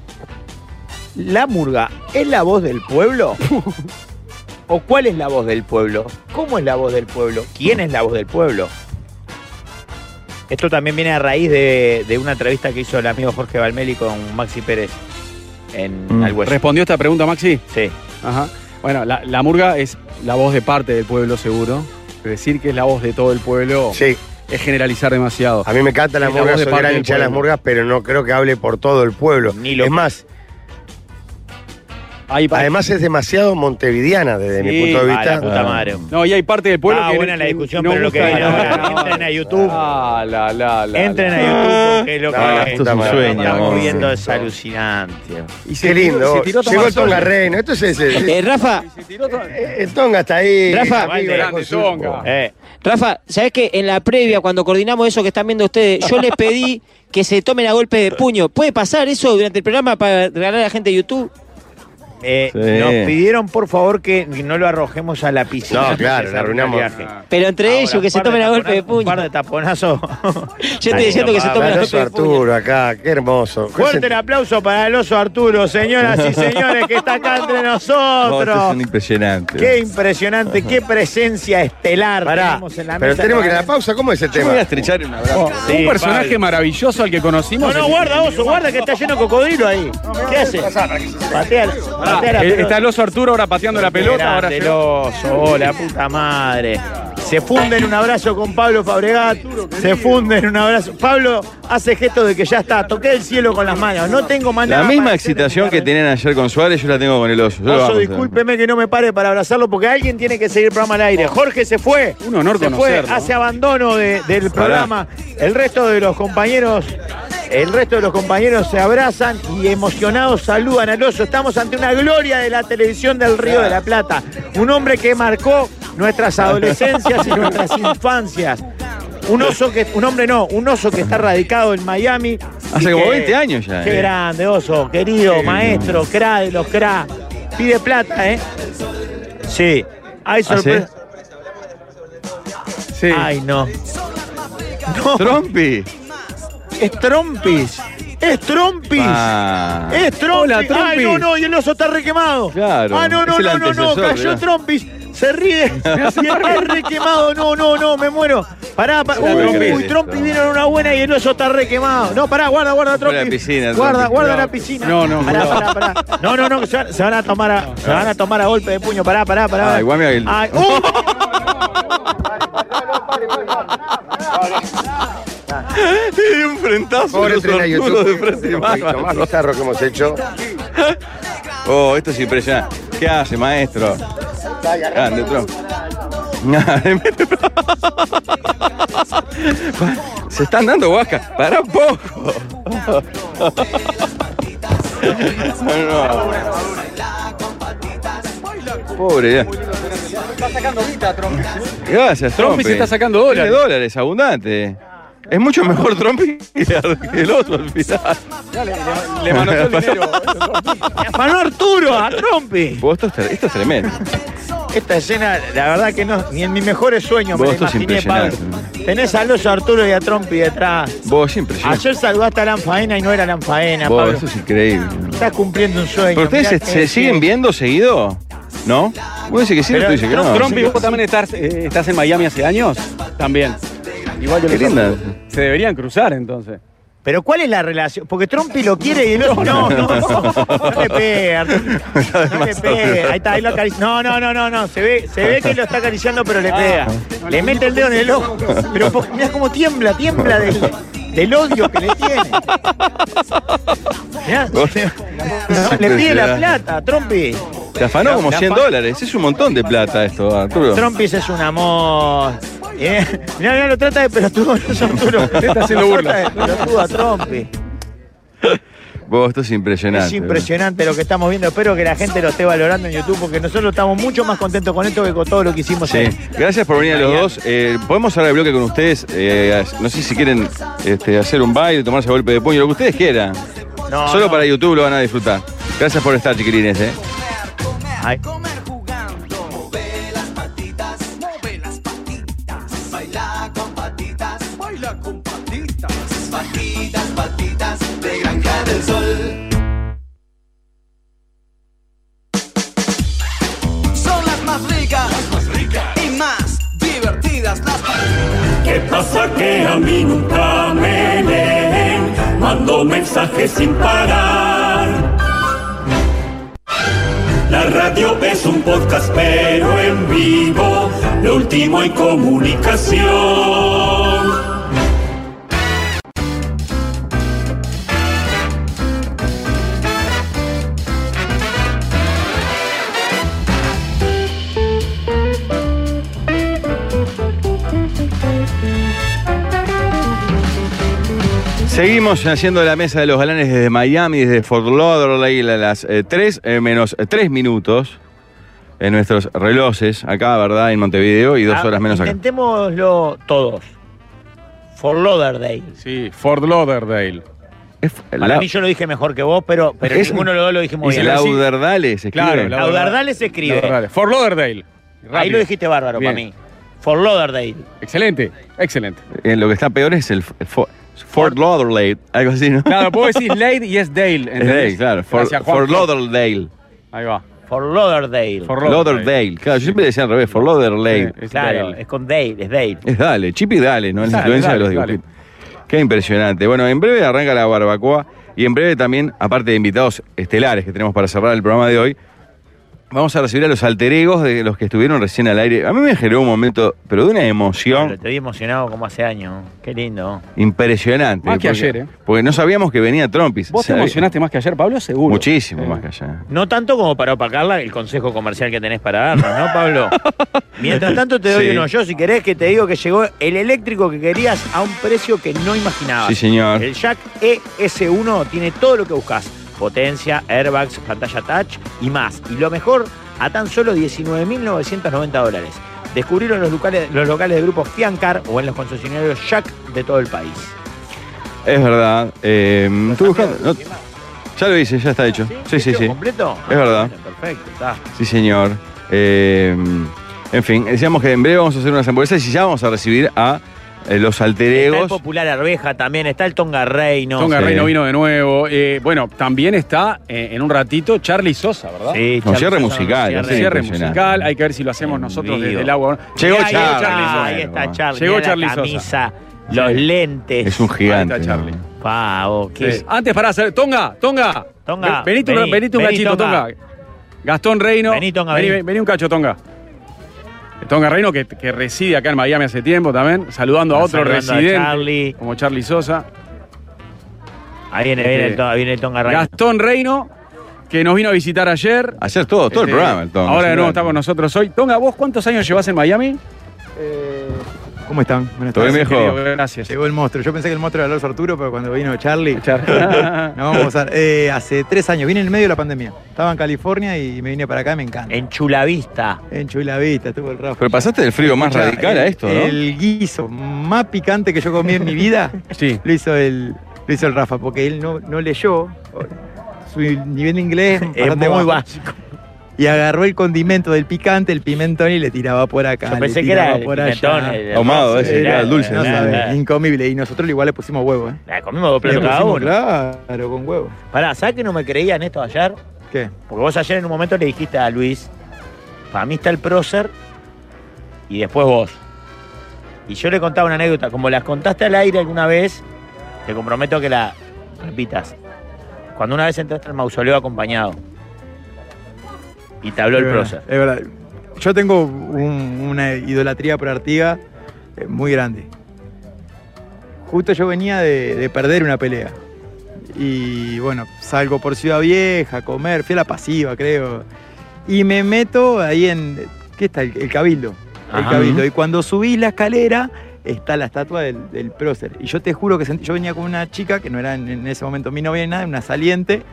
Speaker 2: ¿La murga es la voz del pueblo? ¿O cuál es la voz del pueblo? ¿Cómo es la voz del pueblo? ¿Quién es la voz del pueblo? Esto también viene a raíz de, de una entrevista que hizo el amigo Jorge Valmeli con Maxi Pérez en
Speaker 4: Mm.
Speaker 2: Al Hueso.
Speaker 4: ¿Respondió esta pregunta, Maxi?
Speaker 2: Sí.
Speaker 4: Ajá. Bueno, la, la murga es la voz de parte del pueblo, seguro. Decir que es la voz de todo el pueblo es generalizar demasiado.
Speaker 1: A mí me encanta las
Speaker 4: Es la
Speaker 1: murgas,
Speaker 4: voz de
Speaker 1: soy
Speaker 4: parte
Speaker 1: gran
Speaker 4: del
Speaker 1: hincha de las
Speaker 4: pueblo.
Speaker 1: murgas, pero no creo que hable por todo el pueblo. Es más, además es demasiado montevidiana desde mi punto de vista. Ah.
Speaker 4: No, y hay parte del pueblo
Speaker 2: Ah,
Speaker 4: que
Speaker 2: buena la discusión, pero lo que
Speaker 4: gusta.
Speaker 2: viene ahora, entren a YouTube.
Speaker 4: Ah, la, la, la,
Speaker 2: Entren
Speaker 4: la.
Speaker 2: a YouTube porque lo
Speaker 4: Ah,
Speaker 2: que
Speaker 4: esto es un
Speaker 2: lo que
Speaker 4: sueño,
Speaker 2: estamos
Speaker 4: amor.
Speaker 2: viendo es alucinante.
Speaker 4: Y
Speaker 1: Qué lindo. Llegó el Tonga Reino. Esto es ese.
Speaker 5: Eh, Rafa.
Speaker 1: Eh, El Tonga está ahí.
Speaker 5: Rafa.
Speaker 1: amigo,
Speaker 5: Grande,
Speaker 1: la consulta.
Speaker 5: Rafa, ¿sabés que en la previa, cuando coordinamos eso que están viendo ustedes, yo les pedí que se tomen a golpe de puño? ¿Puede pasar eso durante el programa para regalar a la gente de YouTube?
Speaker 2: Eh,
Speaker 5: Sí.
Speaker 2: Nos pidieron, por favor, que no lo arrojemos a la piscina.
Speaker 1: No, claro,
Speaker 2: la
Speaker 1: la arruinamos.
Speaker 5: Pero entre ellos, que se tomen a golpe de puño.
Speaker 2: Un par de taponazos.
Speaker 5: Yo estoy diciendo que se tomen a golpe
Speaker 1: Abrazo a
Speaker 5: de puño.
Speaker 1: Ah, Arturo acá, qué hermoso.
Speaker 2: Fuerte el aplauso para el oso Arturo, señoras y señores, que está acá entre
Speaker 3: No, esto es
Speaker 2: nosotros.
Speaker 3: un impresionante.
Speaker 2: Qué impresionante, qué presencia estelar tenemos en la
Speaker 1: Pero
Speaker 2: mesa
Speaker 1: tenemos que ir a la
Speaker 2: realmente.
Speaker 1: pausa. ¿Cómo es el
Speaker 2: Yo
Speaker 1: tema?
Speaker 2: voy a
Speaker 3: estrechar un abrazo.
Speaker 2: Sí,
Speaker 4: un personaje
Speaker 2: padre.
Speaker 4: maravilloso al que
Speaker 2: No,
Speaker 4: conocimos.
Speaker 2: no, guarda, oso, guarda que está lleno de cocodrilo ahí. ¿Qué hace? Patea, la- patea la
Speaker 4: Eh,
Speaker 2: pelota.
Speaker 4: Está el oso Arturo ahora pateando la pelota. Ahora
Speaker 2: Grande el oso, oh, la puta madre. Se funde en un abrazo con Pablo Fabregat. Se funde en un abrazo. Pablo hace gestos de que ya está. Toqué el cielo con las manos. No tengo más
Speaker 3: La
Speaker 2: nada.
Speaker 3: misma
Speaker 2: para-
Speaker 3: excitación que tenían ayer con Suárez, yo la tengo con el oso. Yo lo
Speaker 2: Oso,
Speaker 3: amo.
Speaker 2: discúlpeme que no me pare para abrazarlo porque alguien tiene que seguir el programa al aire. Jorge se fue.
Speaker 4: Un honor
Speaker 2: se fue,
Speaker 4: conocerlo.
Speaker 2: hace abandono de- del programa. El resto de los compañeros, el resto de los compañeros se abrazan y emocionados saludan al oso. Estamos ante una gloria de la televisión del Río de la Plata. Un hombre que marcó nuestras adolescencias y nuestras infancias. Un oso que, un hombre no, un oso que está radicado en Miami. y
Speaker 3: Hace como
Speaker 2: que-
Speaker 3: 20 años ya.
Speaker 2: Qué
Speaker 3: eh.
Speaker 2: grande, oso, querido,
Speaker 3: Qué
Speaker 2: maestro, cra de los cra. Pide plata, ¿eh? Sí. Hay
Speaker 3: ¿Ah, sí?
Speaker 2: sorpresa. Ay, no. no.
Speaker 3: Trompi.
Speaker 2: Es trompis. Es trompis.
Speaker 3: Ah.
Speaker 2: Es trompis.
Speaker 3: Hola,
Speaker 2: Ay,
Speaker 3: Trompis.
Speaker 2: no, no, y el oso está requemado.
Speaker 3: Claro,
Speaker 2: Ah, no, no,
Speaker 3: es el
Speaker 2: no, no, no,
Speaker 3: antecesor,
Speaker 2: cayó
Speaker 3: mirá.
Speaker 2: trompis. Se ríe. y está requemado. No, no, no, me muero. Pará, pará.
Speaker 3: Uy,
Speaker 2: Uy,
Speaker 3: increíble
Speaker 2: uy, trompis
Speaker 3: esto.
Speaker 2: vieron una buena y el oso está requemado. No, pará, guarda, guarda,
Speaker 3: Fuera
Speaker 2: trompis.
Speaker 3: de la piscina,
Speaker 2: Guarda,
Speaker 3: Trompis.
Speaker 2: guarda
Speaker 3: No.
Speaker 2: la piscina.
Speaker 3: No, no,
Speaker 2: pará,
Speaker 3: no.
Speaker 2: pará, pará. No, no, no, que se van, se van a tomar a, se van a tomar a golpe de puño. Pará, pará, pará.
Speaker 3: Ah, igual me el-
Speaker 2: Ay, ¡uh!
Speaker 3: Y de un frentazo.
Speaker 1: Pobre
Speaker 3: los
Speaker 1: tren a
Speaker 3: sortudos
Speaker 1: YouTube.
Speaker 3: de frente,
Speaker 1: Lo
Speaker 3: bárbaro.
Speaker 1: más bizarro que hemos hecho.
Speaker 3: Oh, esto es impresionante. ¿Qué hace, maestro? Grande, Trump. Se están dando guascas. Para un poco. No. Pobre.
Speaker 1: eh.
Speaker 3: ya. Gracias, Trump.
Speaker 4: Trompi se está sacando dólares.
Speaker 3: Tiene dólares, abundante. Es mucho mejor Trompi que el otro al final.
Speaker 4: Le mandó el dinero.
Speaker 2: ¡Afanó Arturo a Trompi!
Speaker 3: Vos, Esto es, tre- esto es tremendo.
Speaker 2: Esta escena, la verdad que no, ni en mis mejores sueños me
Speaker 3: Vos
Speaker 2: la
Speaker 3: sos
Speaker 2: imaginé, Pablo.
Speaker 3: impresionante.
Speaker 2: Tenés a Loso Arturo y a Trompi detrás.
Speaker 3: Vos, impresionante.
Speaker 2: Ayer saludaste a Lanfaena y no era Lanfaena,
Speaker 3: Vos,
Speaker 2: Pablo.
Speaker 3: eso es increíble.
Speaker 2: Estás cumpliendo un sueño.
Speaker 3: ¿Pero ustedes se,
Speaker 2: mirá qué-
Speaker 3: se siguen viendo seguido? ¿No? Uno dice que sí,
Speaker 4: Pero
Speaker 3: otro dice que
Speaker 4: Trump-
Speaker 3: no.
Speaker 4: Trump, ¿y vos también estás, eh, estás en Miami hace años? También. Igual yo
Speaker 3: Qué
Speaker 4: lo
Speaker 3: linda.
Speaker 4: saludo. Se deberían cruzar entonces.
Speaker 2: Pero ¿cuál es la relación? Porque Trompi lo quiere y el otro. No, no, no. No le pegue, Arturo. No le pegue. Ahí está, ahí lo acaricia. No, no, no, no, no. Se ve, se ve que lo está acariciando, pero le pega.
Speaker 3: Ah.
Speaker 2: Le mete el dedo en el ojo. Pero po- mirá cómo tiembla, tiembla del, del odio que le tiene. Mirá,
Speaker 3: Vos-
Speaker 2: le pide la plata, Trompi.
Speaker 3: Te afanó como
Speaker 2: Le
Speaker 3: 100
Speaker 2: afa-
Speaker 3: dólares. Es un montón de plata esto, Arturo.
Speaker 2: Trompis es un amor. Eh, mirá, mirá, lo trata de pelotudo, Arturo.
Speaker 3: Te está haciendo burla.
Speaker 2: Lo trata de pelotudo a Trompi.
Speaker 3: Vos, esto es impresionante.
Speaker 2: Es impresionante lo que estamos viendo. Espero que la gente lo esté valorando en YouTube porque nosotros estamos mucho más contentos con esto que con todo lo que hicimos
Speaker 3: Sí.
Speaker 2: ayer.
Speaker 3: Gracias por venir a los dos. Eh, Podemos cerrar el bloque con ustedes. Eh, no sé si quieren este, hacer un baile, tomarse golpe de puño, lo que ustedes quieran.
Speaker 2: No,
Speaker 3: Solo
Speaker 2: no.
Speaker 3: para YouTube lo van a disfrutar. Gracias por estar, chiquilines. eh.
Speaker 2: Ay.
Speaker 13: Baila con patitas, baila con patitas, patitas, patitas de Granja del Sol. Son las más ricas, y más divertidas las
Speaker 6: ¿Qué pasa que a mí nunca me leen? Mando mensajes sin parar. La radio es un podcast, pero en vivo, lo último en comunicación.
Speaker 3: Seguimos haciendo la mesa de los galanes desde Miami, desde Fort Lauderdale a las 3 menos 3 minutos en nuestros relojes acá, ¿verdad? En Montevideo y dos
Speaker 2: Ah,
Speaker 3: horas menos acá.
Speaker 2: Intentémoslo todos. For Lauderdale.
Speaker 4: Sí, Fort Lauderdale.
Speaker 2: Para mí yo lo dije mejor que vos, pero, pero
Speaker 3: Es-
Speaker 2: ninguno de los dos lo dijimos
Speaker 3: es
Speaker 2: bien.
Speaker 3: Lauderdale, se escribe.
Speaker 2: Claro, Lauderdale se escribe.
Speaker 4: Lauderdale. Fort Lauderdale.
Speaker 2: Ahí
Speaker 4: Rápido.
Speaker 2: lo dijiste bárbaro
Speaker 4: Bien.
Speaker 2: para mí. For Lauderdale.
Speaker 4: Excelente, excelente.
Speaker 3: Eh, lo que está peor es el, f- el fo- Fort Lauderdale, algo así, ¿no?
Speaker 4: Claro, puedo decir Lade y es Dale.
Speaker 3: Es Dale, claro. Fort, Fort Lauderdale.
Speaker 4: Ahí va.
Speaker 2: For Lauderdale.
Speaker 3: Lauderdale. Claro, yo siempre decía al revés, Fort Lauderdale.
Speaker 2: Claro, es con Dale, es Dale.
Speaker 3: Es dale, chip y dale, ¿no? Es la
Speaker 2: Dale,
Speaker 3: influencia
Speaker 2: dale,
Speaker 3: de los
Speaker 2: dale.
Speaker 3: dibujitos. Qué impresionante. Bueno, en breve arranca la barbacoa y en breve también, aparte de invitados estelares que tenemos para cerrar el programa de hoy, vamos a recibir a los alter egos de los que estuvieron recién al aire. A mí me generó un momento, pero de una emoción
Speaker 2: Pero te vi emocionado como hace años. Qué lindo.
Speaker 3: impresionante.
Speaker 2: Más que
Speaker 3: porque-
Speaker 2: ayer, ¿eh?
Speaker 3: Porque no sabíamos que venía Trompis.
Speaker 2: ¿Vos te
Speaker 4: emocionaste más que ayer, Pablo? Seguro. Eh.
Speaker 3: Muchísimo más que ayer.
Speaker 2: No tanto como para opacarla el consejo comercial que tenés para darnos, ¿no, Pablo? Mientras tanto te doy
Speaker 3: Sí.
Speaker 2: uno yo, si querés, que te digo que llegó el eléctrico que querías a un precio que no imaginabas.
Speaker 3: Sí, señor.
Speaker 2: El Jack ES1 tiene todo lo que buscas. Potencia, airbags, pantalla touch y más. Y lo mejor, a tan solo 19.990 dólares. Descubrieron los locales, los locales de grupo Fiancar o en los concesionarios Jack de todo el país.
Speaker 3: Es verdad. eh, estuve buscando- no- ya lo hice, ya está hecho. Sí, sí, sí.
Speaker 2: ¿Completo?
Speaker 3: Es verdad.
Speaker 2: Perfecto, está.
Speaker 3: Sí, señor. Eh, en fin, decíamos que en breve vamos a hacer unas hamburguesas y ya vamos a recibir a eh, los
Speaker 2: Está el
Speaker 3: alteregos.
Speaker 2: popular Arveja también, está el Tonga Reino.
Speaker 3: Tonga
Speaker 4: Rey no vino de nuevo. Eh, bueno, también está eh, en un ratito Charlie Sosa, ¿verdad?
Speaker 2: Sí,
Speaker 3: Con Charlie cierre Sosa, musical,
Speaker 4: Cierre,
Speaker 3: sí,
Speaker 4: cierre
Speaker 3: impresionante.
Speaker 4: musical. Hay que ver si lo hacemos nosotros
Speaker 2: Vivo.
Speaker 4: desde el agua.
Speaker 3: Llegó
Speaker 4: Mirá, ahí
Speaker 3: Charlie.
Speaker 4: Sosa.
Speaker 2: ahí está Charlie.
Speaker 4: Llegó
Speaker 2: mirá
Speaker 4: Charlie
Speaker 2: la
Speaker 4: Sosa.
Speaker 2: camisa, los lentes.
Speaker 3: Es un gigante. ¿no?
Speaker 2: Pavo, ¿qué
Speaker 4: Sí. Antes para hacer. Tonga, Tonga.
Speaker 2: Tonga,
Speaker 4: Ve- Venite,
Speaker 2: vení,
Speaker 4: un, venite un
Speaker 2: vení,
Speaker 4: cachito,
Speaker 2: Tonga.
Speaker 4: Tonga. Gastón Reino.
Speaker 2: Vení, Tonga,
Speaker 4: Vení,
Speaker 2: vení.
Speaker 4: vení un cacho, Tonga. El Tonga Reino, que, que reside acá en Miami hace tiempo también, saludando a
Speaker 2: Está
Speaker 4: otro
Speaker 2: saludando a
Speaker 4: residente,
Speaker 2: Charlie.
Speaker 4: como Charlie Sosa.
Speaker 2: Ahí viene, viene, el,
Speaker 4: Este,
Speaker 2: Tonga- viene el Tonga Reino.
Speaker 4: Gastón Reino, que nos vino a visitar ayer.
Speaker 3: Ayer todo, todo el
Speaker 14: Eh,
Speaker 4: Este,
Speaker 3: programa. el Tonga.
Speaker 4: Ahora de nuevo
Speaker 3: Sí,
Speaker 4: está con nosotros hoy. Tonga, ¿vos cuántos años llevas en Miami?
Speaker 14: Eh, ¿Cómo están? Buenas
Speaker 3: ¿Todo bien,
Speaker 14: tardes,
Speaker 3: viejo?
Speaker 14: querido, gracias. Llegó el monstruo. Yo pensé que el monstruo era Alonso Arturo, pero cuando vino Charlie. no, vamos a usar. Eh, hace tres años, vine en el medio de la pandemia. Estaba en California y me vine para acá, me encanta.
Speaker 2: En Chulavista.
Speaker 14: En Chulavista, estuvo el Rafa.
Speaker 3: Pero pasaste del frío más
Speaker 14: Escuchá,
Speaker 3: radical a esto, ¿no?
Speaker 14: El guiso más picante que yo comí en mi vida lo, hizo el, lo hizo el Rafa, porque él no, no leyó. Su nivel de inglés
Speaker 2: Es
Speaker 14: bastante
Speaker 2: muy
Speaker 14: bajo.
Speaker 2: básico.
Speaker 14: y agarró el condimento del picante, el pimentón y le tiraba por acá.
Speaker 2: Yo
Speaker 14: le
Speaker 2: pensé que
Speaker 14: tiraba
Speaker 2: era el
Speaker 14: por
Speaker 2: pimentón,
Speaker 14: allá.
Speaker 2: el Ahumado, ese, era el Ah, dulce,
Speaker 14: No
Speaker 2: sí.
Speaker 14: sabes, incomible. Y nosotros igual le pusimos huevo, ¿eh?
Speaker 2: La comimos dos
Speaker 14: Le
Speaker 2: platos cada
Speaker 14: pusimos,
Speaker 2: uno.
Speaker 14: Claro, con huevo.
Speaker 2: Pará, ¿sabes que no me creían esto ayer?
Speaker 14: ¿Qué?
Speaker 2: Porque vos ayer en un momento le dijiste a Luis, para mí está el prócer y después vos. Y yo le contaba una anécdota, como las contaste al aire alguna vez, te comprometo que la repitas. Cuando una vez entraste al mausoleo acompañado y te habló el
Speaker 14: Es
Speaker 2: prócer.
Speaker 14: verdad, Es verdad. Yo tengo un- una idolatría por Artigas eh, muy grande. Justo yo venía de, de perder una pelea. Y bueno, salgo por Ciudad Vieja a comer, fui a la pasiva, creo. Y me meto ahí en. ¿Qué está? El, el Cabildo. El
Speaker 15: Ajá.
Speaker 14: Cabildo. Y cuando subí la escalera, está la estatua del, del prócer. Y yo te juro que sentí- yo venía con una chica que no era en, en ese momento mi novia ni nada, una saliente.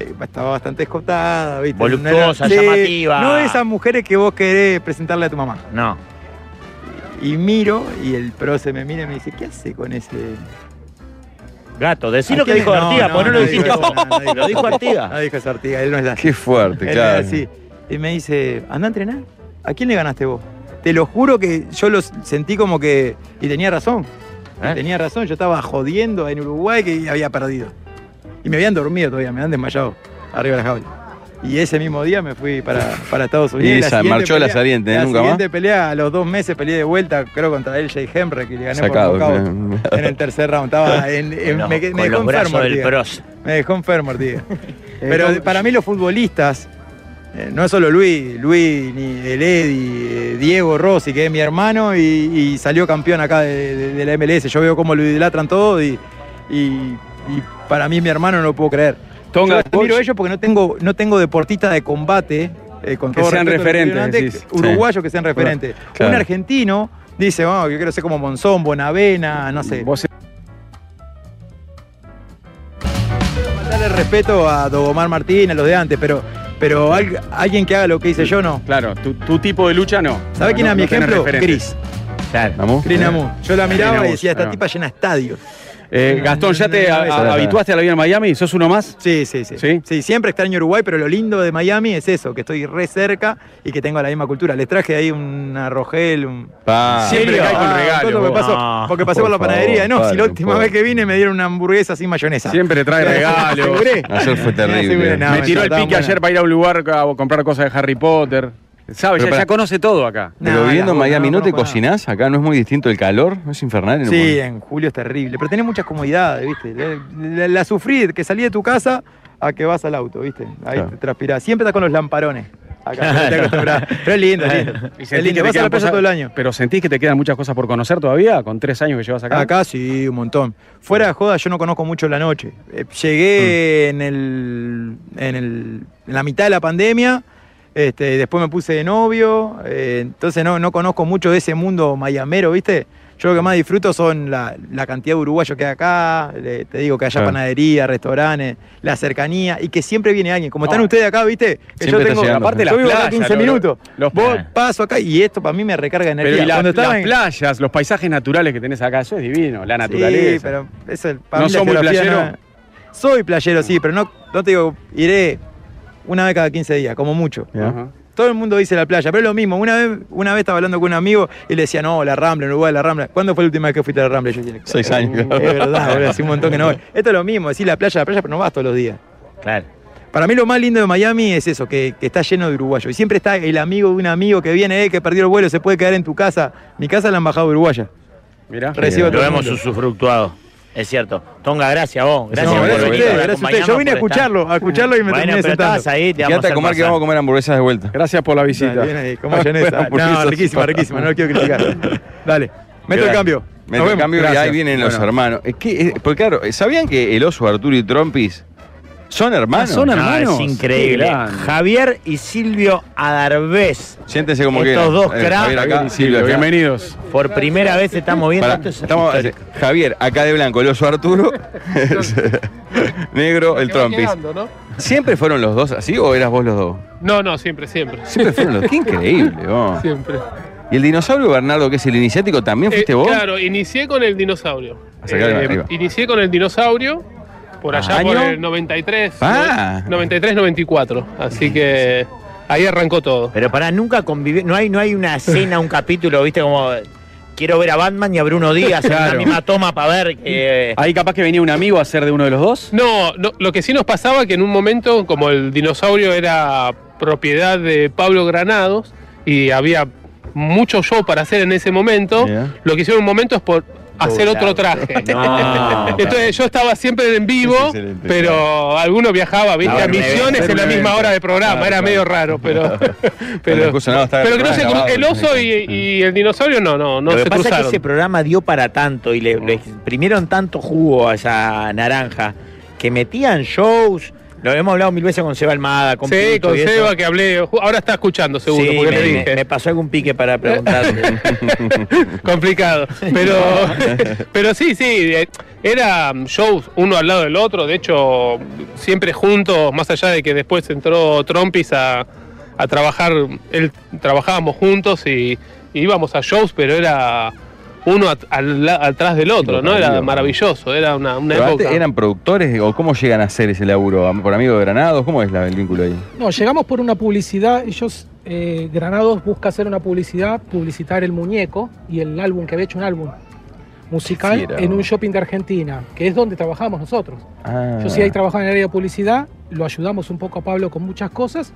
Speaker 14: eh, estaba bastante escotada, ¿viste? No era-
Speaker 2: Voluptuosa,
Speaker 14: Sí,
Speaker 2: llamativa.
Speaker 14: No de esas mujeres que vos querés presentarle a tu mamá.
Speaker 2: No.
Speaker 14: Y miro, y el pro se me mira y me dice, ¿qué hace con ese...?
Speaker 2: Gato, decí
Speaker 14: ¿A
Speaker 2: lo que
Speaker 14: quién
Speaker 2: dijo
Speaker 14: es?
Speaker 2: Artigas, porque no lo
Speaker 14: dijo
Speaker 2: dijiste
Speaker 14: eso,
Speaker 2: vos.
Speaker 14: no, no
Speaker 2: Lo dijo
Speaker 14: eso.
Speaker 2: Artigas.
Speaker 14: No dijo eso Artigas, él no es así.
Speaker 3: Qué fuerte,
Speaker 14: Él no es
Speaker 3: claro.
Speaker 14: así. Y me dice, anda a entrenar. ¿A quién le ganaste vos? Te lo juro que yo lo sentí como que... Y tenía razón. Y
Speaker 3: ¿Eh?
Speaker 14: Tenía razón, yo estaba jodiendo en Uruguay que había perdido. Y me habían dormido todavía, me habían desmayado arriba de la jaula. Y ese mismo día me fui para, para Estados
Speaker 3: Y
Speaker 14: Unidos.
Speaker 3: esa,
Speaker 14: siguiente
Speaker 3: marchó la saliente, ¿eh?
Speaker 14: la
Speaker 3: Nunca más.
Speaker 14: siguiente pelea, a los dos meses peleé de vuelta, creo, contra él, Jay Hemrick, y le gané
Speaker 3: Sacado,
Speaker 14: por knockout en el tercer round. Estaba Ah, en- en-
Speaker 2: No,
Speaker 14: me, me
Speaker 2: con
Speaker 14: dejó
Speaker 2: los
Speaker 14: enfermo.
Speaker 2: brazos del
Speaker 14: Artigas.
Speaker 2: pros.
Speaker 14: Me dejó enfermo, Artigas. Pero para mí los futbolistas, eh, no solo Luis, Luis, ni el Eddy, eh, Diego Rossi, que es mi hermano, y, y salió campeón acá de, de- de la MLS. Yo veo cómo lo idolatran todo y, y- y para mí mi hermano no lo puedo creer.
Speaker 4: Tonga,
Speaker 14: Yo admiro a ellos porque no tengo, no tengo deportista de combate. eh, con
Speaker 4: Que
Speaker 14: todo
Speaker 4: sean
Speaker 14: respeto a los
Speaker 4: referentes,
Speaker 14: antes,
Speaker 4: decís.
Speaker 14: Uruguayos
Speaker 4: Sí.
Speaker 14: que sean referentes.
Speaker 4: Claro.
Speaker 14: Un argentino dice, "Oh, yo quiero ser como Monzón, Bonavena, no sé. Darle respeto a Dogomar Martín, a los de antes, pero, pero al- alguien que haga lo que hice yo no.
Speaker 4: Claro, tu, tu tipo de lucha no.
Speaker 14: ¿Sabés quién era mi ejemplo? Gris.
Speaker 4: Claro.
Speaker 14: Cris Namu. Yo la miraba
Speaker 4: Eh, Cris
Speaker 14: y
Speaker 4: Namu,
Speaker 14: decía, esta
Speaker 4: ahí va.
Speaker 14: tipa llena estadios.
Speaker 4: Eh, Gastón, ¿ya te a- a- habituaste a la vida en Miami? ¿Sos uno más?
Speaker 14: eh, Sí, sí, sí.
Speaker 4: ¿Sí?
Speaker 14: Sí, siempre extraño Uruguay, pero lo lindo de Miami es eso, que estoy re cerca y que tengo la misma cultura. Les traje ahí una Rogel, un...
Speaker 3: Pa.
Speaker 14: Siempre cae con
Speaker 3: Ah,
Speaker 14: regalo.
Speaker 3: todo lo que pasó,
Speaker 14: porque
Speaker 4: Ah,
Speaker 14: pasé por, la panadería, no, si la última vez que vine me dieron una hamburguesa sin mayonesa.
Speaker 4: Siempre trae regalos.
Speaker 14: Aseguré.
Speaker 3: Ayer fue terrible.
Speaker 14: aseguré, no,
Speaker 4: me tiró el
Speaker 14: estaba
Speaker 4: pique
Speaker 14: buena.
Speaker 4: ayer para ir a un lugar a comprar cosas de Harry Potter. ¿Sabes?
Speaker 3: Pero
Speaker 4: Ya,
Speaker 3: para-
Speaker 4: ya conoce todo acá.
Speaker 3: Pero viviendo en Miami, ¿no, te cocinás? Acá no es muy distinto el calor, no es infernal. en
Speaker 14: Sí,
Speaker 3: Uruguay?
Speaker 14: en julio es terrible, pero tenés muchas comodidades, ¿viste? La, la- la sufrí, que salí de tu casa a que vas al auto, ¿viste? Ahí
Speaker 3: Claro.
Speaker 14: te transpirás. Siempre estás con los lamparones. Acá, te acostumbrás. pero es lindo, es lindo.
Speaker 4: Y
Speaker 14: Es
Speaker 4: sentís
Speaker 14: lindo, vas a la
Speaker 4: que te quedan
Speaker 14: playa
Speaker 4: cosas-
Speaker 14: todo el año.
Speaker 4: Pero sentís que te quedan muchas cosas por conocer todavía, con tres años que llevas acá.
Speaker 14: Acá sí, un montón. Fuera de joda, yo no conozco mucho la noche. Eh, llegué
Speaker 4: Mm.
Speaker 14: en, el, en, el- en la mitad de la pandemia, este, después me puse de novio, eh, entonces no, no conozco mucho de ese mundo mayamero, ¿viste? Yo lo que más disfruto son la, la cantidad de uruguayos que hay acá, le- te digo que haya
Speaker 3: Claro.
Speaker 14: panadería, restaurantes, la cercanía y que siempre viene alguien. Como están
Speaker 4: No.
Speaker 14: ustedes acá, ¿viste? Que
Speaker 4: Siempre está llegando.
Speaker 14: yo
Speaker 4: Aparte las
Speaker 14: vivo acá
Speaker 4: playas,
Speaker 14: 15
Speaker 4: lo- lo-
Speaker 14: minutos.
Speaker 4: los-
Speaker 14: Vos paso acá y esto para mí me recarga energía.
Speaker 4: Eh. Pero y la-
Speaker 14: Cuando estaba
Speaker 4: las
Speaker 14: en-
Speaker 4: playas, los paisajes naturales que tenés acá, eso es divino, la
Speaker 14: Sí,
Speaker 4: naturaleza.
Speaker 14: pero eso es-
Speaker 4: ¿No
Speaker 14: mí la
Speaker 4: sos muy
Speaker 14: geografía
Speaker 4: playero?
Speaker 14: no- soy playero, sí, pero no, no te digo, iré una vez cada 15 días, como mucho.
Speaker 4: Ajá.
Speaker 14: Todo el mundo dice la playa, pero es lo mismo. Una vez, una vez estaba hablando con un amigo y le decía, no, la Rambla, en Uruguay, la Rambla. ¿Cuándo fue la última vez que fuiste a la Rambla? Yo decía,
Speaker 3: Seis años.
Speaker 14: es verdad, boludo, hace un montón que no voy. Esto es lo mismo, decir la playa, la playa, pero no vas todos los días.
Speaker 2: Claro.
Speaker 14: Para mí lo más lindo de Miami es eso, que, que está lleno de uruguayos. Y siempre está el amigo de un amigo que viene, eh, que perdió el vuelo, se puede quedar en tu casa. Mi casa es la embajada uruguaya.
Speaker 4: Mirá.
Speaker 14: Recibo a todo
Speaker 2: lo
Speaker 14: el
Speaker 2: hemos
Speaker 14: mundo.
Speaker 2: usufructuado. Es cierto. Tonga, gracias a vos. Gracias,
Speaker 14: No,
Speaker 2: por
Speaker 14: gracias a ustedes,
Speaker 2: venir, por
Speaker 14: gracias a ustedes.
Speaker 2: acompañarnos,
Speaker 14: Yo vine a
Speaker 2: por estar.
Speaker 14: escucharlo, a escucharlo y me
Speaker 2: Bueno,
Speaker 14: terminé
Speaker 2: pero
Speaker 14: sentando.
Speaker 2: estabas ahí, te vamos
Speaker 3: Quédate a comer que vamos a comer hamburguesas de vuelta.
Speaker 4: Gracias por la visita.
Speaker 14: Dale, bien ahí, como mayonesa. No, riquísima, riquísima, no lo quiero criticar. Dale, meto el
Speaker 3: Gracias.
Speaker 14: cambio. Nos
Speaker 3: Meto el
Speaker 14: vemos.
Speaker 3: cambio y
Speaker 14: Gracias.
Speaker 3: ahí vienen los
Speaker 14: Bueno.
Speaker 3: hermanos. Es que, eh, porque claro, ¿sabían que el oso Arturo y Trompis Ah, son hermanos?
Speaker 2: No,
Speaker 14: Ah,
Speaker 2: es increíble. Javier y Silvio Adarvés.
Speaker 3: Siéntense como
Speaker 2: Estos
Speaker 3: quieran.
Speaker 2: dos
Speaker 3: Eh, Javier acá,
Speaker 2: cracks.
Speaker 3: Silvio acá.
Speaker 4: Bienvenidos.
Speaker 2: Por primera vez se está moviendo.
Speaker 3: Pará,
Speaker 2: Esto es
Speaker 3: estamos- eh,
Speaker 2: histórico.
Speaker 3: Javier, acá de blanco, el oso Arturo, negro, el Trompis.
Speaker 16: Quedando, ¿no?
Speaker 3: ¿Siempre fueron los dos así o eras vos los dos?
Speaker 16: no, no, siempre, siempre.
Speaker 3: Siempre fueron los dos. Qué increíble, vos.
Speaker 16: Siempre.
Speaker 3: Y el dinosaurio Bernardo, que es el iniciático, ¿también fuiste
Speaker 16: Eh,
Speaker 3: vos?
Speaker 16: Claro, inicié con el dinosaurio. Eh,
Speaker 3: A sacarle arriba.
Speaker 16: inicié con el dinosaurio por allá
Speaker 3: Ah,
Speaker 16: por
Speaker 3: ¿año?
Speaker 16: el 93,
Speaker 3: Ah.
Speaker 16: 93, 94. Así que Ahí arrancó todo.
Speaker 2: Pero para nunca convivir, no hay, no hay una escena, un capítulo, viste, como quiero ver a Batman y a Bruno Díaz en la
Speaker 4: Claro.
Speaker 2: misma toma para ver. eh,
Speaker 4: Ahí capaz que venía un amigo a ser de uno de los dos.
Speaker 16: No, no, lo que sí nos pasaba que en un momento, como el dinosaurio era propiedad de Pablo Granados y había mucho show para hacer en ese momento, lo que hicieron en un momento es por hacer
Speaker 2: Puta.
Speaker 16: otro traje.
Speaker 2: No.
Speaker 16: Entonces yo estaba siempre en vivo, pero alguno viajaba, viste,
Speaker 3: Claro,
Speaker 16: a misiones
Speaker 3: claro,
Speaker 16: en la
Speaker 3: claro.
Speaker 16: misma hora de programa,
Speaker 3: Claro,
Speaker 16: era
Speaker 3: claro.
Speaker 16: medio raro, pero...
Speaker 3: Pero,
Speaker 16: Pero que no se cru- el oso y, y el dinosaurio no, no, no
Speaker 2: lo que
Speaker 16: se
Speaker 2: pasa
Speaker 16: cruzaron.
Speaker 2: es que ese programa dio para tanto y le, le exprimieron tanto jugo a esa naranja que metían shows. Lo hemos hablado mil veces con Seba Almada, con
Speaker 16: sí,
Speaker 2: Pito
Speaker 16: con
Speaker 2: y eso.
Speaker 16: Seba que hablé, ju- ahora está escuchando seguro,
Speaker 2: Sí,
Speaker 16: porque
Speaker 2: me,
Speaker 16: le dije.
Speaker 2: me- me pasó algún pique para preguntarle.
Speaker 16: complicado. Pero, pero sí, sí, eh, era shows uno al lado del otro, de hecho, siempre juntos, más allá de que después entró Trompis a, a trabajar, él trabajábamos juntos y, y íbamos a shows, pero era uno at- al la- atrás del otro, ¿no? Era maravilloso, era una, una
Speaker 3: Pero antes
Speaker 16: época.
Speaker 3: ¿Eran productores o cómo llegan a hacer ese laburo? ¿Am- ¿Por amigo de Granados? ¿Cómo es la- el vínculo ahí?
Speaker 15: No, llegamos por una publicidad. Ellos, eh, Granados busca hacer una publicidad, publicitar el muñeco y el álbum, que había hecho un álbum musical
Speaker 3: Sí, era-
Speaker 15: en un shopping de Argentina, que es donde trabajamos nosotros.
Speaker 3: Ah.
Speaker 15: Yo sí ahí trabajaba en el área de publicidad, lo ayudamos un poco a Pablo con muchas cosas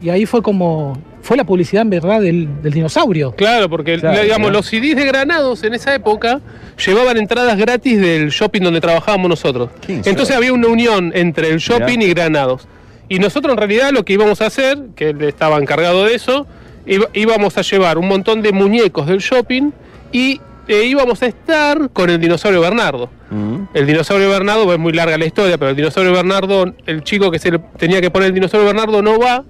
Speaker 15: y ahí fue como, fue la publicidad en verdad del, del dinosaurio.
Speaker 16: Claro, porque
Speaker 15: Claro,
Speaker 16: digamos,
Speaker 15: claro.
Speaker 16: los CDs de Granados en esa época llevaban entradas gratis del shopping donde trabajábamos nosotros. Entonces había una unión entre el shopping y Granados. Y nosotros en realidad lo que íbamos a hacer, que él estaba encargado de eso, iba- íbamos a llevar un montón de muñecos del shopping y eh, íbamos a estar con el dinosaurio Bernardo.
Speaker 15: Mm.
Speaker 16: El dinosaurio Bernardo, pues, es muy larga la historia, pero el dinosaurio Bernardo, el chico que se le tenía que poner el dinosaurio Bernardo no va.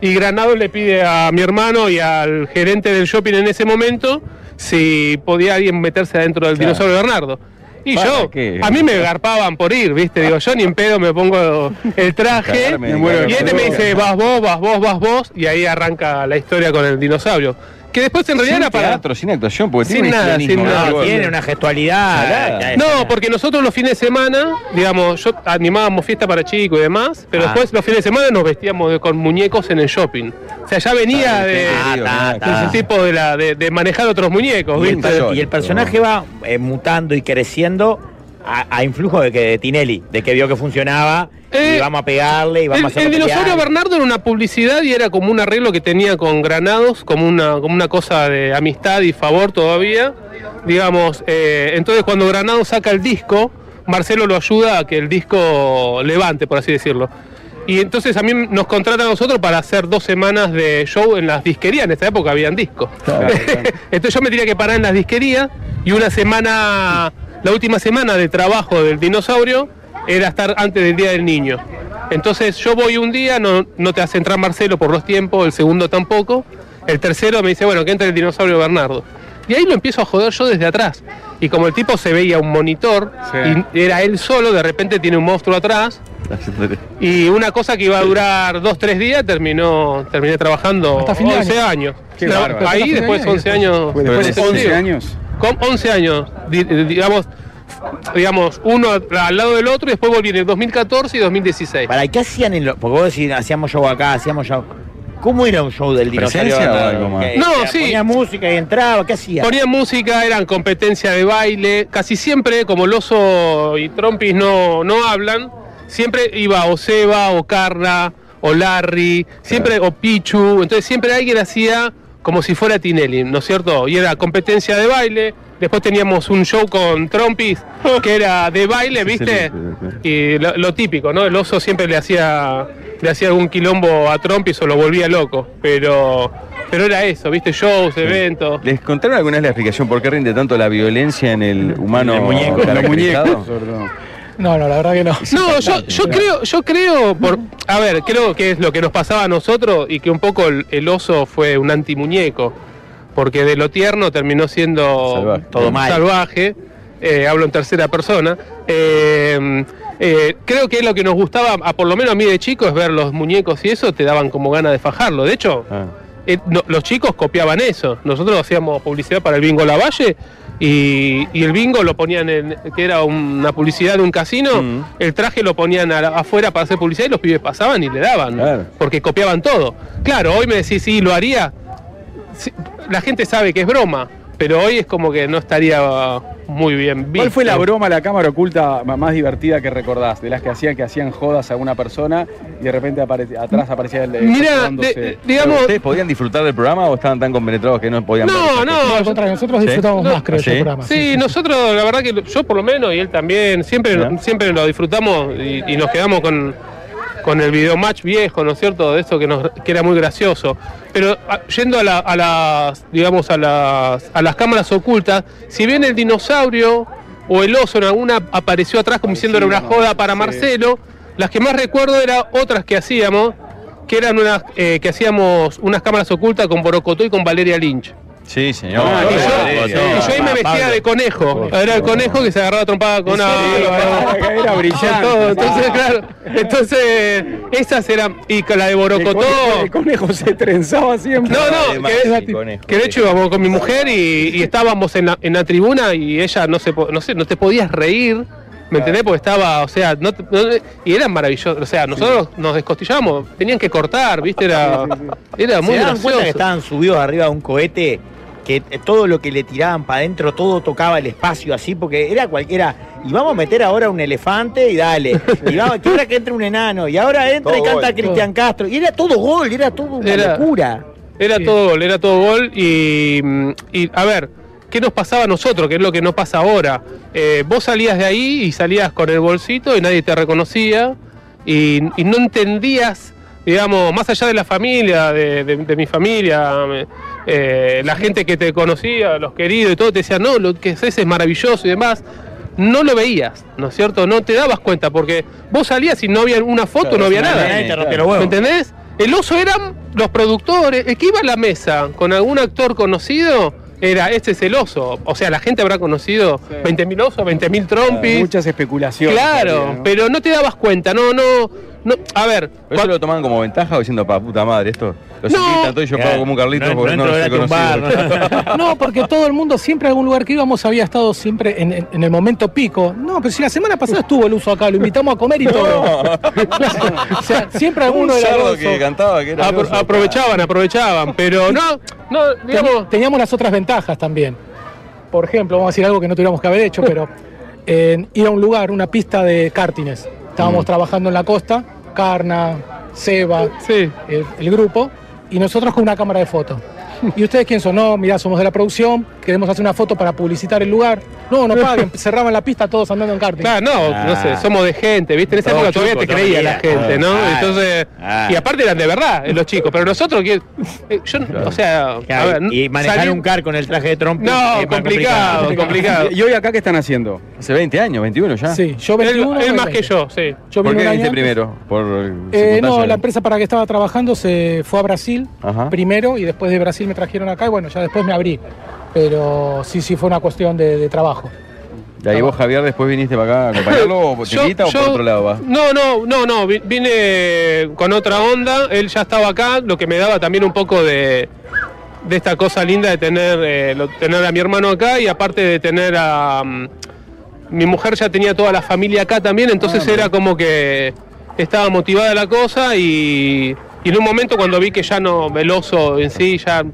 Speaker 16: Y Granado le pide a mi hermano y al gerente del shopping en ese momento si podía alguien meterse adentro del
Speaker 3: Claro.
Speaker 16: dinosaurio Bernardo. Y
Speaker 3: ¿Para
Speaker 16: yo,
Speaker 3: qué?
Speaker 16: a mí me garpaban por ir, ¿viste? Digo, yo ni en pedo me pongo el traje.
Speaker 3: Cagarme, cagarme
Speaker 16: y este me
Speaker 3: de
Speaker 16: dice,
Speaker 3: boca.
Speaker 16: vas vos, vas vos, vas vos. Y ahí arranca la historia con el dinosaurio. Que después en realidad
Speaker 3: Sin
Speaker 16: era para.
Speaker 3: teatro, sin actuación, porque
Speaker 16: Sin
Speaker 3: tiene un
Speaker 16: nada, sin
Speaker 3: histrionismo,
Speaker 16: nada.
Speaker 3: ¿no?
Speaker 16: Tiene
Speaker 2: una gestualidad.
Speaker 3: Salada.
Speaker 16: No, porque nosotros los fines de semana, digamos, yo animábamos fiesta para chicos y demás, pero
Speaker 3: Ah.
Speaker 16: después los fines de semana nos vestíamos de- con muñecos en el shopping. O sea, ya
Speaker 2: Ah,
Speaker 16: venía de, de ese tipo de, la, de, de manejar otros muñecos,
Speaker 2: Y el,
Speaker 16: ¿viste?
Speaker 2: per- y el personaje va eh, mutando y creciendo a, a influjo de que de Tinelli, de que vio que funcionaba y
Speaker 16: Eh,
Speaker 2: vamos a pegarle y vamos
Speaker 16: El,
Speaker 2: a hacer
Speaker 16: el dinosaurio Bernardo era una publicidad y era como un arreglo que tenía con Granados, como una, como una cosa de amistad y favor todavía. Digamos, eh, entonces cuando Granados saca el disco, Marcelo lo ayuda a que el disco levante, por así decirlo. Y entonces a mí nos contratan a nosotros para hacer dos semanas de show en las disquerías. En esta época habían discos. Entonces yo me tenía que parar en las disquerías y una semana, la última semana de trabajo del dinosaurio era estar antes del Día del Niño. Entonces yo voy un día, no, no te hace entrar Marcelo por los tiempos, el segundo tampoco. El tercero me dice, bueno, que entre el dinosaurio Bernardo. Y ahí lo empiezo a joder yo desde atrás. Y como el tipo se veía un monitor y era él solo, de repente tiene un monstruo atrás. Y una cosa que iba a durar dos, tres días, terminó, terminé trabajando
Speaker 4: Hasta fin de
Speaker 16: 11
Speaker 4: año.
Speaker 16: años.
Speaker 4: Qué
Speaker 16: Tra-
Speaker 4: bárbaro. Hasta
Speaker 16: Ahí
Speaker 4: fin de
Speaker 16: después
Speaker 4: año y
Speaker 16: 11
Speaker 4: después-
Speaker 16: años.
Speaker 4: Después de 11 años.
Speaker 16: Con 11 años, di- eh, digamos, digamos, uno al- al lado del otro y después volví en el 2014 y 2016.
Speaker 2: ¿Para qué hacían en lo, Porque vos decís, hacíamos show acá, hacíamos show. ¿Cómo era un show del dinosaurio? Eh,
Speaker 16: ¿Presencia o
Speaker 2: Bernardo?
Speaker 16: algo más?
Speaker 2: Que-
Speaker 16: No,
Speaker 2: que
Speaker 16: sí.
Speaker 2: Ponía música y entraba, ¿qué hacía?
Speaker 16: Ponía música, eran competencia de baile, casi siempre, como el oso y Trompis no, no hablan, siempre iba o Seba, o Carla, o Larry, siempre, o Pichu, entonces siempre alguien hacía como si fuera Tinelli, ¿no es cierto? Y era competencia de baile, después teníamos un show con Trompis que era de baile, ¿viste? Y lo, lo típico, ¿no? El oso siempre le hacía le hacía algún quilombo a Trompis o lo volvía loco, pero pero era eso, ¿viste? Shows, eventos.
Speaker 3: ¿Les contaron alguna vez la explicación por qué rinde tanto la violencia en el humano caracterizado?
Speaker 15: No, no, la verdad que no.
Speaker 16: No, yo, yo creo, yo creo, por, a ver, creo que es lo que nos pasaba a nosotros y que un poco el, el oso fue un antimuñeco, porque de lo tierno terminó siendo
Speaker 3: Salvaje.
Speaker 2: Todo mal.
Speaker 16: salvaje, eh, hablo en tercera persona. eh, eh, creo que lo que nos gustaba, a, por lo menos a mí de chico, es ver los muñecos y eso te daban como ganas de fajarlo. De hecho, eh, no- los chicos copiaban eso. Nosotros hacíamos publicidad para el Bingo Lavalle Y, y el bingo lo ponían, en, que era una publicidad de un casino, el traje lo ponían a la- afuera para hacer publicidad y los pibes pasaban y le daban, porque copiaban todo. Claro, hoy me decís, sí, lo haría. Sí, la gente sabe que es broma, pero hoy es como que no estaría muy bien visto.
Speaker 4: ¿Cuál fue la broma, la cámara oculta ma- más divertida que recordás? De las que hacían que hacían jodas a una persona y de repente apare- atrás aparecía el de.
Speaker 3: Eh,
Speaker 4: saludándose.
Speaker 16: eh,
Speaker 3: ¿Ustedes podían disfrutar del programa o estaban tan compenetrados que no podían
Speaker 16: No, no.
Speaker 15: al contrario, nosotros disfrutamos más, creo,
Speaker 3: ¿Sí?
Speaker 15: este programa.
Speaker 16: Sí, nosotros, la verdad que lo- yo por lo menos y él también, siempre, siempre lo disfrutamos y, y nos quedamos con, con el video match viejo, ¿no es cierto? De eso que, nos, que era muy gracioso. Pero a- yendo a, la- a las, digamos, a las, a las cámaras ocultas, si bien el dinosaurio o el oso en alguna apareció atrás como diciendo era una joda para Marcelo, las que más recuerdo eran otras que hacíamos, que eran unas, eh, que hacíamos unas cámaras ocultas con Borocotó y con Valeria Lynch.
Speaker 3: Sí, señor.
Speaker 16: Ah, y yo-
Speaker 3: Valeria.
Speaker 16: y yo
Speaker 4: Ah,
Speaker 16: ahí me vestía de conejo. Era el conejo que se agarraba trompada con una.
Speaker 4: Ah, Era brillante.
Speaker 16: Todo. Entonces, claro. Entonces, esas eran. Y con la de Borocotó.
Speaker 4: El conejo se trenzaba siempre.
Speaker 16: No, no, que, que de hecho íbamos con mi mujer y, y estábamos en la, en la tribuna y ella no se po- no sé, no te podías reír, ¿me entendés? Porque estaba, o sea, no, te- no- y eran maravillosos, o sea, nosotros nos descostillábamos, tenían que cortar, ¿viste? Era, era muy
Speaker 2: ¿Se dan
Speaker 16: gracioso.
Speaker 2: cuenta que estaban subidos arriba de un cohete? Que eh, todo lo que le tiraban para adentro, todo tocaba el espacio así, porque era cualquiera. Y vamos a meter ahora un elefante y dale. Y vamos, que ahora que entre un enano. Y ahora entra y
Speaker 16: Todo
Speaker 2: canta
Speaker 16: gol.
Speaker 2: Cristian Castro. Y era todo gol, era todo una
Speaker 16: Era-
Speaker 2: locura.
Speaker 16: Era todo gol, era todo gol y, mm, y, a ver, ¿qué nos pasaba a nosotros? ¿Qué es lo que no pasa ahora? Eh, vos salías de ahí y salías con el bolsito y nadie te reconocía y, y no entendías, digamos, más allá de la familia, de, de- de mi familia, me- eh, la gente que te conocía, los queridos y todo, te decían, no, lo que haces es maravilloso y demás. No lo veías, ¿no es cierto? No te dabas cuenta porque vos salías y no había una foto,
Speaker 2: Claro,
Speaker 16: no había
Speaker 2: si no
Speaker 16: nada.
Speaker 2: había nadie, te rompía los huevos.
Speaker 16: ¿Me entendés? El oso eran los productores. El que iba a la mesa con algún actor conocido era, este es el oso. O sea, la gente habrá conocido 20.000 osos, 20.000 trompis.
Speaker 4: Muchas especulaciones.
Speaker 16: claro,
Speaker 4: había, ¿no?
Speaker 16: pero no te dabas cuenta. No, no, no. A ver,
Speaker 3: ¿Pero eso lo tomaban como ventaja o diciendo, pa, puta madre, esto? Los invitan todos y yo pago como un Carlito porque Eh, no, los he conocido.
Speaker 15: No, porque todo el mundo siempre a algún lugar que íbamos había estado siempre en, en- en el momento pico. No, pero si la semana pasada estuvo el uso acá, lo invitamos a comer y todo. o sea, siempre alguno
Speaker 3: Un
Speaker 15: era el
Speaker 3: cerdo
Speaker 15: oso.
Speaker 3: que cantaba, que era el
Speaker 16: apro-
Speaker 3: oso.
Speaker 16: aprovechaban, aprovechaban, pero no, no, digamos.
Speaker 15: Ten- Teníamos las otras ventajas también. Por ejemplo, vamos a decir algo que no tuviéramos que haber hecho, pero eh, ir a un lugar, una pista de kartines.
Speaker 16: Mm.
Speaker 15: Estábamos trabajando en la costa, Carna, Seba, el, el grupo, y nosotros con una cámara de fotos. ¿Y ustedes quién son? No, mirá, somos de la producción, queremos hacer una foto para publicitar el lugar. No, no paguen, cerraban la pista todos andando en karting.
Speaker 16: Claro, no, no sé, somos de gente, ¿viste? En esa
Speaker 15: Todo
Speaker 16: época Ah. todavía
Speaker 15: chuco,
Speaker 16: te creía la
Speaker 15: todavía.
Speaker 16: gente, ¿no?
Speaker 15: Ah,
Speaker 16: Entonces,
Speaker 2: ah.
Speaker 16: y aparte eran de verdad eh, los chicos, pero nosotros, que, eh, yo, o sea, a ver,
Speaker 2: y manejar
Speaker 16: salí-
Speaker 2: un car con el traje de trompa.
Speaker 16: No, complicado, complicado.
Speaker 4: ¿Y hoy acá qué están haciendo?
Speaker 3: Hace 20 años, 21 ya.
Speaker 15: Sí, yo 21,
Speaker 16: Ah. él, él
Speaker 15: él
Speaker 16: más
Speaker 15: 20.
Speaker 16: que yo, sí.
Speaker 15: Yo
Speaker 3: ¿Por
Speaker 15: vine
Speaker 3: qué
Speaker 15: un año
Speaker 3: viniste
Speaker 15: antes.
Speaker 3: primero? Por
Speaker 15: Eh,
Speaker 3: circunstancias
Speaker 15: no,
Speaker 3: de-
Speaker 15: la empresa para la que estaba trabajando se fue a Brasil
Speaker 3: Ajá.
Speaker 15: primero y después de Brasil me trajeron acá y bueno, ya después me abrí. Pero sí, sí, fue una cuestión de, de trabajo.
Speaker 3: ¿De ahí vos, Javier, después viniste para acá a acompañarlo? ¿O te
Speaker 16: Yo-
Speaker 3: invita o por
Speaker 16: yo-
Speaker 3: otro lado va?
Speaker 16: No, no, no, no. vi- Vine con otra onda. Él ya estaba acá, lo que me daba también un poco de, de esta cosa linda de tener, eh, lo- tener a mi hermano acá y aparte de tener a. mm, mi mujer ya tenía toda la familia acá también,
Speaker 15: Ah,
Speaker 16: entonces era como que estaba motivada la cosa y, y en un momento cuando vi que ya no, el oso en sí, ya.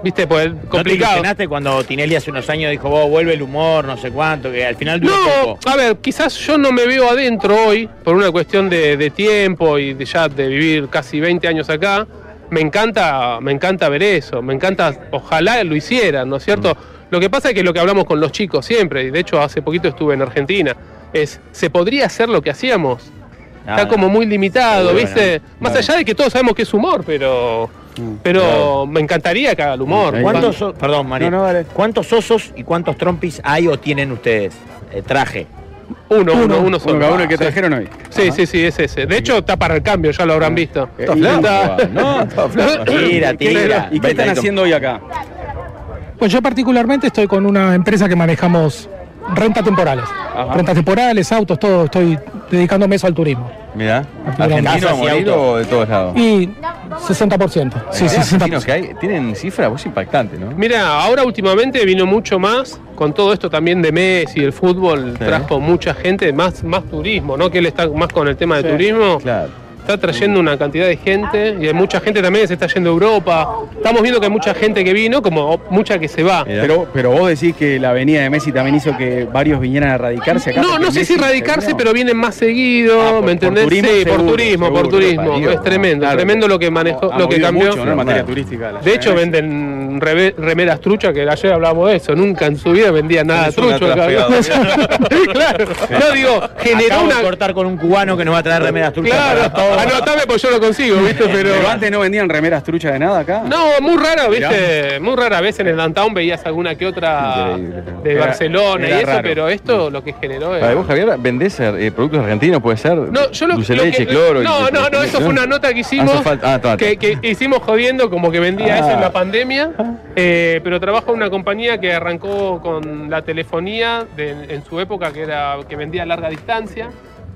Speaker 16: Viste, pues
Speaker 2: ¿No te
Speaker 16: complicado.
Speaker 2: ilusionaste cuando Tinelli hace unos años dijo, vos vuelve el humor, no sé cuánto, que al final duró
Speaker 16: No,
Speaker 2: poco?
Speaker 16: a ver, quizás yo no me veo adentro hoy por una cuestión de, de tiempo y de ya de vivir casi 20 años acá. Me encanta, me encanta ver eso, me encanta, ojalá lo hicieran, ¿no es cierto? Lo que pasa es que lo que hablamos con los chicos siempre, y de hecho hace poquito estuve en Argentina, es, ¿se podría hacer lo que hacíamos? Está
Speaker 2: no.
Speaker 16: como muy limitado,
Speaker 2: Seguro
Speaker 16: ¿viste?
Speaker 2: que no.
Speaker 16: Más
Speaker 2: Claro.
Speaker 16: allá de que todos sabemos que es humor, pero, pero me encantaría que haga el humor.
Speaker 2: ¿Cuántos, o- perdón, María. ¿Cuántos osos y cuántos trompis hay o tienen ustedes? Eh, traje.
Speaker 16: Uno, uno, uno, solo. Ah,
Speaker 2: cada uno el que
Speaker 16: Sí.
Speaker 2: trajeron
Speaker 4: hoy.
Speaker 16: Sí, sí, sí, es ese. De hecho, está para el cambio, ya lo habrán visto.
Speaker 4: Está flaco, igual, ¿no?
Speaker 16: Está-
Speaker 2: Tira,
Speaker 4: ¿Y qué-
Speaker 2: tira.
Speaker 4: ¿Y qué están
Speaker 2: Bendito.
Speaker 4: haciendo hoy acá?
Speaker 15: Pues yo particularmente estoy con una empresa que manejamos rentas temporales. Rentas temporales, autos, todo. Estoy dedicándome eso al turismo.
Speaker 3: Mirá,
Speaker 15: Mirá,
Speaker 3: ¿argentino
Speaker 15: casas
Speaker 3: a
Speaker 15: y
Speaker 3: morir
Speaker 15: autos.
Speaker 3: o de todos lados?
Speaker 15: Y 60%. Sí,
Speaker 3: Hay
Speaker 15: 60%.
Speaker 3: argentinos que hay, tienen cifras, vos impactante, ¿no?
Speaker 16: Mira, ahora últimamente vino mucho más con todo esto también de Messi, el fútbol trajo mucha gente, más, más turismo, ¿no? Que él está más con el tema de
Speaker 12: Sí.
Speaker 16: turismo. Está trayendo una cantidad de gente y hay mucha gente también que se está yendo a Europa. Estamos viendo que hay mucha gente que vino, como mucha que se va.
Speaker 4: Pero, pero vos decís que la venida de Messi también hizo que varios vinieran a radicarse acá.
Speaker 16: No,
Speaker 4: porque
Speaker 16: no sé
Speaker 4: Messi
Speaker 16: si radicarse, pero vienen más seguido, ¿me entendés?
Speaker 4: Ah, turismo
Speaker 16: sí, por
Speaker 4: seguro,
Speaker 16: turismo, por
Speaker 4: seguro,
Speaker 16: turismo.
Speaker 4: parió.
Speaker 16: es tremendo,
Speaker 4: Claro.
Speaker 16: tremendo lo que manejó,
Speaker 4: Ha
Speaker 16: lo que
Speaker 4: movido
Speaker 16: cambió.
Speaker 4: mucho, ¿no? en materia turística. la
Speaker 16: De hecho,
Speaker 4: llegada
Speaker 16: venden reve- remeras truchas, que ayer hablábamos de eso. Nunca en su vida vendía nada
Speaker 14: un
Speaker 16: trucho.
Speaker 14: gato
Speaker 16: cabrón. claro, no digo, generó
Speaker 2: Acabo
Speaker 16: una.
Speaker 2: de cortar con un cubano que nos va a traer remeras turcas.
Speaker 16: Claro, anotame porque yo lo consigo, ¿viste? Pero.
Speaker 4: Pero antes no vendían remeras truchas de nada acá.
Speaker 16: No, muy rara, ¿viste? Muy rara vez en el downtown veías alguna que otra de
Speaker 3: Era-
Speaker 16: Barcelona
Speaker 3: era
Speaker 16: y eso,
Speaker 3: raro.
Speaker 16: pero esto lo que generó es.
Speaker 3: Para vos, Javier, vendés eh, productos argentinos, puede ser.
Speaker 16: No, yo lo,
Speaker 3: Dulce
Speaker 16: lo
Speaker 3: leche,
Speaker 16: que,
Speaker 3: cloro. y-
Speaker 16: No, no, no, eso fue una nota que
Speaker 3: Hace
Speaker 16: hicimos.
Speaker 3: falta- ah, está, está.
Speaker 16: que, que hicimos jodiendo, como que vendía
Speaker 3: Ah.
Speaker 16: eso en la pandemia. eh, pero trabajo en una compañía que arrancó con la telefonía de- en su época, que, era, que vendía a larga distancia.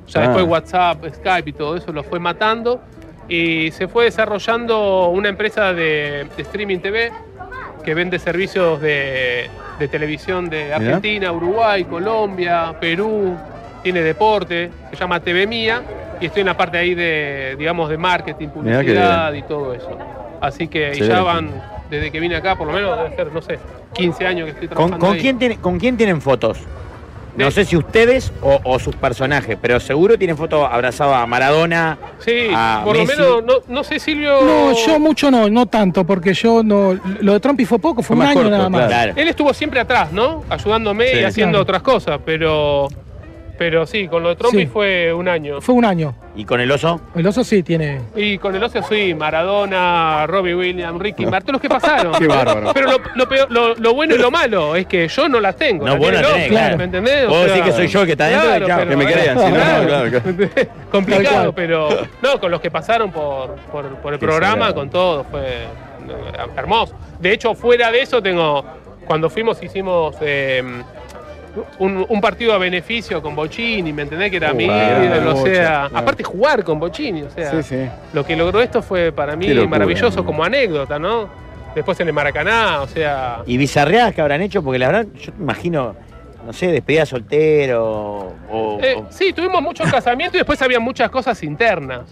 Speaker 16: Ya
Speaker 12: Ah.
Speaker 16: después WhatsApp, Skype y todo eso lo fue matando. Y se fue desarrollando una empresa de, de streaming TV que vende servicios de, de televisión de Argentina, Uruguay, Colombia, Perú, tiene deporte, se llama TV Mía y estoy en la parte ahí de, digamos, de marketing,
Speaker 3: Mirá que
Speaker 16: publicidad y todo eso. Así que y ya
Speaker 2: Excelente.
Speaker 16: van, desde que vine acá, por lo menos debe ser, no sé, 15 años que estoy
Speaker 2: ¿Con,
Speaker 16: trabajando
Speaker 2: con
Speaker 16: ahí.
Speaker 2: quién tiene- ¿Con quién tienen fotos? No sé si ustedes o, o sus personajes, pero seguro tienen fotos abrazado a Maradona.
Speaker 16: Sí,
Speaker 2: a
Speaker 16: por
Speaker 2: Messi.
Speaker 16: lo menos, no, no sé, Silvio...
Speaker 15: Ah, No, yo mucho no, no tanto, porque yo no. Lo de Trumpi fue poco, fue, un año nada más.
Speaker 16: Él estuvo siempre atrás, ¿no? Ayudándome
Speaker 15: Sí.
Speaker 16: y haciendo
Speaker 15: Claro.
Speaker 16: otras cosas, pero... Pero sí, con lo de Trompi
Speaker 15: Sí.
Speaker 16: fue un año.
Speaker 15: Fue un año.
Speaker 2: ¿Y con el oso?
Speaker 15: El oso sí tiene.
Speaker 16: Y con el ocio sí, Maradona, Robbie Williams, Ricky Martin, los que pasaron.
Speaker 15: Qué bárbaro.
Speaker 16: Pero lo, lo peor- lo- lo bueno y lo malo es que yo no las tengo.
Speaker 2: No,
Speaker 16: las
Speaker 2: vos
Speaker 16: tiene
Speaker 2: no
Speaker 16: el
Speaker 2: tenés,
Speaker 16: otro,
Speaker 2: claro.
Speaker 16: ¿Me entendés? O
Speaker 2: Vos
Speaker 16: sea,
Speaker 2: decís que soy yo el que está dentro,
Speaker 16: claro,
Speaker 2: y chao.
Speaker 16: pero-
Speaker 2: Que me crean, si no, no, claro,
Speaker 16: Complicado,
Speaker 2: Tal cual.
Speaker 16: pero no, con los que pasaron por, por, por el
Speaker 2: Qué
Speaker 16: programa,
Speaker 2: sagrado.
Speaker 16: con todo, fue no, hermoso. De hecho, fuera de eso, tengo. Cuando fuimos, hicimos. eh, un, un partido a beneficio con Bocini, ¿me entendés? Que era
Speaker 12: Oh,
Speaker 2: Uh,
Speaker 16: mi
Speaker 12: claro,
Speaker 16: ídolo, eh, o
Speaker 12: mucho,
Speaker 16: sea,
Speaker 12: claro.
Speaker 16: aparte jugar con Bocini, o sea, lo que logró esto fue para mí
Speaker 2: Qué locura,
Speaker 16: maravilloso como anécdota, ¿no? Después en el Maracaná, o sea.
Speaker 2: Y bizarreadas que habrán hecho, porque la verdad, yo me imagino, no sé, despedida soltero o.
Speaker 16: Eh, sí, tuvimos muchos casamientos y después había muchas cosas internas.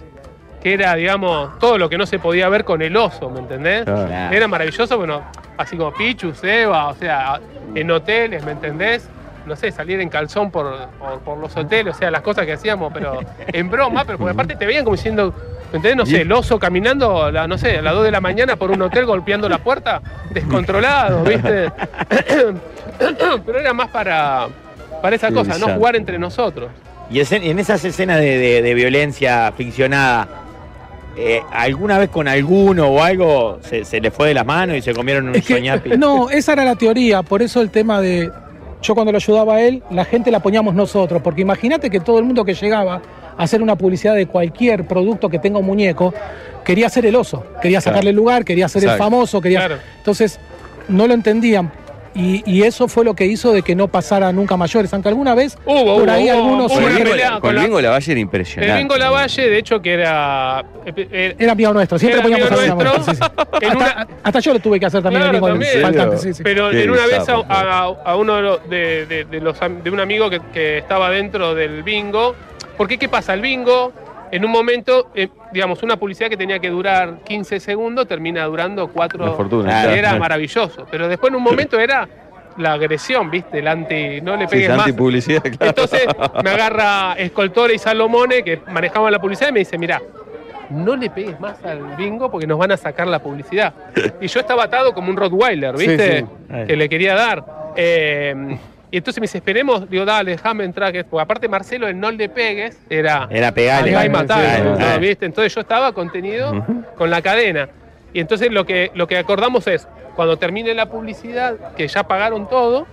Speaker 16: Que era, digamos, todo lo que no se podía ver con el oso, ¿me entendés?
Speaker 2: Claro.
Speaker 16: Era maravilloso, bueno, así como Pichu, Seba, o sea, en hoteles, ¿me entendés? No sé, salir en calzón por, por- por los hoteles, o sea, las cosas que hacíamos, pero en broma, pero porque aparte te veían como diciendo, ¿me entendés? No sé, el oso caminando, a la- no sé, a las 2 de la mañana por un hotel golpeando la puerta, descontrolado, ¿viste? pero era más para, para esa
Speaker 2: Qué
Speaker 16: cosa, no
Speaker 2: bizarro.
Speaker 16: jugar entre nosotros.
Speaker 2: Y ese- en esas escenas de, de- de violencia ficcionada, eh, ¿alguna vez con alguno o algo se, se les fue de las manos y se comieron un soñapi?
Speaker 15: No, esa era la teoría, por eso el tema de. Yo cuando lo ayudaba a él, la gente la poníamos nosotros, porque imagínate que todo el mundo que llegaba a hacer una publicidad de cualquier producto que tenga un muñeco, quería ser el oso, quería
Speaker 12: Claro.
Speaker 15: sacarle lugar, quería ser el
Speaker 12: Exacto.
Speaker 15: famoso, quería...
Speaker 12: Claro.
Speaker 15: Entonces, no lo entendían. Y, y eso fue lo que hizo de que no pasara nunca a mayores, aunque alguna vez por
Speaker 16: hubo,
Speaker 15: ahí
Speaker 16: hubo,
Speaker 15: algunos...
Speaker 16: hubo
Speaker 3: Con
Speaker 16: una
Speaker 3: Bingo-
Speaker 16: pelea
Speaker 3: con
Speaker 16: con la-
Speaker 3: Bingo Lavalle
Speaker 16: El
Speaker 3: era impresionante.
Speaker 16: Bingo Lavalle, de hecho, que era. eh,
Speaker 15: Era amigo nuestro, siempre
Speaker 16: Era
Speaker 15: poníamos
Speaker 16: amigo
Speaker 15: a hacer
Speaker 16: nuestro.
Speaker 15: sí, sí. Hasta, hasta yo lo tuve que hacer también,
Speaker 16: Claro,
Speaker 15: el bingo,
Speaker 16: también.
Speaker 15: faltante, sí, sí.
Speaker 16: Pero
Speaker 12: Qué
Speaker 16: en una vez a,
Speaker 12: bizarro,
Speaker 16: a- a uno de los, de, de- de los am- de un amigo que, que estaba dentro del bingo, porque qué pasa el bingo en un momento, eh, digamos, una publicidad que tenía que durar 15 segundos termina durando 4
Speaker 3: Una fortuna, claro,
Speaker 16: era
Speaker 3: claro.
Speaker 16: maravilloso, pero después en un momento era la agresión, ¿viste? El anti no le
Speaker 3: Sí,
Speaker 16: pegues más.
Speaker 3: antipublicidad, claro.
Speaker 16: Entonces me agarra Escoltore y Salomone, que manejaban la publicidad, y me dice, mira, no le pegues más al bingo porque nos van a sacar la publicidad. Y yo estaba atado como un Rottweiler,
Speaker 12: Sí,
Speaker 16: ¿viste?
Speaker 12: sí. Ahí.
Speaker 16: Que le quería dar. Eh, y entonces me dice, esperemos, digo, dale, déjame entrar, que- porque aparte Marcelo, el no le pegues, era...
Speaker 2: Era pegale.
Speaker 16: Acá hay matar,
Speaker 2: Pegale,
Speaker 16: ¿no?
Speaker 2: pegale.
Speaker 16: ¿viste? Entonces yo estaba contenido con la cadena. Y entonces lo que, lo que acordamos es, cuando termine la publicidad, que ya pagaron todo,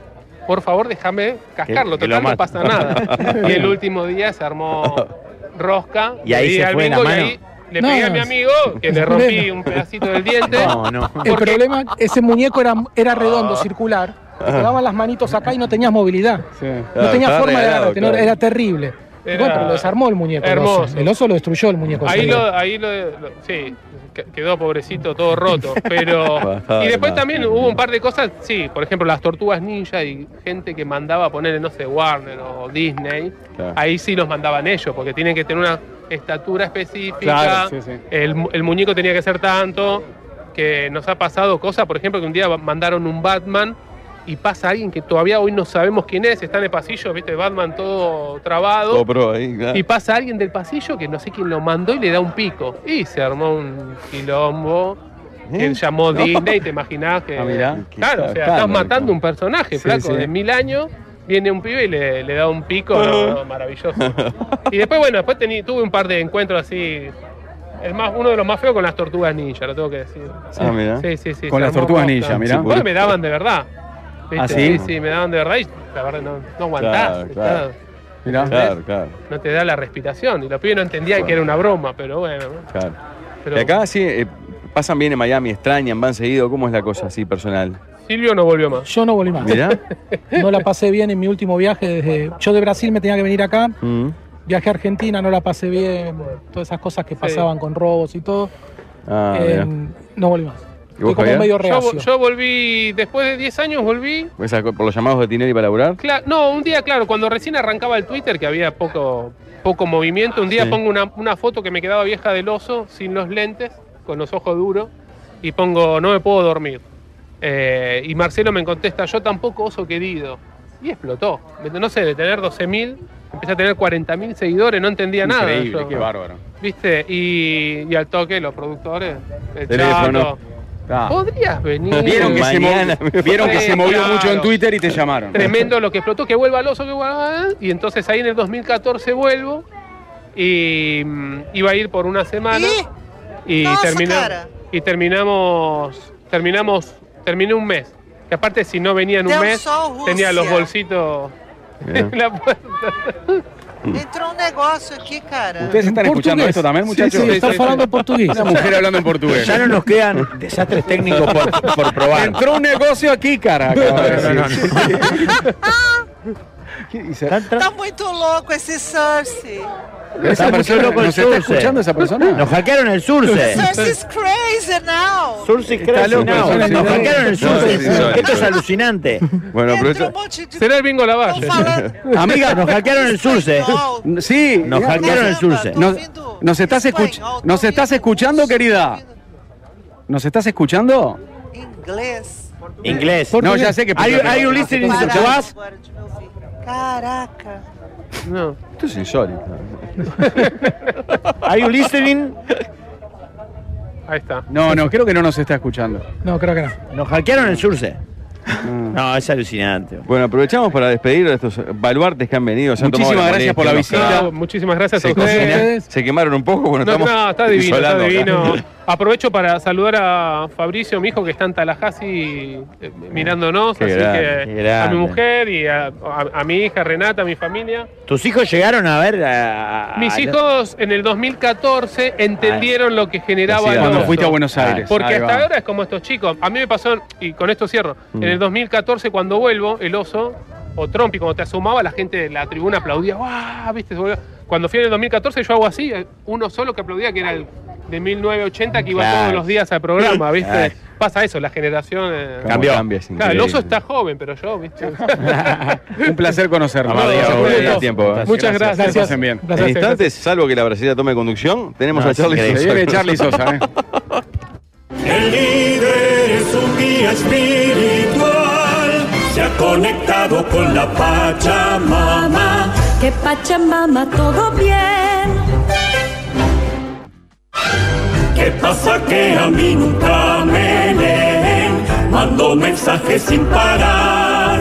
Speaker 16: por favor déjame cascarlo,
Speaker 2: Que-
Speaker 16: total
Speaker 2: que lo
Speaker 16: no
Speaker 2: mato.
Speaker 16: pasa nada. y el último día se armó rosca,
Speaker 2: Y ahí
Speaker 16: le di
Speaker 2: se
Speaker 16: al
Speaker 2: fue la
Speaker 16: bingo y
Speaker 2: mano.
Speaker 16: ahí le
Speaker 15: No,
Speaker 16: pegué a
Speaker 15: no.
Speaker 16: mi amigo, que le rompí un pedacito del diente.
Speaker 2: No, no.
Speaker 15: El problema, ese muñeco era, era redondo,
Speaker 3: Ah.
Speaker 15: circular. Te daban las manitos acá y no tenías movilidad. No
Speaker 3: Claro,
Speaker 15: tenías forma
Speaker 3: estaba
Speaker 15: de
Speaker 3: regalado,
Speaker 15: agarrarte, no,
Speaker 3: claro.
Speaker 15: era terrible.
Speaker 16: Era-
Speaker 15: Bueno, pero lo desarmó el muñeco. el oso.
Speaker 16: Hermoso.
Speaker 15: El oso lo destruyó el muñeco.
Speaker 16: Ahí
Speaker 15: serio.
Speaker 16: lo, ahí lo, lo- sí, que- quedó pobrecito, todo roto. Pero.
Speaker 15: Bastante.
Speaker 16: y después también hubo un par de cosas, sí, por ejemplo, las tortugas ninja y gente que mandaba a poner, no sé, Warner o Disney.
Speaker 3: Claro.
Speaker 16: Ahí sí los mandaban ellos, porque tienen que tener una estatura específica.
Speaker 4: Claro, sí, sí.
Speaker 16: El, mu- el muñeco tenía que ser tanto. Que nos ha pasado cosas, por ejemplo, que un día mandaron un Batman y pasa alguien que todavía hoy no sabemos quién es, está en el pasillo, viste, Batman todo trabado.
Speaker 3: Todo pro ahí, claro.
Speaker 16: Y pasa alguien del pasillo que no sé quién lo mandó y le da un pico. Y se armó un quilombo. Que llamó
Speaker 3: ¿Eh? No.
Speaker 16: Disney, te imaginás que.
Speaker 3: Ah, mirá.
Speaker 16: Claro, o sea,
Speaker 3: Escándalo,
Speaker 16: estás matando un personaje,
Speaker 3: Sí,
Speaker 16: flaco,
Speaker 3: sí.
Speaker 16: de mil años. Viene un pibe y le, le da un pico, no,
Speaker 3: Ah.
Speaker 16: no, maravilloso. Y después, bueno, después tení- tuve un par de encuentros así. El más, uno de los más feos con las tortugas ninja, lo tengo que decir.
Speaker 3: Ah, mirá.
Speaker 16: Sí, sí, sí.
Speaker 3: Con
Speaker 16: se
Speaker 3: las
Speaker 16: armó
Speaker 3: tortugas
Speaker 16: posta.
Speaker 3: ninja, mirá.
Speaker 16: Bueno, me daban de verdad. ¿viste?
Speaker 3: ¿Ah, sí?
Speaker 16: sí, me daban de verdad y la verdad no, no aguantás.
Speaker 3: Claro,
Speaker 16: está-
Speaker 3: claro. Claro, claro,
Speaker 16: no te da la respiración. Y los pibes no entendían
Speaker 3: Bueno.
Speaker 16: que era una broma, pero bueno. ¿no?
Speaker 3: claro.
Speaker 16: Pero-
Speaker 3: Y acá sí, eh, pasan bien en Miami, extrañan, van seguido. ¿Cómo es la cosa así personal?
Speaker 16: Silvio no volvió más.
Speaker 15: Yo no volví más.
Speaker 3: Mirá.
Speaker 15: No la pasé bien en mi último viaje. Desde... Yo de Brasil me tenía que venir acá.
Speaker 3: Mm.
Speaker 15: Viajé a Argentina, no la pasé bien. Todas esas cosas que pasaban con robos y todo.
Speaker 3: Ah,
Speaker 15: Eh,
Speaker 3: mirá.
Speaker 15: no volví más.
Speaker 3: ¿Y vos,
Speaker 15: Estoy como
Speaker 3: Javier?
Speaker 15: medio
Speaker 16: Yo, vo-
Speaker 15: reacio.
Speaker 16: yo volví, después de 10 años volví.
Speaker 3: Esa co- ¿Por los llamados de Tinelli para laburar?
Speaker 16: Cla- no, un día, claro, cuando recién arrancaba el Twitter, que había poco, poco movimiento, un día
Speaker 3: Sí.
Speaker 16: pongo una, una foto que me quedaba vieja del oso, sin los lentes, con los ojos duros, y pongo, no me puedo dormir. Eh, y Marcelo me contesta, yo tampoco, oso querido. Y explotó. No sé, de tener 12.000, empecé a tener 40.000 seguidores, no entendía nada.
Speaker 4: Increíble,
Speaker 16: yo.
Speaker 4: qué bárbaro.
Speaker 16: ¿Viste? Y, y al toque, los productores. El
Speaker 4: Teléfono.
Speaker 16: Chato.
Speaker 4: Ah.
Speaker 16: Podrías venir.
Speaker 4: Vieron que, se, movió, vieron que se movió
Speaker 16: Claro.
Speaker 4: mucho en Twitter y te llamaron.
Speaker 16: Tremendo lo que explotó, que vuelva el oso, que vuelva. Y entonces ahí en el 2014 vuelvo y mm, iba a ir por una semana. Y,
Speaker 13: No, esa cara.
Speaker 16: termina, y terminamos, terminamos, terminé un mes. Que aparte si no venía en un
Speaker 13: Deus
Speaker 16: mes,
Speaker 13: só
Speaker 16: tenía los
Speaker 13: Rússia.
Speaker 16: bolsitos en la puerta.
Speaker 13: Entrou um negócio aqui, cara.
Speaker 4: ¿Ustedes están escuchando esto también, muchachos?
Speaker 16: sí, están hablando en
Speaker 15: portugués.
Speaker 4: Una mujer hablando en portugués.
Speaker 2: Ya no nos quedan desastres técnicos por, por probar.
Speaker 4: Entró un negocio aquí, cara. acaba de decir. ¿Qué dice?
Speaker 13: Tá muito louco ese Cersei.
Speaker 4: Esa persona- ¿Nos está escuchando esa persona?
Speaker 2: Nos hackearon el Surce.
Speaker 13: Cersei's crazy now.
Speaker 2: Surce
Speaker 4: Está
Speaker 2: crece.
Speaker 4: loco,
Speaker 2: No,
Speaker 4: Surce.
Speaker 2: nos hackearon el
Speaker 4: No,
Speaker 2: Surce.
Speaker 4: sí, sí.
Speaker 2: Esto es alucinante.
Speaker 3: Bueno, pero esto-
Speaker 16: Será el bingo la valle.
Speaker 2: Amiga, nos hackearon el Surce.
Speaker 4: Sí.
Speaker 2: Nos hackearon el Surce.
Speaker 4: Nos, nos estás escuch- ¿Nos estás escuchando, querida? ¿Nos estás escuchando?
Speaker 13: Inglés.
Speaker 2: Inglés.
Speaker 4: No, ya sé que
Speaker 2: Hay, hay un listening to us.
Speaker 13: Caraca.
Speaker 16: No.
Speaker 3: Esto es insólito.
Speaker 2: Hay un listening.
Speaker 16: Ahí está.
Speaker 4: No, no, creo que no nos está escuchando.
Speaker 15: No, creo que no.
Speaker 2: Nos hackearon el Surce.
Speaker 4: Mm.
Speaker 2: No, es alucinante.
Speaker 3: Bueno, aprovechamos para despedir a estos baluartes que han venido. se han tomado
Speaker 4: Muchísimas gracias por la
Speaker 3: molestia,
Speaker 4: visita.
Speaker 3: nos-
Speaker 16: Muchísimas gracias a
Speaker 3: Se,
Speaker 16: ustedes.
Speaker 3: cocina- se quemaron un poco, bueno,
Speaker 16: No,
Speaker 3: estamos
Speaker 16: no, está divino, está
Speaker 3: isolando acá.
Speaker 16: divino. Aprovecho para saludar a Fabricio, mi hijo, que está en Tallahassee eh, mirándonos.
Speaker 2: Qué
Speaker 16: así
Speaker 2: grande,
Speaker 16: que
Speaker 2: qué grande.
Speaker 16: a mi mujer y a, a- a mi hija Renata, a mi familia.
Speaker 2: ¿Tus hijos llegaron a ver a. a-
Speaker 16: Mis
Speaker 2: a-
Speaker 16: hijos en el 2014 entendieron lo que generaba el
Speaker 4: Cuando
Speaker 16: oso.
Speaker 4: fuiste a Buenos Aires.
Speaker 16: Porque
Speaker 4: Ahí va.
Speaker 16: hasta ahora es como estos chicos. A mí me pasó, y con esto cierro,
Speaker 4: Mm.
Speaker 16: en el 2014 cuando vuelvo, el oso o Trompi, cuando te asomaba, la gente de la tribuna aplaudía, ¡guau! ¿Viste? Se volvió- Cuando fui en el 2014 yo hago así, eh, uno solo que aplaudía, que era el de 1980 que iba
Speaker 2: Claro.
Speaker 16: todos los días al programa, ¿viste?
Speaker 2: Claro.
Speaker 16: Pasa eso, la generación... eh,
Speaker 3: Cómo
Speaker 2: Cambió.
Speaker 3: cambia, es
Speaker 16: Claro, el
Speaker 3: increíble.
Speaker 16: oso está joven, pero yo, ¿viste?
Speaker 4: Un placer conocerlo.
Speaker 3: Amado,
Speaker 4: Gracias
Speaker 3: Diego,
Speaker 4: por
Speaker 3: gracias.
Speaker 4: el
Speaker 3: tiempo, ¿eh?
Speaker 16: Muchas gracias.
Speaker 4: Que pasen bien.
Speaker 16: Gracias,
Speaker 3: En
Speaker 16: gracias.
Speaker 3: instantes, salvo que la brasileña tome conducción, tenemos
Speaker 2: No,
Speaker 3: a Charlie
Speaker 2: es
Speaker 3: Sosa.
Speaker 4: Se viene Charlie Sosa, ¿eh?
Speaker 6: El líder es un guía espiritual, se ha conectado con la Pachamama.
Speaker 17: Que Pachamama todo bien.
Speaker 6: ¿Qué pasa que a mí nunca me leen? Mando mensajes sin parar.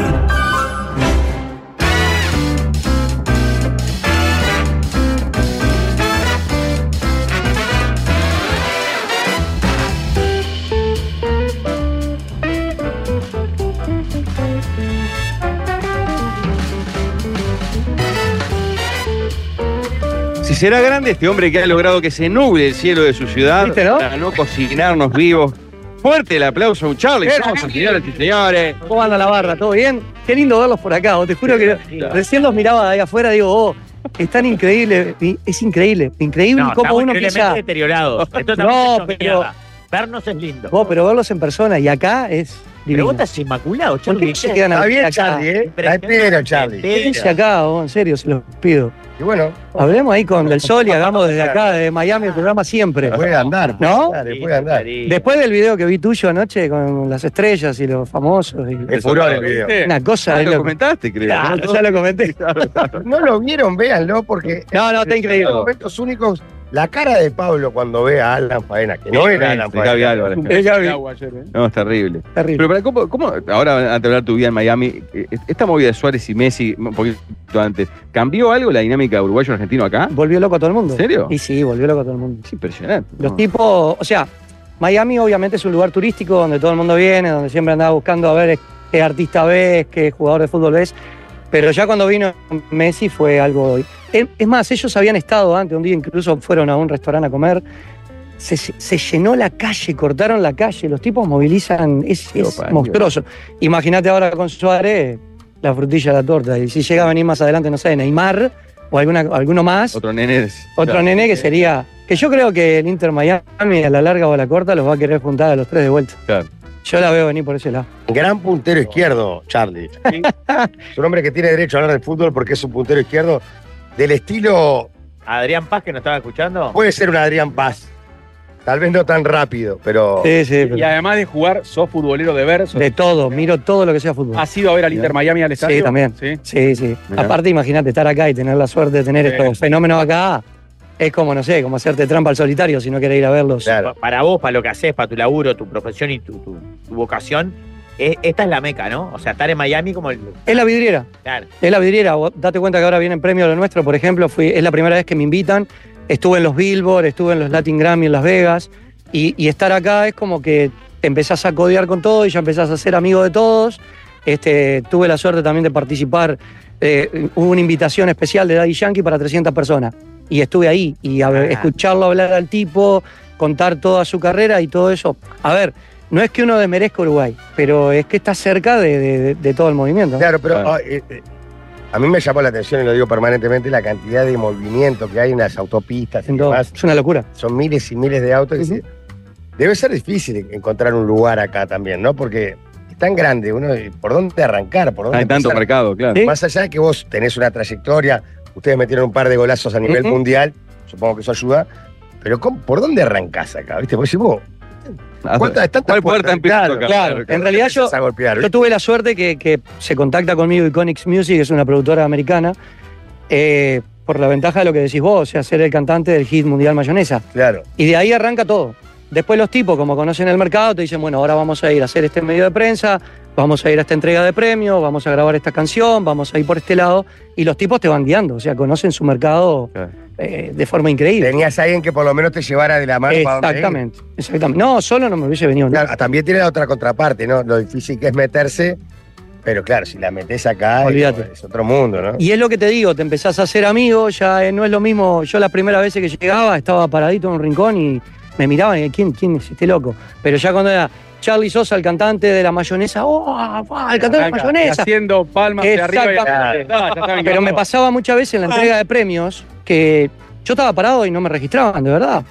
Speaker 3: Si será grande este hombre que ha logrado que se nuble el cielo de su ciudad para no cocinarnos vivos. Fuerte el aplauso a un Charlie Sosa, señoras y
Speaker 18: Eh,
Speaker 3: señores.
Speaker 18: ¿Cómo anda la barra? ¿Todo bien? Qué lindo verlos por acá. vos Te juro que recién los miraba de ahí afuera digo, oh, Es tan increíble, es increíble, increíble
Speaker 2: No,
Speaker 18: cómo
Speaker 2: estamos
Speaker 18: uno
Speaker 2: increíblemente
Speaker 18: piensa.
Speaker 2: deteriorados. Esto está
Speaker 18: No,
Speaker 2: hecho
Speaker 18: pero,
Speaker 2: mierda. Vernos es lindo.
Speaker 18: vos, pero verlos en persona y acá es divino.
Speaker 2: Preguntas inmaculado,
Speaker 18: ¿Por
Speaker 2: Charlie.
Speaker 18: qué se quedan
Speaker 2: Está
Speaker 18: a-
Speaker 2: bien,
Speaker 18: acá?
Speaker 2: Charlie, eh. Está bien, Charlie.
Speaker 18: Quédense acá, vos, en serio, se los pido.
Speaker 1: Y bueno.
Speaker 18: Hablemos ahí con Del Sol y hagamos desde acá, desde Miami, el programa siempre.
Speaker 1: Puede andar, puede
Speaker 18: ¿No?
Speaker 1: andar, puede andar.
Speaker 18: Después del video que vi tuyo anoche con las estrellas y los famosos. y-
Speaker 1: Es furor el video.
Speaker 18: Una cosa
Speaker 1: Ah,
Speaker 18: de
Speaker 1: lo
Speaker 18: loco.
Speaker 1: comentaste, creo,
Speaker 18: Claro,
Speaker 1: ¿no?
Speaker 18: ya lo comenté.
Speaker 1: No lo vieron, véanlo, porque.
Speaker 18: No, no, está increíble.
Speaker 1: En momentos únicos, la cara de Pablo cuando ve a Alan Faena, que no era
Speaker 3: Sí,
Speaker 1: Alan
Speaker 3: de Gaby
Speaker 1: Faena.
Speaker 3: Álvarez.
Speaker 1: De Gaby.
Speaker 3: No, es terrible.
Speaker 18: Terrible.
Speaker 3: Pero para, ¿cómo, cómo- ahora, antes de hablar tu vida en Miami, eh, esta movida de Suárez y Messi, un poquito antes, ¿cambió algo la dinámica uruguayo-argentino acá?
Speaker 18: Volvió loco a todo el mundo.
Speaker 3: ¿En serio?
Speaker 18: Y sí, volvió loco a todo el mundo.
Speaker 3: Impresionante.
Speaker 18: Los tipos, o sea, Miami obviamente es un lugar turístico donde todo el mundo viene, donde siempre andaba buscando a ver qué artista ves, qué jugador de fútbol ves. Pero ya cuando vino Messi fue algo. Es es más, ellos habían estado antes, un día incluso fueron a un restaurante a comer. Se, se llenó la calle, cortaron la calle, los tipos movilizan, es, es
Speaker 3: Opa,
Speaker 18: monstruoso. Imagínate ahora con Suárez la frutilla de la torta, y si llega a venir más adelante, no sé, Neymar o alguna, alguno más,
Speaker 3: Otro nene. es-
Speaker 18: otro
Speaker 3: Claro.
Speaker 18: nene que sería. Que yo creo que el Inter Miami a la larga o a la corta los va a querer juntar a los tres de vuelta.
Speaker 3: Claro.
Speaker 18: Yo la veo venir por ese lado.
Speaker 1: Gran puntero izquierdo, Charlie. Es un hombre que tiene derecho a hablar de fútbol porque es un puntero izquierdo del estilo.
Speaker 2: Adrián Paz, que nos estaba escuchando.
Speaker 1: Puede ser un Adrián Paz. Tal vez no tan rápido, pero.
Speaker 4: Y además de jugar, sos futbolero de ver. sos-
Speaker 18: De todo, miro todo lo que sea fútbol.
Speaker 4: ¿Has ido a ver al Inter Miami al estadio?
Speaker 18: Sí, también.
Speaker 4: Sí.
Speaker 18: Sí, sí.
Speaker 4: Mirá.
Speaker 18: Aparte, imagínate estar acá y tener la suerte de tener
Speaker 4: Sí.
Speaker 18: estos fenómenos acá. Es como, no sé, como hacerte trampa al solitario si no querés ir a verlos.
Speaker 2: Pa- Para vos, para lo que haces, para tu laburo, tu profesión y tu, tu- tu vocación, e- esta es la meca, ¿no? O sea, estar en Miami como el.
Speaker 18: Es la vidriera.
Speaker 2: Claro.
Speaker 18: Es la vidriera. Vos Date cuenta que ahora vienen premios lo nuestro. Por ejemplo, fui, es la primera vez que me invitan. Estuve en los Billboard, estuve en los Latin Grammy en Las Vegas. Y, y estar acá es como que te empezás a codear con todo y ya empezás a ser amigo de todos. Este, tuve la suerte también de participar. eh, hubo una invitación especial de Daddy Yankee para 300 personas. Y estuve ahí y a- escucharlo hablar al tipo, contar toda su carrera y todo eso. A ver, no es que uno desmerezca Uruguay, pero es que está cerca de, de- de- de todo el movimiento.
Speaker 1: Claro, pero ah, eh, eh, a mí me llamó la atención, y lo digo permanentemente, la cantidad de movimiento que hay en las autopistas. y demás.
Speaker 18: Es una locura.
Speaker 1: Son miles y miles de autos. que se- Debe ser difícil encontrar un lugar acá también, ¿no? Porque es tan grande, uno, eh, ¿por dónde arrancar? ¿Por dónde
Speaker 3: Hay tanto
Speaker 1: empezar?
Speaker 3: mercado, claro.
Speaker 1: Más allá de que vos tenés una trayectoria, ustedes metieron un par de golazos a nivel
Speaker 3: Ujú.
Speaker 1: mundial, supongo que eso ayuda, pero ¿cómo- ¿por dónde arrancás acá? ¿Viste? Porque si vos... ¿Cuántas, tantas
Speaker 18: ¿Cuál puerta empiezas a tocar? Claro, en realidad yo-
Speaker 1: Empezás A golpear,
Speaker 18: Yo tuve la suerte que, que se contacta conmigo Iconics Music, que es una productora americana, eh, por la ventaja de lo que decís vos, o sea, ser el cantante del hit mundial mayonesa.
Speaker 1: Claro.
Speaker 18: Y de ahí arranca todo. Después los tipos, como conocen el mercado, te dicen, bueno, ahora vamos a ir a hacer este medio de prensa, vamos a ir a esta entrega de premios, vamos a grabar esta canción, vamos a ir por este lado. Y los tipos te van guiando, o sea, conocen su mercado eh, de forma increíble.
Speaker 1: Tenías a alguien que por lo menos te llevara de la mano para dónde ir.
Speaker 18: Exactamente, exactamente. No, solo no me hubiese venido. nunca.
Speaker 1: Claro, también tiene la otra contraparte, ¿no? Lo difícil que es meterse, pero claro, si la metes acá, es-
Speaker 18: Olvídate.
Speaker 1: es otro mundo, ¿no?
Speaker 18: Y es lo que te digo, te empezás a hacer amigo, ya eh, no es lo mismo. Yo las primeras veces que llegaba estaba paradito en un rincón y me miraban y ¿quién, quién es este loco? Pero ya cuando era Charlie Sosa, el cantante de la mayonesa, ¡oh, ah, el cantante de la
Speaker 4: Arranca,
Speaker 18: mayonesa!
Speaker 4: Haciendo palmas de arriba y
Speaker 18: Exactamente.
Speaker 4: Ah, ya saben que
Speaker 18: Pero me
Speaker 4: vamos.
Speaker 18: pasaba muchas veces en la entrega de premios que yo estaba parado y no me registraban, de verdad.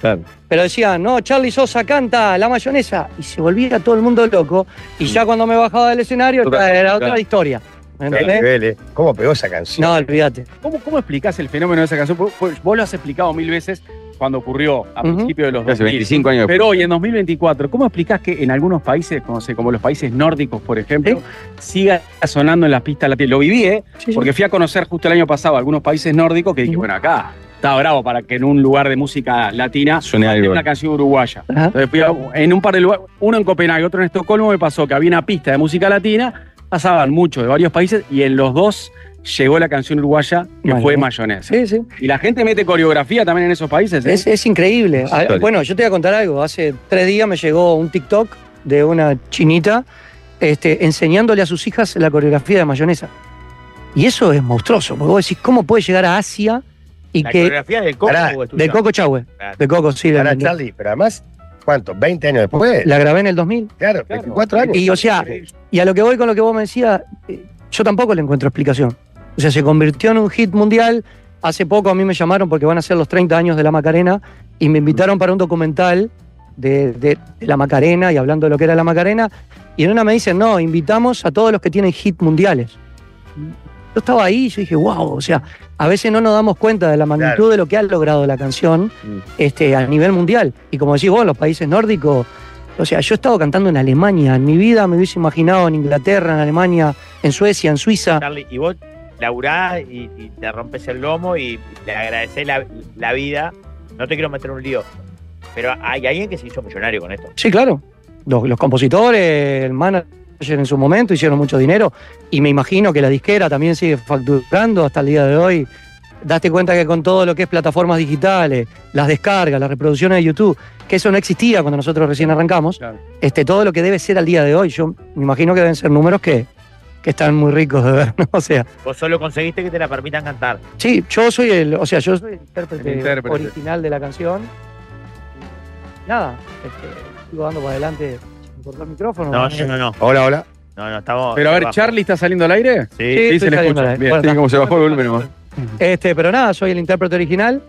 Speaker 18: Pero decían, no, Charlie Sosa canta la mayonesa. Y se volvía todo el mundo loco. Y ya cuando me bajaba del escenario
Speaker 1: Otra-
Speaker 18: era otra
Speaker 1: claro.
Speaker 18: historia. ¿Me
Speaker 1: Qué
Speaker 18: entendés?
Speaker 1: nivel, ¿eh? ¿Cómo pegó esa canción?
Speaker 18: No, olvídate.
Speaker 4: ¿Cómo, ¿Cómo explicás el fenómeno de esa canción? Porque vos- Vos lo has explicado mil veces cuando ocurrió a
Speaker 18: Ujú.
Speaker 4: principios de los
Speaker 3: Hace
Speaker 4: 2000.
Speaker 3: 25 años.
Speaker 4: Pero hoy, en 2024, ¿cómo explicás que en algunos países, como, sé, como los países nórdicos, por ejemplo, siga sonando en las pistas latinas? Lo viví, ¿eh?
Speaker 18: Sí, sí.
Speaker 4: Porque fui a conocer justo el año pasado algunos países nórdicos que dije, bueno, acá está bravo para que en un lugar de música latina
Speaker 3: Suene algo.
Speaker 4: una canción uruguaya. Entonces fui a- en un par de lugares, uno en Copenhague, otro en Estocolmo, me pasó que había una pista de música latina, pasaban muchos de varios países y en los dos llegó la canción uruguaya que
Speaker 18: Vale.
Speaker 4: fue Mayonesa.
Speaker 18: Sí, sí.
Speaker 4: Y la gente mete coreografía también en esos países. ¿eh?
Speaker 18: Es, es increíble. Ah,
Speaker 4: historia.
Speaker 18: Bueno, yo te voy a contar algo. Hace tres días me llegó un TikTok de una chinita este, enseñándole a sus hijas la coreografía de mayonesa. Y eso es monstruoso, porque vos decís, ¿cómo puede llegar a Asia y
Speaker 1: La
Speaker 18: que.
Speaker 1: coreografía del Coco
Speaker 18: Pará,
Speaker 1: o es tuya?
Speaker 18: Del Coco Chahue.
Speaker 1: Claro.
Speaker 18: De Coco, sí. la
Speaker 1: Pará,
Speaker 18: entendí.
Speaker 1: Charlie, pero además, ¿cuánto? ¿20 años después?
Speaker 18: La grabé en el 2000.
Speaker 1: Claro, 24 años.
Speaker 18: Y o sea, y a lo que voy con lo que vos me decías, eh, yo tampoco le encuentro explicación. O sea, se convirtió en un hit mundial, hace poco a mí me llamaron porque van a ser los 30 años de la Macarena y me invitaron para un documental de, de- de la Macarena y hablando de lo que era la Macarena. Y en una me dicen, no, invitamos a todos los que tienen hit mundiales. Yo estaba ahí y yo dije, wow, o sea, a veces no nos damos cuenta de la magnitud
Speaker 13: Claro.
Speaker 18: de lo que ha logrado la canción este, a nivel mundial. Y como decís vos, los países nórdicos, o sea, yo he estado cantando en Alemania, en mi vida me hubiese imaginado en Inglaterra, en Alemania, en Suecia, en Suiza.
Speaker 2: Charlie, y vos laburás y, y te rompes el lomo y le agradecés la, la vida. No te quiero meter en un lío. Pero hay alguien que se hizo millonario con esto.
Speaker 18: Sí, claro. Los, los compositores, el manager en su momento hicieron mucho dinero y me imagino que la disquera también sigue facturando hasta el día de hoy. Daste cuenta que con todo lo que es plataformas digitales, las descargas, las reproducciones de YouTube, que eso no existía cuando nosotros recién arrancamos, este, todo lo que debe ser al día de hoy, yo me imagino que deben ser números que, que están muy ricos de ver, ¿no? O sea,
Speaker 2: Vos solo conseguiste que te la permitan cantar.
Speaker 18: sí, yo soy el, o sea, yo soy el intérprete,
Speaker 2: El intérprete.
Speaker 18: este, original de la canción. Nada, este, sigo dando para adelante, me cortó el micrófono.
Speaker 2: No, yo no, no.
Speaker 1: Hola, hola.
Speaker 2: No, no, estamos.
Speaker 4: Pero a ver,
Speaker 2: abajo.
Speaker 4: Charlie, ¿está saliendo al aire?
Speaker 2: Sí,
Speaker 18: estoy
Speaker 4: se le
Speaker 18: saliendo al
Speaker 4: escucha.
Speaker 18: aire.
Speaker 4: Bien.
Speaker 18: Bueno,
Speaker 4: Tiene
Speaker 18: está.
Speaker 4: como se bajó el volumen nomás.
Speaker 18: Este, pero nada, soy el intérprete original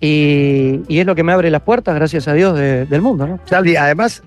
Speaker 18: y, y es lo que me abre las puertas, gracias a Dios, de- del mundo, ¿no?
Speaker 1: Charlie, además,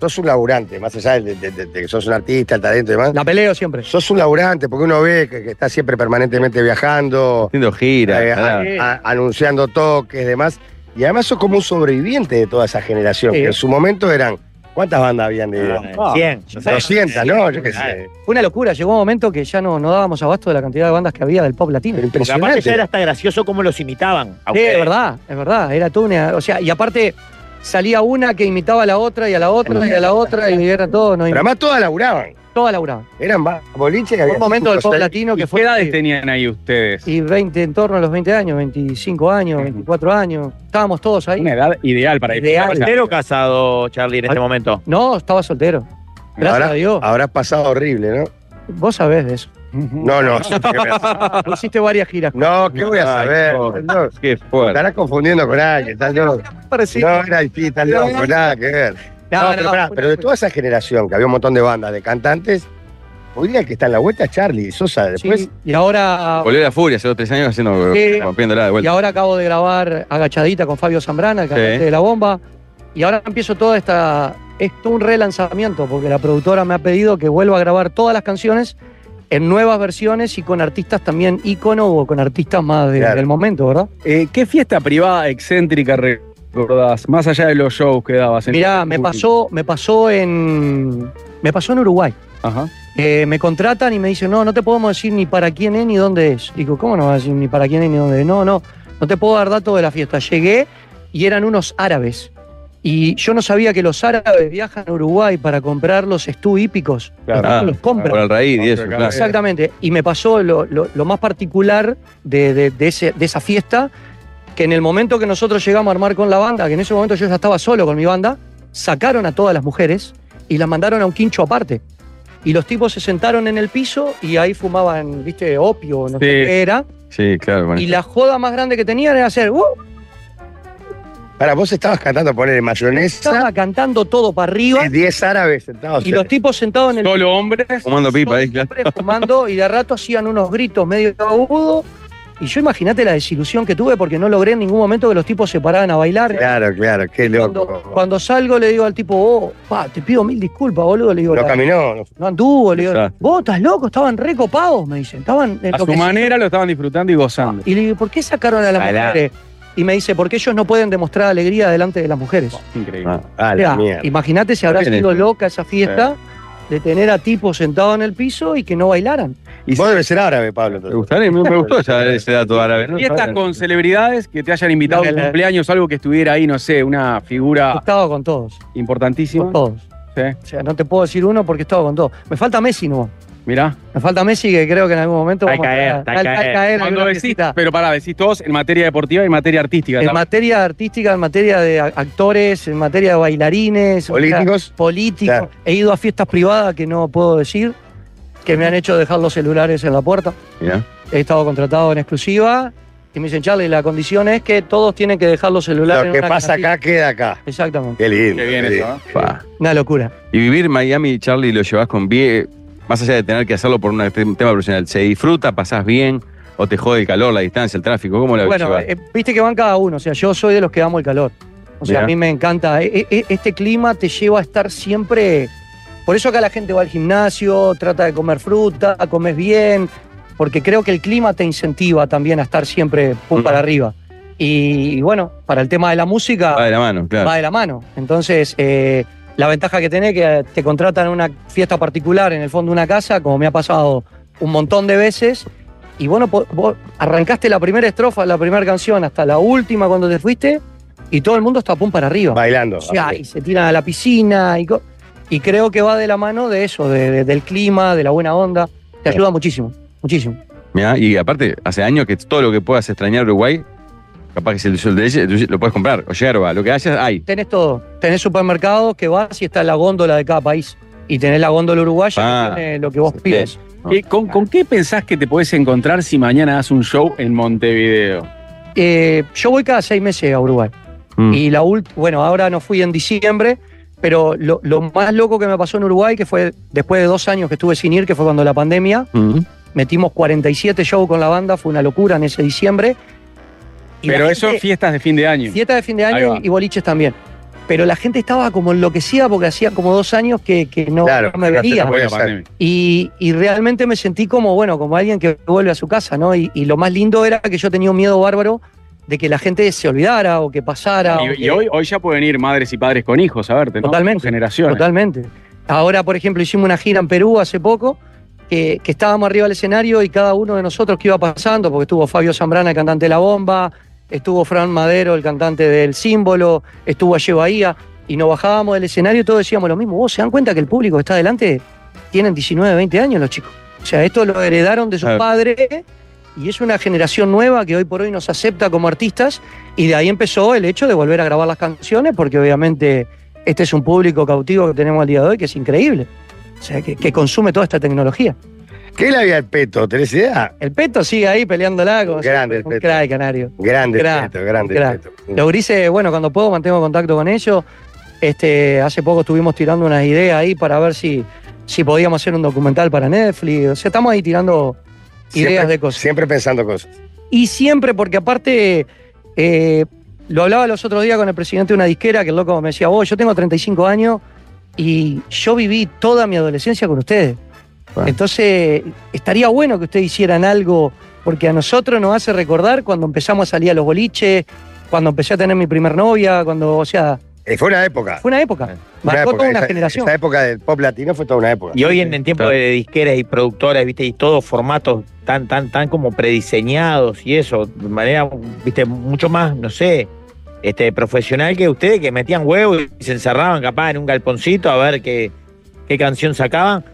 Speaker 1: sos un laburante, más allá de, de- de- de que sos un artista, el talento y demás.
Speaker 18: La peleo siempre.
Speaker 1: Sos un laburante, porque uno ve que, que estás siempre permanentemente viajando.
Speaker 3: Haciendo giras.
Speaker 1: eh,
Speaker 3: nada.
Speaker 1: a- a- anunciando toques, demás. Y además sos como un sobreviviente de toda esa generación,
Speaker 18: Sí.
Speaker 1: que en su momento eran. ¿Cuántas bandas habían de.?
Speaker 18: Ah, 100, yo sé.
Speaker 1: 200, ¿no? Yo qué sé.
Speaker 18: Fue una locura, llegó un momento que ya no, no dábamos abasto de la cantidad de bandas que había del pop latino.
Speaker 2: Porque aparte ya era hasta gracioso cómo los imitaban. a
Speaker 18: Sí,
Speaker 2: ustedes.
Speaker 18: es verdad, es verdad, era toda una, o sea, y aparte salía una que imitaba a la otra y a la otra y a la otra y era todo, no.
Speaker 1: Pero además todas laburaban.
Speaker 18: Todas laburaban.
Speaker 1: Eran ba- boliches que
Speaker 18: Fue
Speaker 1: había.
Speaker 18: un momento del pop
Speaker 1: chicos ahí.
Speaker 18: latino que fue
Speaker 4: ¿Qué edades tenían ahí ustedes?
Speaker 18: y 20 en torno a los 20 años, 25 años, 24 años, estábamos todos ahí.
Speaker 4: Una edad ideal para disfrutar.
Speaker 18: Ideal.
Speaker 2: ¿Soltero o casado, Charlie, en este momento?
Speaker 18: No, estaba soltero. Gracias
Speaker 1: Habrás-
Speaker 18: a Dios.
Speaker 1: Habrás pasado horrible, ¿no?
Speaker 18: Vos sabés de eso.
Speaker 1: No, no. sí, qué verdad.
Speaker 18: Hiciste varias giras.
Speaker 1: No, ¿qué voy a saber? No,
Speaker 3: Qué
Speaker 1: te
Speaker 3: fuerte.
Speaker 1: estarás confundiendo con alguien, estás loco. No, era el estás loco, nada que ver.
Speaker 18: No,
Speaker 1: No,
Speaker 18: no,
Speaker 1: pero,
Speaker 18: no,
Speaker 1: pará,
Speaker 18: fue-
Speaker 1: pero de toda esa generación, que había un montón de bandas de cantantes, hoy día el que está en la vuelta es Charlie Sosa. Después,
Speaker 18: Sí, y ahora
Speaker 3: Volvió la furia hace dos tres años haciendo
Speaker 18: Sí.
Speaker 3: rompiéndola de
Speaker 18: y
Speaker 3: vuelta.
Speaker 18: ahora acabo de grabar Agachadita con Fabio Zambrana, el cantante
Speaker 3: Sí.
Speaker 18: de La Bomba. Y ahora empiezo toda esta. Es todo un relanzamiento, porque la productora me ha pedido que vuelva a grabar todas las canciones en nuevas versiones y con artistas también ícono o con artistas más de-
Speaker 4: Claro.
Speaker 18: del momento, ¿verdad?
Speaker 4: Eh, ¿Qué fiesta privada excéntrica recordás? Más allá de los shows que dabas. en-
Speaker 18: Mirá, me pasó, me pasó en. Me pasó en Uruguay.
Speaker 4: Ajá.
Speaker 18: Eh, me contratan y me dicen, no, no te podemos decir ni para quién es ni dónde es. Digo, ¿cómo no vas a decir ni para quién es ni dónde es? No, no, no te puedo dar datos de la fiesta. Llegué y eran unos árabes. Y yo no sabía que los árabes viajan a Uruguay para comprar los estú hípicos. Los tipos
Speaker 3: Ah,
Speaker 18: los compran.
Speaker 3: Por el raíz y eso, claro.
Speaker 18: Exactamente. Y me pasó lo, lo- lo más particular de, de- de ese- de esa fiesta, que en el momento que nosotros llegamos a armar con la banda, que en ese momento yo ya estaba solo con mi banda, sacaron a todas las mujeres y las mandaron a un quincho aparte. Y los tipos se sentaron en el piso y ahí fumaban, viste, opio, no sé
Speaker 3: Sí.
Speaker 18: qué era.
Speaker 3: Sí, claro. bueno.
Speaker 18: Y la joda más grande que tenían era hacer, "Uh",
Speaker 1: para vos estabas cantando poner mayonesa,
Speaker 18: estaba cantando todo para arriba.
Speaker 1: 10 árabes sentados.
Speaker 18: Y los tipos sentados en el
Speaker 4: Solo hombres.
Speaker 3: Fumando pipa ahí, claro.
Speaker 18: siempre fumando y de rato hacían unos gritos medio agudos. Y yo imagínate la desilusión que tuve porque no logré en ningún momento que los tipos se pararan a bailar.
Speaker 1: Claro, claro, qué
Speaker 18: Cuando,
Speaker 1: loco.
Speaker 18: cuando salgo le digo al tipo, oh, pa, te pido mil disculpas, boludo. Le digo,
Speaker 1: No
Speaker 18: "La-
Speaker 1: caminó. no-
Speaker 18: no anduvo, le digo,
Speaker 1: Exacto.
Speaker 18: vos estás loco, estaban recopados, me dicen. Estaban eh,
Speaker 4: A su
Speaker 18: enloquecidos".
Speaker 4: manera lo estaban disfrutando y gozando.
Speaker 18: Ah, Y le digo, ¿por qué sacaron a las
Speaker 4: Pará.
Speaker 18: mujeres? Y me dice, porque ellos no pueden demostrar alegría delante de las mujeres.
Speaker 4: Increíble.
Speaker 1: Ah,
Speaker 18: O sea, Imagínate si habrá
Speaker 4: Bien
Speaker 18: sido
Speaker 4: hecho.
Speaker 18: loca esa fiesta de tener a tipos sentados en el piso y que no bailaran.
Speaker 1: vos debes ser árabe, Pablo. entonces.
Speaker 3: Me gustaría- me, me gustó esa- ese dato árabe. ¿no?
Speaker 4: Fiestas con celebridades que te hayan invitado a un
Speaker 18: Dale.
Speaker 4: cumpleaños, algo que estuviera ahí, no sé, una figura
Speaker 18: Estaba con todos.
Speaker 4: importantísima.
Speaker 18: Con todos.
Speaker 4: Sí.
Speaker 18: O sea, no te puedo decir uno porque estaba con todos. Me falta Messi, no.
Speaker 4: Mirá.
Speaker 18: Me falta Messi que creo que en algún momento
Speaker 4: Hay
Speaker 18: vamos a-
Speaker 4: caer,
Speaker 18: hay- hay caer en
Speaker 4: Cuando
Speaker 18: alguna
Speaker 4: decís,
Speaker 18: fiestita.
Speaker 4: pero pará, decís todos en materia deportiva y materia artística.
Speaker 18: En
Speaker 4: también.
Speaker 18: materia artística, en materia de a- actores, en materia de bailarines, o sea,
Speaker 1: Políticos.
Speaker 18: políticos.
Speaker 1: Claro.
Speaker 18: He ido a fiestas privadas que no puedo decir, que me han hecho dejar los celulares en la puerta.
Speaker 3: Mirá.
Speaker 18: He estado contratado en exclusiva y me dicen, Charlie, la condición es que todos tienen que dejar los celulares
Speaker 1: Lo
Speaker 18: en
Speaker 1: que
Speaker 18: una
Speaker 1: pasa
Speaker 18: canastita".
Speaker 1: acá queda acá.
Speaker 18: Exactamente.
Speaker 1: Qué lindo.
Speaker 4: Qué bien
Speaker 1: qué
Speaker 4: eso,
Speaker 1: lindo.
Speaker 3: Pa.
Speaker 18: Una locura.
Speaker 3: Y vivir Miami, este, Charlie, lo llevas con bien, más allá de tener que hacerlo por un tema profesional. Se disfruta, pasás bien. o te jode el calor, la distancia, el tráfico? ¿Cómo la
Speaker 18: Bueno,
Speaker 3: llevas?
Speaker 18: eh, viste que van cada uno, o sea, yo soy de los que amo el calor. O sea,
Speaker 3: Mirá.
Speaker 18: a mí me encanta. E- e- Este clima te lleva a estar siempre. Por eso acá la gente va al gimnasio, trata de comer fruta, comes bien, porque creo que el clima te incentiva también a estar siempre pum para arriba. Y, bueno, para el tema de la música.
Speaker 3: Va de la mano, claro.
Speaker 18: Va de la mano. Entonces, eh, la ventaja que tenés es que te contratan una fiesta particular en el fondo de una casa, como me ha pasado un montón de veces. Y bueno, po- vos arrancaste la primera estrofa, la primera canción, hasta la última cuando te fuiste, y todo el mundo está pum para arriba.
Speaker 1: Bailando.
Speaker 18: O sea, y se tiran a la piscina. Y, co- y creo que va de la mano de eso, de- de- del clima, de la buena onda. Te ayuda muchísimo, muchísimo.
Speaker 3: Mirá, y aparte, hace años que todo lo que puedas extrañar Uruguay, capaz que si el sol de leche, tú lo puedes comprar, o yerba, lo que haya, hay.
Speaker 18: Tenés todo. Tenés supermercados que vas y está la góndola de cada país. Y tenés la góndola uruguaya que tiene lo que vos pides.
Speaker 4: Eh, ¿Con, con qué pensás que te podés encontrar si mañana das un show en Montevideo?
Speaker 18: Eh, yo voy cada seis meses a Uruguay. Y la ult- bueno, ahora no fui en diciembre, pero lo, lo más loco que me pasó en Uruguay, que fue después de dos años que estuve sin ir, que fue cuando la pandemia, metimos 47 shows con la banda, fue una locura en ese diciembre. Y la
Speaker 4: Pero eso,
Speaker 18: gente-
Speaker 4: fiestas de fin de año.
Speaker 18: Fiesta de fin de
Speaker 4: Ahí
Speaker 18: año
Speaker 4: va.
Speaker 18: y, y boliches también. Pero la gente estaba como enloquecida porque hacía como dos años que, que no,
Speaker 4: Claro,
Speaker 18: no me
Speaker 4: no se
Speaker 18: veía.
Speaker 4: puede pasar.
Speaker 18: Y, y realmente me sentí como, bueno, como alguien que vuelve a su casa, ¿no? Y, y lo más lindo era que yo tenía un miedo bárbaro de que la gente se olvidara o que pasara. o
Speaker 4: Y, y
Speaker 18: que-
Speaker 4: hoy, hoy ya pueden ir madres y padres con hijos a verte, ¿no?
Speaker 18: Totalmente.
Speaker 4: Generaciones.
Speaker 18: Totalmente. Ahora, por ejemplo, hicimos una gira en Perú hace poco, que, que estábamos arriba del escenario y cada uno de nosotros que iba pasando, porque estuvo Fabio Zambrana, el cantante de La Bomba, estuvo Fran Madero, el cantante del Símbolo, estuvo Aye Bahía, y nos bajábamos del escenario y todos decíamos lo mismo. ¿Vos se dan cuenta que el público que está adelante tienen 19, 20 años los chicos? O sea, esto lo heredaron de sus
Speaker 13: Claro.
Speaker 18: padres y es una generación nueva que hoy por hoy nos acepta como artistas y de ahí empezó el hecho de volver a grabar las canciones porque obviamente este es un público cautivo que tenemos al día de hoy que es increíble. O sea, que, que consume toda esta tecnología.
Speaker 1: ¿Qué le había el peto? ¿Tenés idea?
Speaker 18: El Peto sigue ahí peleándola con
Speaker 1: Grande el
Speaker 18: un
Speaker 1: Peto.
Speaker 18: crack, canario.
Speaker 1: Grande el
Speaker 18: Crack,
Speaker 1: Peto, grande el
Speaker 18: crack.
Speaker 1: Peto.
Speaker 18: Los grises, bueno, cuando puedo mantengo contacto con ellos. Este, hace poco estuvimos tirando unas ideas ahí para ver si, si podíamos hacer un documental para Netflix. O sea, estamos ahí tirando
Speaker 1: Siempre-
Speaker 18: ideas de cosas.
Speaker 1: Siempre pensando cosas.
Speaker 18: Y siempre, porque aparte, eh, lo hablaba los otros días con el presidente de una disquera, que el loco me decía, vos, yo tengo 35 años y yo viví toda mi adolescencia con ustedes. Entonces, estaría bueno que ustedes hicieran algo, porque a nosotros nos hace recordar cuando empezamos a salir a los boliches, cuando empecé a tener mi primer novia, cuando, o sea,
Speaker 1: Eh, fue una época.
Speaker 18: fue una época. Marcó
Speaker 1: época.
Speaker 18: toda una
Speaker 1: Esa-
Speaker 18: generación.
Speaker 1: Esa época del pop latino fue toda una época.
Speaker 2: Y hoy en, en tiempo de disqueras y productoras, viste, y todos formatos tan, tan, tan como prediseñados y eso, de manera, viste, mucho más, no sé, este, profesional que ustedes que metían huevo y se encerraban capaz en un galponcito a ver qué, qué canción sacaban.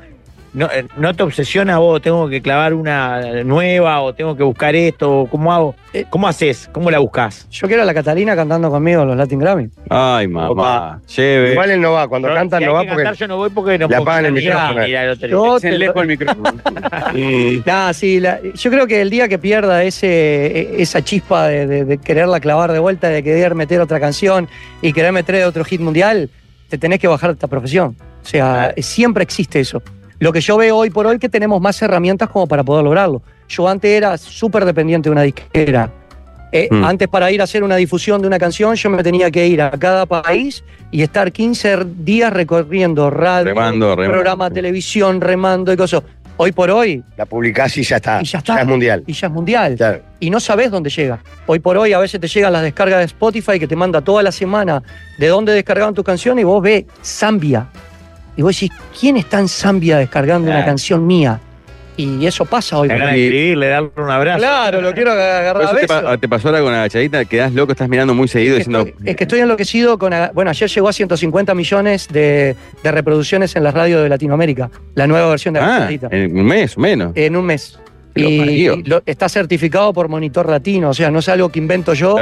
Speaker 2: No, eh, no te obsesiona vos, tengo que clavar una nueva o tengo que buscar esto, ¿cómo hago? Eh, ¿Cómo haces? ¿Cómo la buscas?
Speaker 18: Yo quiero a la Catalina cantando conmigo en los Latin Grammy.
Speaker 3: Ay, mamá. Lleve.
Speaker 1: Igual él no va, Ah, cuando
Speaker 2: Pero
Speaker 1: cantan
Speaker 2: si hay
Speaker 1: no va
Speaker 2: que
Speaker 1: porque.
Speaker 2: cantar, yo no voy porque no
Speaker 1: le
Speaker 2: puedo
Speaker 1: apagan el
Speaker 2: mirar,
Speaker 1: micrófono.
Speaker 2: mirar lo
Speaker 18: Yo te-
Speaker 4: el micrófono.
Speaker 18: Nah, sí, la- yo creo que el día que pierda ese, e- esa chispa de, de- de quererla clavar de vuelta, de querer meter otra canción y querer meter otro hit mundial, te tenés que bajar de esta profesión. O sea, siempre existe eso. Lo que yo veo hoy por hoy que tenemos más herramientas como para poder lograrlo. Yo antes era súper dependiente de una disquera. Eh,
Speaker 13: Mm.
Speaker 18: Antes para ir a hacer una difusión de una canción yo me tenía que ir a cada país y estar 15 días recorriendo radio,
Speaker 3: Remando, remando.
Speaker 18: programa de televisión, remando y cosas. Hoy por hoy
Speaker 1: La publicás y ya está.
Speaker 18: y ya está.
Speaker 1: es mundial.
Speaker 18: Y ya es mundial. Y no sabes dónde llega. Hoy por hoy a veces te llegan las descargas de Spotify que te manda toda la semana de dónde descargaron tu canción y vos ves Zambia. Y vos decís, ¿quién está en Zambia descargando una
Speaker 2: Ah.
Speaker 18: canción mía? Y eso pasa hoy.
Speaker 2: La
Speaker 18: por
Speaker 2: gana de
Speaker 18: hoy.
Speaker 2: escribirle, darle un abrazo.
Speaker 18: Claro, lo quiero agarrar
Speaker 3: Pero
Speaker 18: a
Speaker 3: eso te,
Speaker 18: besos.
Speaker 3: pa- te pasó ahora con la agachadita, quedás loco, estás mirando muy seguido diciendo.
Speaker 18: Es que estoy enloquecido con. Bueno, ayer llegó a 150 millones de, de reproducciones en las radios de Latinoamérica. La nueva versión de
Speaker 3: Ah,
Speaker 18: Agachadita.
Speaker 3: en un mes, menos.
Speaker 18: En un mes.
Speaker 3: Lo
Speaker 18: Y
Speaker 3: parió.
Speaker 18: lo- está certificado por Monitor Latino, o sea, no es algo que invento yo.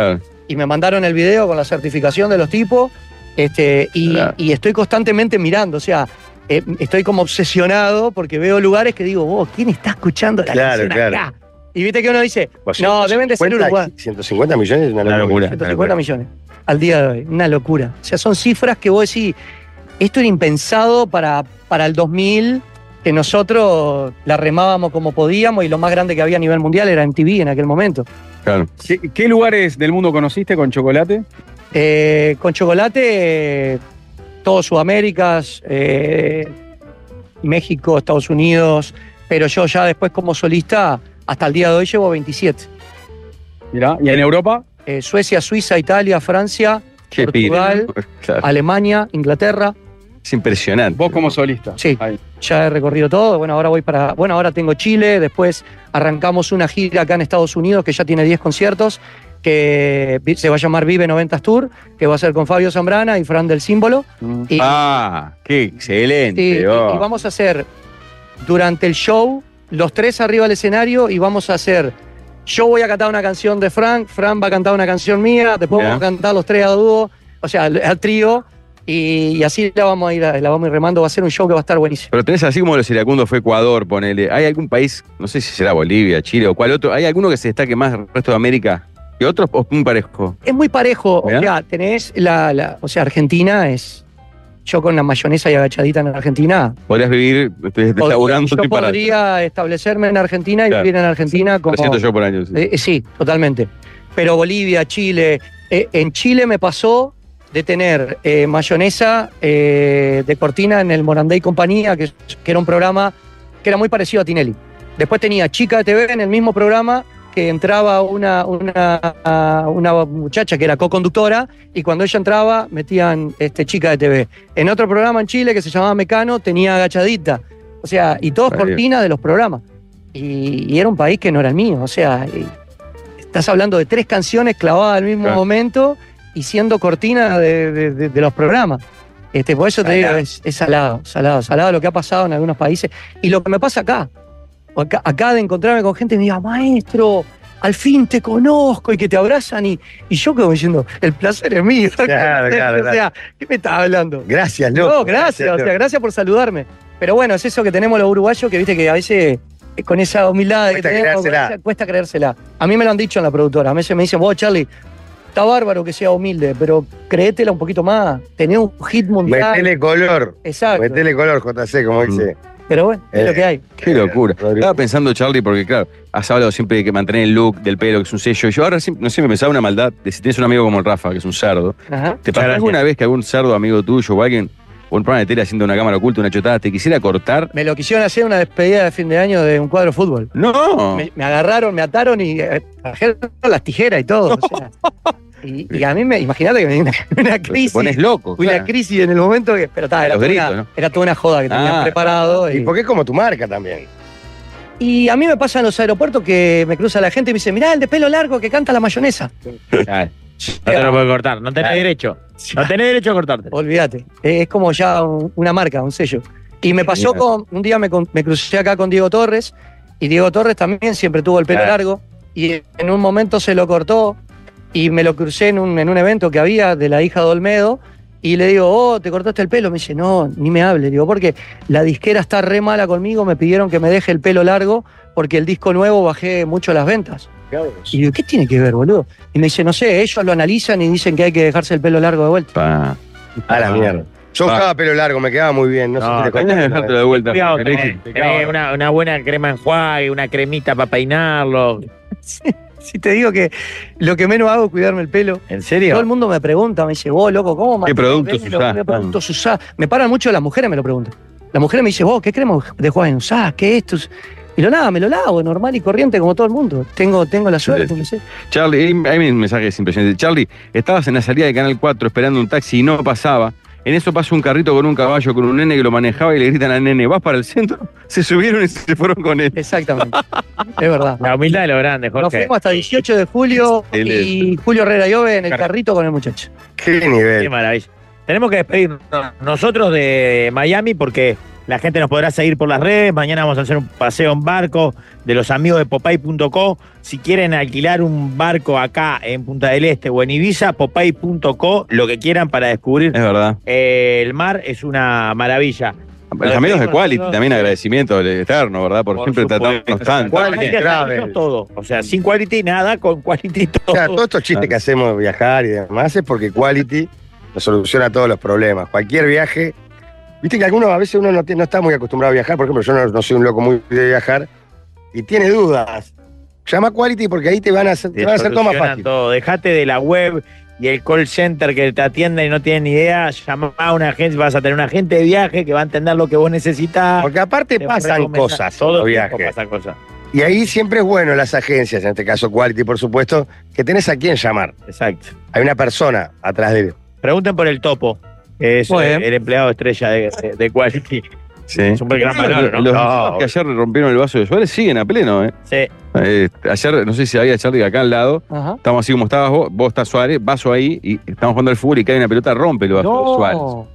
Speaker 18: Y me mandaron el video con la certificación de los tipos. Este, y, y estoy constantemente mirando, o sea, eh, estoy como obsesionado porque veo lugares que digo, vos, ¿quién está escuchando la
Speaker 1: Claro,
Speaker 18: canción
Speaker 1: claro. Pues
Speaker 18: acá?" Y viste que uno dice,
Speaker 1: Bueno,
Speaker 18: no, deben de ser
Speaker 1: 150,
Speaker 18: Uruguay.
Speaker 1: 150 millones es una locura.
Speaker 18: 150 millones al día de hoy. Una locura. O sea, son cifras que vos decís, esto era impensado para, para el 2000 que nosotros la remábamos como podíamos y lo más grande que había a nivel mundial era MTV en aquel momento.
Speaker 3: Claro.
Speaker 4: ¿Qué, qué lugares del mundo conociste con chocolate?
Speaker 18: Eh, con chocolate, eh, todo Sudamérica, eh, México, Estados Unidos, pero yo ya después como solista, hasta el día de hoy llevo 27.
Speaker 4: Mirá, ¿y en Europa?
Speaker 18: Eh, Suecia, Suiza, Italia, Francia,
Speaker 3: Qué
Speaker 18: Portugal,
Speaker 3: pire. Claro.
Speaker 18: Alemania, Inglaterra.
Speaker 3: Es impresionante.
Speaker 4: Vos como solista.
Speaker 18: Sí, ya he recorrido todo. Bueno, ahora voy para. Bueno, ahora tengo Chile. Después arrancamos una gira acá en Estados Unidos que ya tiene 10 conciertos. Que vi- se va a llamar Vive 90 Tour, que va a ser con Fabio Zambrana y Fran del Símbolo. Y-
Speaker 3: ah, qué excelente.
Speaker 18: Sí, y-
Speaker 3: oh.
Speaker 18: y vamos a hacer durante el show, los tres arriba del escenario y vamos a hacer. Yo voy a cantar una canción de Frank, Frank va a cantar una canción mía, después
Speaker 3: Ya.
Speaker 18: vamos a cantar los tres a dúo, o sea, al, al trío, y, y así la vamos a ir la vamos a ir remando, va a ser un show que va a estar buenísimo.
Speaker 3: Pero tenés así como los iracundos fue Ecuador, ponele. ¿Hay algún país, no sé si será Bolivia, Chile o cuál otro? ¿Hay alguno que se destaque más del resto de América que otros o un parejo?
Speaker 18: Es muy parejo, o
Speaker 3: Mirá.
Speaker 18: sea, tenés la, la- o sea, Argentina es, yo con la mayonesa y agachadita en Argentina,
Speaker 3: Podrías vivir, estoy estoy laburando,
Speaker 18: yo
Speaker 3: estoy parado.
Speaker 18: podría establecerme en Argentina y
Speaker 3: Claro.
Speaker 18: vivir en Argentina como...
Speaker 3: 300 yo por año. sí.
Speaker 18: Eh, eh, sí, totalmente. Pero Bolivia, Chile. eh, en Chile me pasó de tener eh, mayonesa eh, de cortina en el Morandé y Compañía, que, que era un programa que era muy parecido a Tinelli. Después tenía Chica de TV en el mismo programa que entraba una, una, una muchacha que era co-conductora y cuando ella entraba metían este, Chica de TV. En otro programa en Chile que se llamaba Mecano tenía Agachadita. O sea, y todos
Speaker 3: Está bien.
Speaker 18: cortinas de los programas y, y era un país que no era el mío. O sea, y estás hablando de tres canciones clavadas al mismo
Speaker 3: Claro.
Speaker 18: momento y siendo cortina de, de- de- de los programas. Este, por eso te digo, es, es salado, salado, salado lo que ha pasado en algunos países. Y lo que me pasa acá, o acá, acá de encontrarme con gente que me diga, maestro, al fin te conozco y que te abrazan y, y yo como diciendo, el placer es mío.
Speaker 1: Claro, claro,
Speaker 18: o sea,
Speaker 1: claro.
Speaker 18: ¿qué me estás hablando?
Speaker 1: Gracias, loco.
Speaker 18: No, gracias, o sea,
Speaker 1: loco.
Speaker 18: gracias por saludarme. Pero bueno, es eso que tenemos los uruguayos, que viste que a veces eh, con esa humildad
Speaker 1: Cuesta
Speaker 18: que tenemos, con
Speaker 1: creérsela.
Speaker 18: esa- cuesta creérsela. A mí me lo han dicho en la productora, a veces me dicen, vos Charlie, está bárbaro que sea humilde, pero créetela un poquito más, tenés un hit mundial.
Speaker 1: Metele color.
Speaker 18: Exacto. Mm.
Speaker 1: Metele color, JC, como dice.
Speaker 18: Pero bueno, es
Speaker 3: Eh,
Speaker 18: lo que hay.
Speaker 3: Qué locura. Estaba pensando, Charlie, porque claro, has hablado siempre de que mantener el look del pelo, que es un sello. Y yo ahora, siempre- no sé, me pensaba una maldad de si tienes un amigo como el Rafa, que es un cerdo.
Speaker 18: Ajá.
Speaker 3: ¿Te pasó alguna vez que algún cerdo amigo tuyo o alguien, o un programa de tele haciendo una cámara oculta, una chotada, te quisiera cortar?
Speaker 18: Me lo quisieron hacer una despedida de fin de año de un cuadro de fútbol.
Speaker 3: No.
Speaker 18: Me, me agarraron, me ataron y eh, trajeron las tijeras y todo. o sea. y, y a mí me, imagínate que me dio una, una crisis.
Speaker 3: pones loco,
Speaker 18: Una
Speaker 3: claro.
Speaker 18: crisis en el momento que. Pero está, era,
Speaker 3: Los
Speaker 18: toda
Speaker 3: gritos,
Speaker 18: una-
Speaker 3: ¿no?
Speaker 18: era toda una joda que tenían
Speaker 3: Ah.
Speaker 18: preparado.
Speaker 1: Y
Speaker 18: Y,
Speaker 1: porque es como tu marca también.
Speaker 18: y a mí me pasa en los aeropuertos que me cruza la gente y me dice, mirá el de pelo largo que canta la mayonesa.
Speaker 3: Claro.
Speaker 2: No te lo puedo cortar, no tenés derecho. No tenés derecho a cortarte.
Speaker 18: Olvídate. Eh, Es como ya un- una marca, un sello. Y me pasó
Speaker 2: Genial.
Speaker 18: con. Un día me, con- me crucé acá con Diego Torres. Y Diego Torres también siempre tuvo el pelo
Speaker 3: Claro.
Speaker 18: largo. Y en un momento se lo cortó. Y me lo crucé en un, en un evento que había de la hija de Olmedo. Y le digo, oh, te cortaste el pelo. Me dice, no, ni me hable. Digo, porque la disquera está re mala conmigo. Me pidieron que me deje el pelo largo porque el disco nuevo bajé mucho las ventas. Y digo, ¿qué tiene que ver, boludo? Y me dice, no sé, ellos lo analizan y dicen que hay que dejarse el pelo largo de vuelta.
Speaker 3: Pa.
Speaker 1: A la mierda. Yo
Speaker 3: Ah.
Speaker 1: usaba pelo largo, me quedaba muy bien. No, sé
Speaker 2: No,
Speaker 1: si te
Speaker 3: Tenés que
Speaker 1: conté,
Speaker 3: dejártelo
Speaker 1: ¿no?
Speaker 3: de vuelta.
Speaker 2: Cuidado,
Speaker 3: Tenés-
Speaker 2: tenés- tenés una, una buena crema enjuague, una cremita para peinarlo.
Speaker 18: Si te digo que lo que menos hago es cuidarme el pelo.
Speaker 2: ¿En
Speaker 18: Todo el
Speaker 2: serio?
Speaker 18: mundo me pregunta, me dice, vos, loco, ¿cómo
Speaker 3: ¿Qué
Speaker 18: mantenés
Speaker 3: productos
Speaker 18: el pelo?
Speaker 3: usás?
Speaker 18: ¿Qué productos usás? Me paran mucho las mujeres, me lo preguntan. Las mujeres me dicen, vos, ¿qué crema de Juan usás? ¿Qué esto? Y lo lavo, me lo lavo, normal y corriente como todo el mundo. Tengo, tengo la suerte, no sé.
Speaker 3: Charlie, hay hay un mensaje es impresionante. Charlie, estabas en la salida de Canal 4 esperando un taxi y no pasaba. En eso pasa un carrito con un caballo, con un nene que lo manejaba y le gritan al nene, ¿vas para el centro? Se subieron y se fueron con él.
Speaker 18: Exactamente. es verdad.
Speaker 2: La humildad de lo grande,
Speaker 18: Nos
Speaker 2: Jorge.
Speaker 18: fuimos hasta el 18 de julio y
Speaker 3: Excelente.
Speaker 18: Julio Herrera Llove en el carrito con el muchacho.
Speaker 1: Qué
Speaker 2: Qué
Speaker 1: nivel.
Speaker 2: maravilla. Tenemos que despedirnos nosotros de Miami porque la gente nos podrá seguir por las redes. Mañana vamos a hacer un paseo en barco de los amigos de Popay.co. Si quieren alquilar un barco acá en Punta del Este o en Ibiza, Popay.co, lo que quieran para descubrir
Speaker 3: Es verdad.
Speaker 2: eh, el mar es una maravilla.
Speaker 3: Los amigos de Quality, también agradecimiento eterno, ¿verdad? Por,
Speaker 2: Por
Speaker 3: siempre tratarnos
Speaker 2: supuesto.
Speaker 3: tanto.
Speaker 2: Hay que hacer
Speaker 1: Travel.
Speaker 2: todo. O sea, sin quality nada, con quality todo.
Speaker 1: O sea, todos estos chistes que hacemos de viajar y demás es porque Quality nos soluciona todos los problemas. Cualquier viaje Viste que algunos, a veces uno no, te- no está muy acostumbrado a viajar, por ejemplo, yo no, no soy un loco muy de viajar, y tiene dudas. Llama a Quality porque ahí te van a hacer, te
Speaker 2: Te
Speaker 1: van a hacer todo más
Speaker 2: solucionan
Speaker 1: fácil.
Speaker 2: todo. Dejate de la web y el call center que te atiende y no tiene ni idea. Llama a una agencia, vas a tener un agente de viaje que va a entender lo que vos necesitas. Porque
Speaker 1: aparte pasan cosas en
Speaker 2: Todo
Speaker 1: los
Speaker 2: el tiempo
Speaker 1: viajes.
Speaker 2: pasan cosas.
Speaker 1: Y ahí siempre es bueno las agencias, en este caso Quality, por supuesto, que tenés a quién llamar.
Speaker 2: Exacto.
Speaker 1: Hay una persona atrás de él.
Speaker 2: Pregunten por el topo, que es
Speaker 1: Muy
Speaker 2: eh,
Speaker 1: bien.
Speaker 2: el empleado estrella de, de- de Quality. Es un gran valor, ¿no?
Speaker 3: Los
Speaker 2: No,
Speaker 3: que ayer rompieron el vaso de Suárez siguen a pleno, ¿eh?
Speaker 2: Sí.
Speaker 3: Eh, ayer, no sé si había Charlie acá al lado.
Speaker 18: Ajá.
Speaker 3: Estamos así como estabas vos, vos estás Suárez, vaso ahí y estamos jugando al fútbol y cae una pelota, rompe el vaso de Suárez.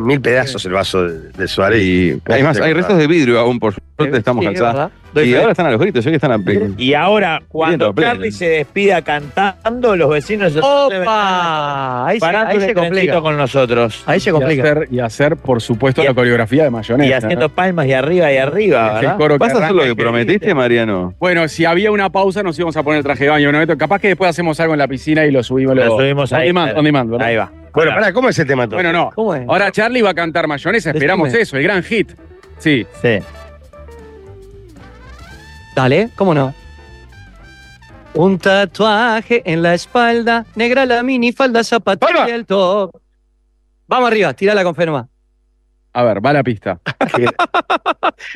Speaker 1: Mil pedazos el vaso de, de Suárez.
Speaker 3: Y hay más, hay restos de vidrio aún, por suerte estamos
Speaker 2: Sí, es
Speaker 3: cansados.
Speaker 2: verdad.
Speaker 3: Y ahora están a los gritos, yo que están a
Speaker 2: Y ahora, cuando
Speaker 3: Bien, pleno.
Speaker 2: Charlie se despida cantando, los vecinos
Speaker 18: ¡Opa! Ahí se-
Speaker 2: Parando
Speaker 18: ahí
Speaker 2: en
Speaker 18: se
Speaker 2: el trencito
Speaker 18: complica.
Speaker 2: con nosotros.
Speaker 18: Ahí se
Speaker 4: Y
Speaker 18: complica.
Speaker 4: hacer, y hacer, por supuesto, la coreografía de mayonesa.
Speaker 2: Y haciendo palmas y arriba y arriba,
Speaker 4: Es el
Speaker 2: ¿verdad?
Speaker 4: coro que arranca y que-
Speaker 3: prometiste, Mariano?
Speaker 4: Bueno, si había una pausa, nos íbamos a poner el traje de baño. un momento. Capaz que después hacemos algo en la piscina y lo subimos.
Speaker 2: Lo subimos
Speaker 4: on
Speaker 2: ahí,
Speaker 4: Demand,
Speaker 2: claro.
Speaker 4: on demand, ¿verdad?
Speaker 2: Ahí va.
Speaker 1: Bueno, pará, ¿cómo es el tema entonces?
Speaker 4: Bueno, no.
Speaker 18: ¿Cómo es?
Speaker 4: Ahora Charlie va a cantar mayonesa. Esperamos
Speaker 18: Decime.
Speaker 4: eso, el gran hit. Sí.
Speaker 2: Sí.
Speaker 18: Dale, ¿cómo no? Un tatuaje en la espalda, negra la minifalda, zapatilla y el top. Vamos arriba, tirala con Fenoma.
Speaker 4: A ver, va la pista.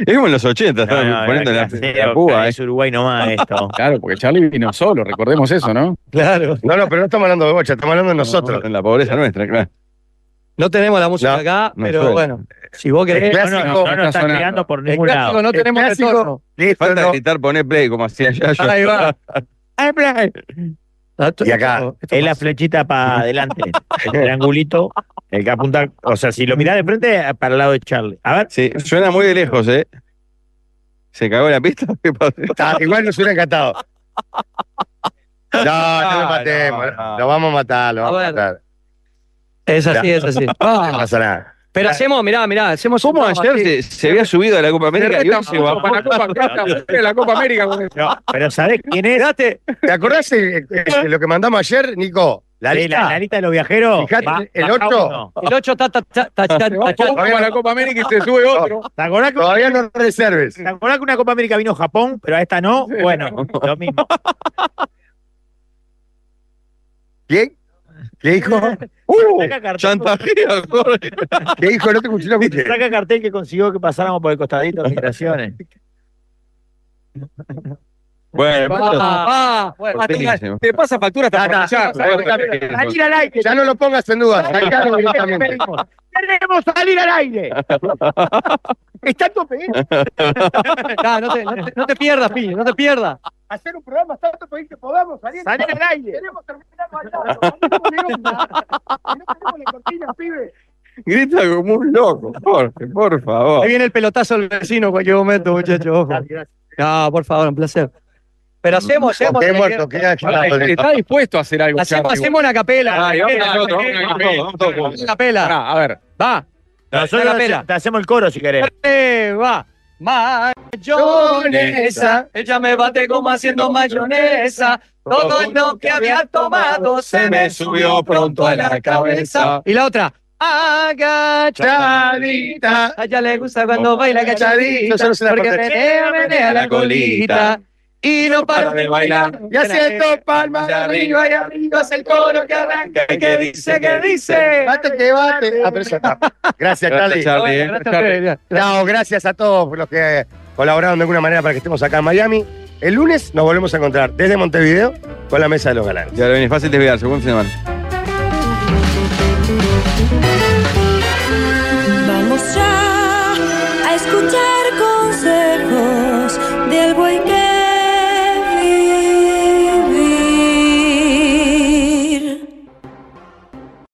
Speaker 3: Es como en los 80, estaban
Speaker 2: no,
Speaker 3: poniendo la,
Speaker 2: casero,
Speaker 3: la púa, ¿eh?
Speaker 2: Es Uruguay nomás esto.
Speaker 4: Claro, porque Charlie vino solo, recordemos eso, ¿no?
Speaker 18: Claro.
Speaker 1: No, no, pero no estamos hablando de bocha, estamos hablando de nosotros.
Speaker 3: En la pobreza nuestra, claro.
Speaker 18: No tenemos la música
Speaker 1: No,
Speaker 18: acá,
Speaker 3: no
Speaker 18: pero
Speaker 3: suena.
Speaker 18: bueno, si vos querés.
Speaker 1: El clásico-
Speaker 18: no, no,
Speaker 2: No
Speaker 18: no,
Speaker 2: nos
Speaker 18: está
Speaker 2: están
Speaker 18: sonando.
Speaker 2: llegando por ningún
Speaker 18: clásico
Speaker 2: lado.
Speaker 18: no
Speaker 1: El
Speaker 18: tenemos
Speaker 1: clásico-
Speaker 18: retorno.
Speaker 1: Listo,
Speaker 3: Falta
Speaker 1: no.
Speaker 3: gritar, poner play, como hacía ya yo.
Speaker 18: Ahí va. Ah,
Speaker 1: Y acá,
Speaker 2: Es la flechita para adelante, el triangulito, el que apunta. O sea, si lo mirás de frente, para el lado de Charlie. A ver.
Speaker 3: Sí, suena muy de lejos, ¿eh? ¿Se cagó la pista? ¿Qué pasó?
Speaker 1: Está, igual nos hubiera encantado. No, no lo matemos.
Speaker 18: Ah,
Speaker 3: Ah,
Speaker 1: Lo vamos a matar, lo vamos a,
Speaker 18: A ver.
Speaker 1: matar.
Speaker 18: Es así,
Speaker 1: Ya.
Speaker 18: es así.
Speaker 1: No
Speaker 18: Ah,
Speaker 1: pasa nada.
Speaker 18: pero hacemos, mirá, mirá, hacemos.
Speaker 3: ¿Cómo
Speaker 18: un-
Speaker 3: ayer se, se había subido a la Copa América y hoy se bajó?
Speaker 4: para la Copa, para la Copa América. con esto.
Speaker 2: No, pero ¿sabés quién es?
Speaker 18: Mirate,
Speaker 1: ¿Te acordás eh, eh, lo que mandamos ayer, Nico? La
Speaker 2: Sí,
Speaker 1: lista.
Speaker 2: La, la lista de los viajeros.
Speaker 1: Fijate,
Speaker 2: Va-
Speaker 1: el
Speaker 2: baja
Speaker 1: 8.
Speaker 2: uno.
Speaker 18: El 8 está tachado.
Speaker 4: Se va uno para la Copa América y se sube otro.
Speaker 2: ¿Te acordás que,
Speaker 1: Todavía no reserves.
Speaker 2: te acordás que una Copa América vino Japón, pero a esta no? Bueno, lo mismo.
Speaker 1: ¿Quién? ¿Qué dijo?
Speaker 2: Uh, saca cartel,
Speaker 3: Chantajea, Jorge.
Speaker 1: ¿Qué dijo? No te escuché, no escuché.
Speaker 2: saca cartel que consiguió que pasáramos por el costadito de migraciones.
Speaker 3: Bueno,
Speaker 18: Ah, bueno,
Speaker 3: Martínez,
Speaker 18: tenga-
Speaker 4: Te pasa factura hasta por la charla.
Speaker 1: Salir al aire. Ya no lo pongas en duda, sacalo directamente.
Speaker 2: ¡Queremos salir al aire! Está todo pedido.
Speaker 18: Ah, no, te, no, te, no te pierdas, Piñe, no te pierdas.
Speaker 2: Hacer un programa tanto pedir que podamos salir, al aire. Queremos terminar bailando. No tenemos la cortina, pibe.
Speaker 3: grita como un loco, Jorge, por
Speaker 18: Ahí
Speaker 3: favor.
Speaker 18: viene el pelotazo del vecino en cualquier momento, muchachos. ojo. No, por favor, un placer. Pero hacemos, hacemos.
Speaker 1: Te he muerto, queda llorando, Nico.
Speaker 4: Está dispuesto a hacer algo.
Speaker 18: Hacemos,
Speaker 4: Charlie.
Speaker 18: hacemos una capela.
Speaker 4: Ay, vamos a hacer otro, vamos a hacer otro, vamos a hacer otro.
Speaker 18: Una capela.
Speaker 4: Pará, A ver,
Speaker 18: Va,
Speaker 2: Nosotros
Speaker 18: la pela.
Speaker 2: te hacemos el coro si querés.
Speaker 18: eh, va. Mayonesa, ella me bate como haciendo mayonesa. Todo lo que había tomado se me subió pronto a la cabeza. Y la otra, Ah, agachadita. A ella le gusta cuando baila agachadita.
Speaker 1: Yo solo sé la
Speaker 18: Porque
Speaker 1: parte-
Speaker 18: menea, menea la colita. Y no para de bailar. Y haciendo palmas de arriba y arriba es el coro que arranca. y Que dice, que dice.
Speaker 1: Bate que bate. Ah, pero ya está. Gracias,
Speaker 3: Gracias,
Speaker 1: Charlie.
Speaker 3: Charlie.
Speaker 18: Bueno, gracias a
Speaker 3: ¿eh?
Speaker 18: ustedes.
Speaker 1: Chao, gracias a todos los que colaboraron de alguna manera para que estemos acá en Miami. El lunes nos volvemos a encontrar desde Montevideo con la mesa de los galanes.
Speaker 3: Ya lo viene fácil desviarse, buen fin de semana.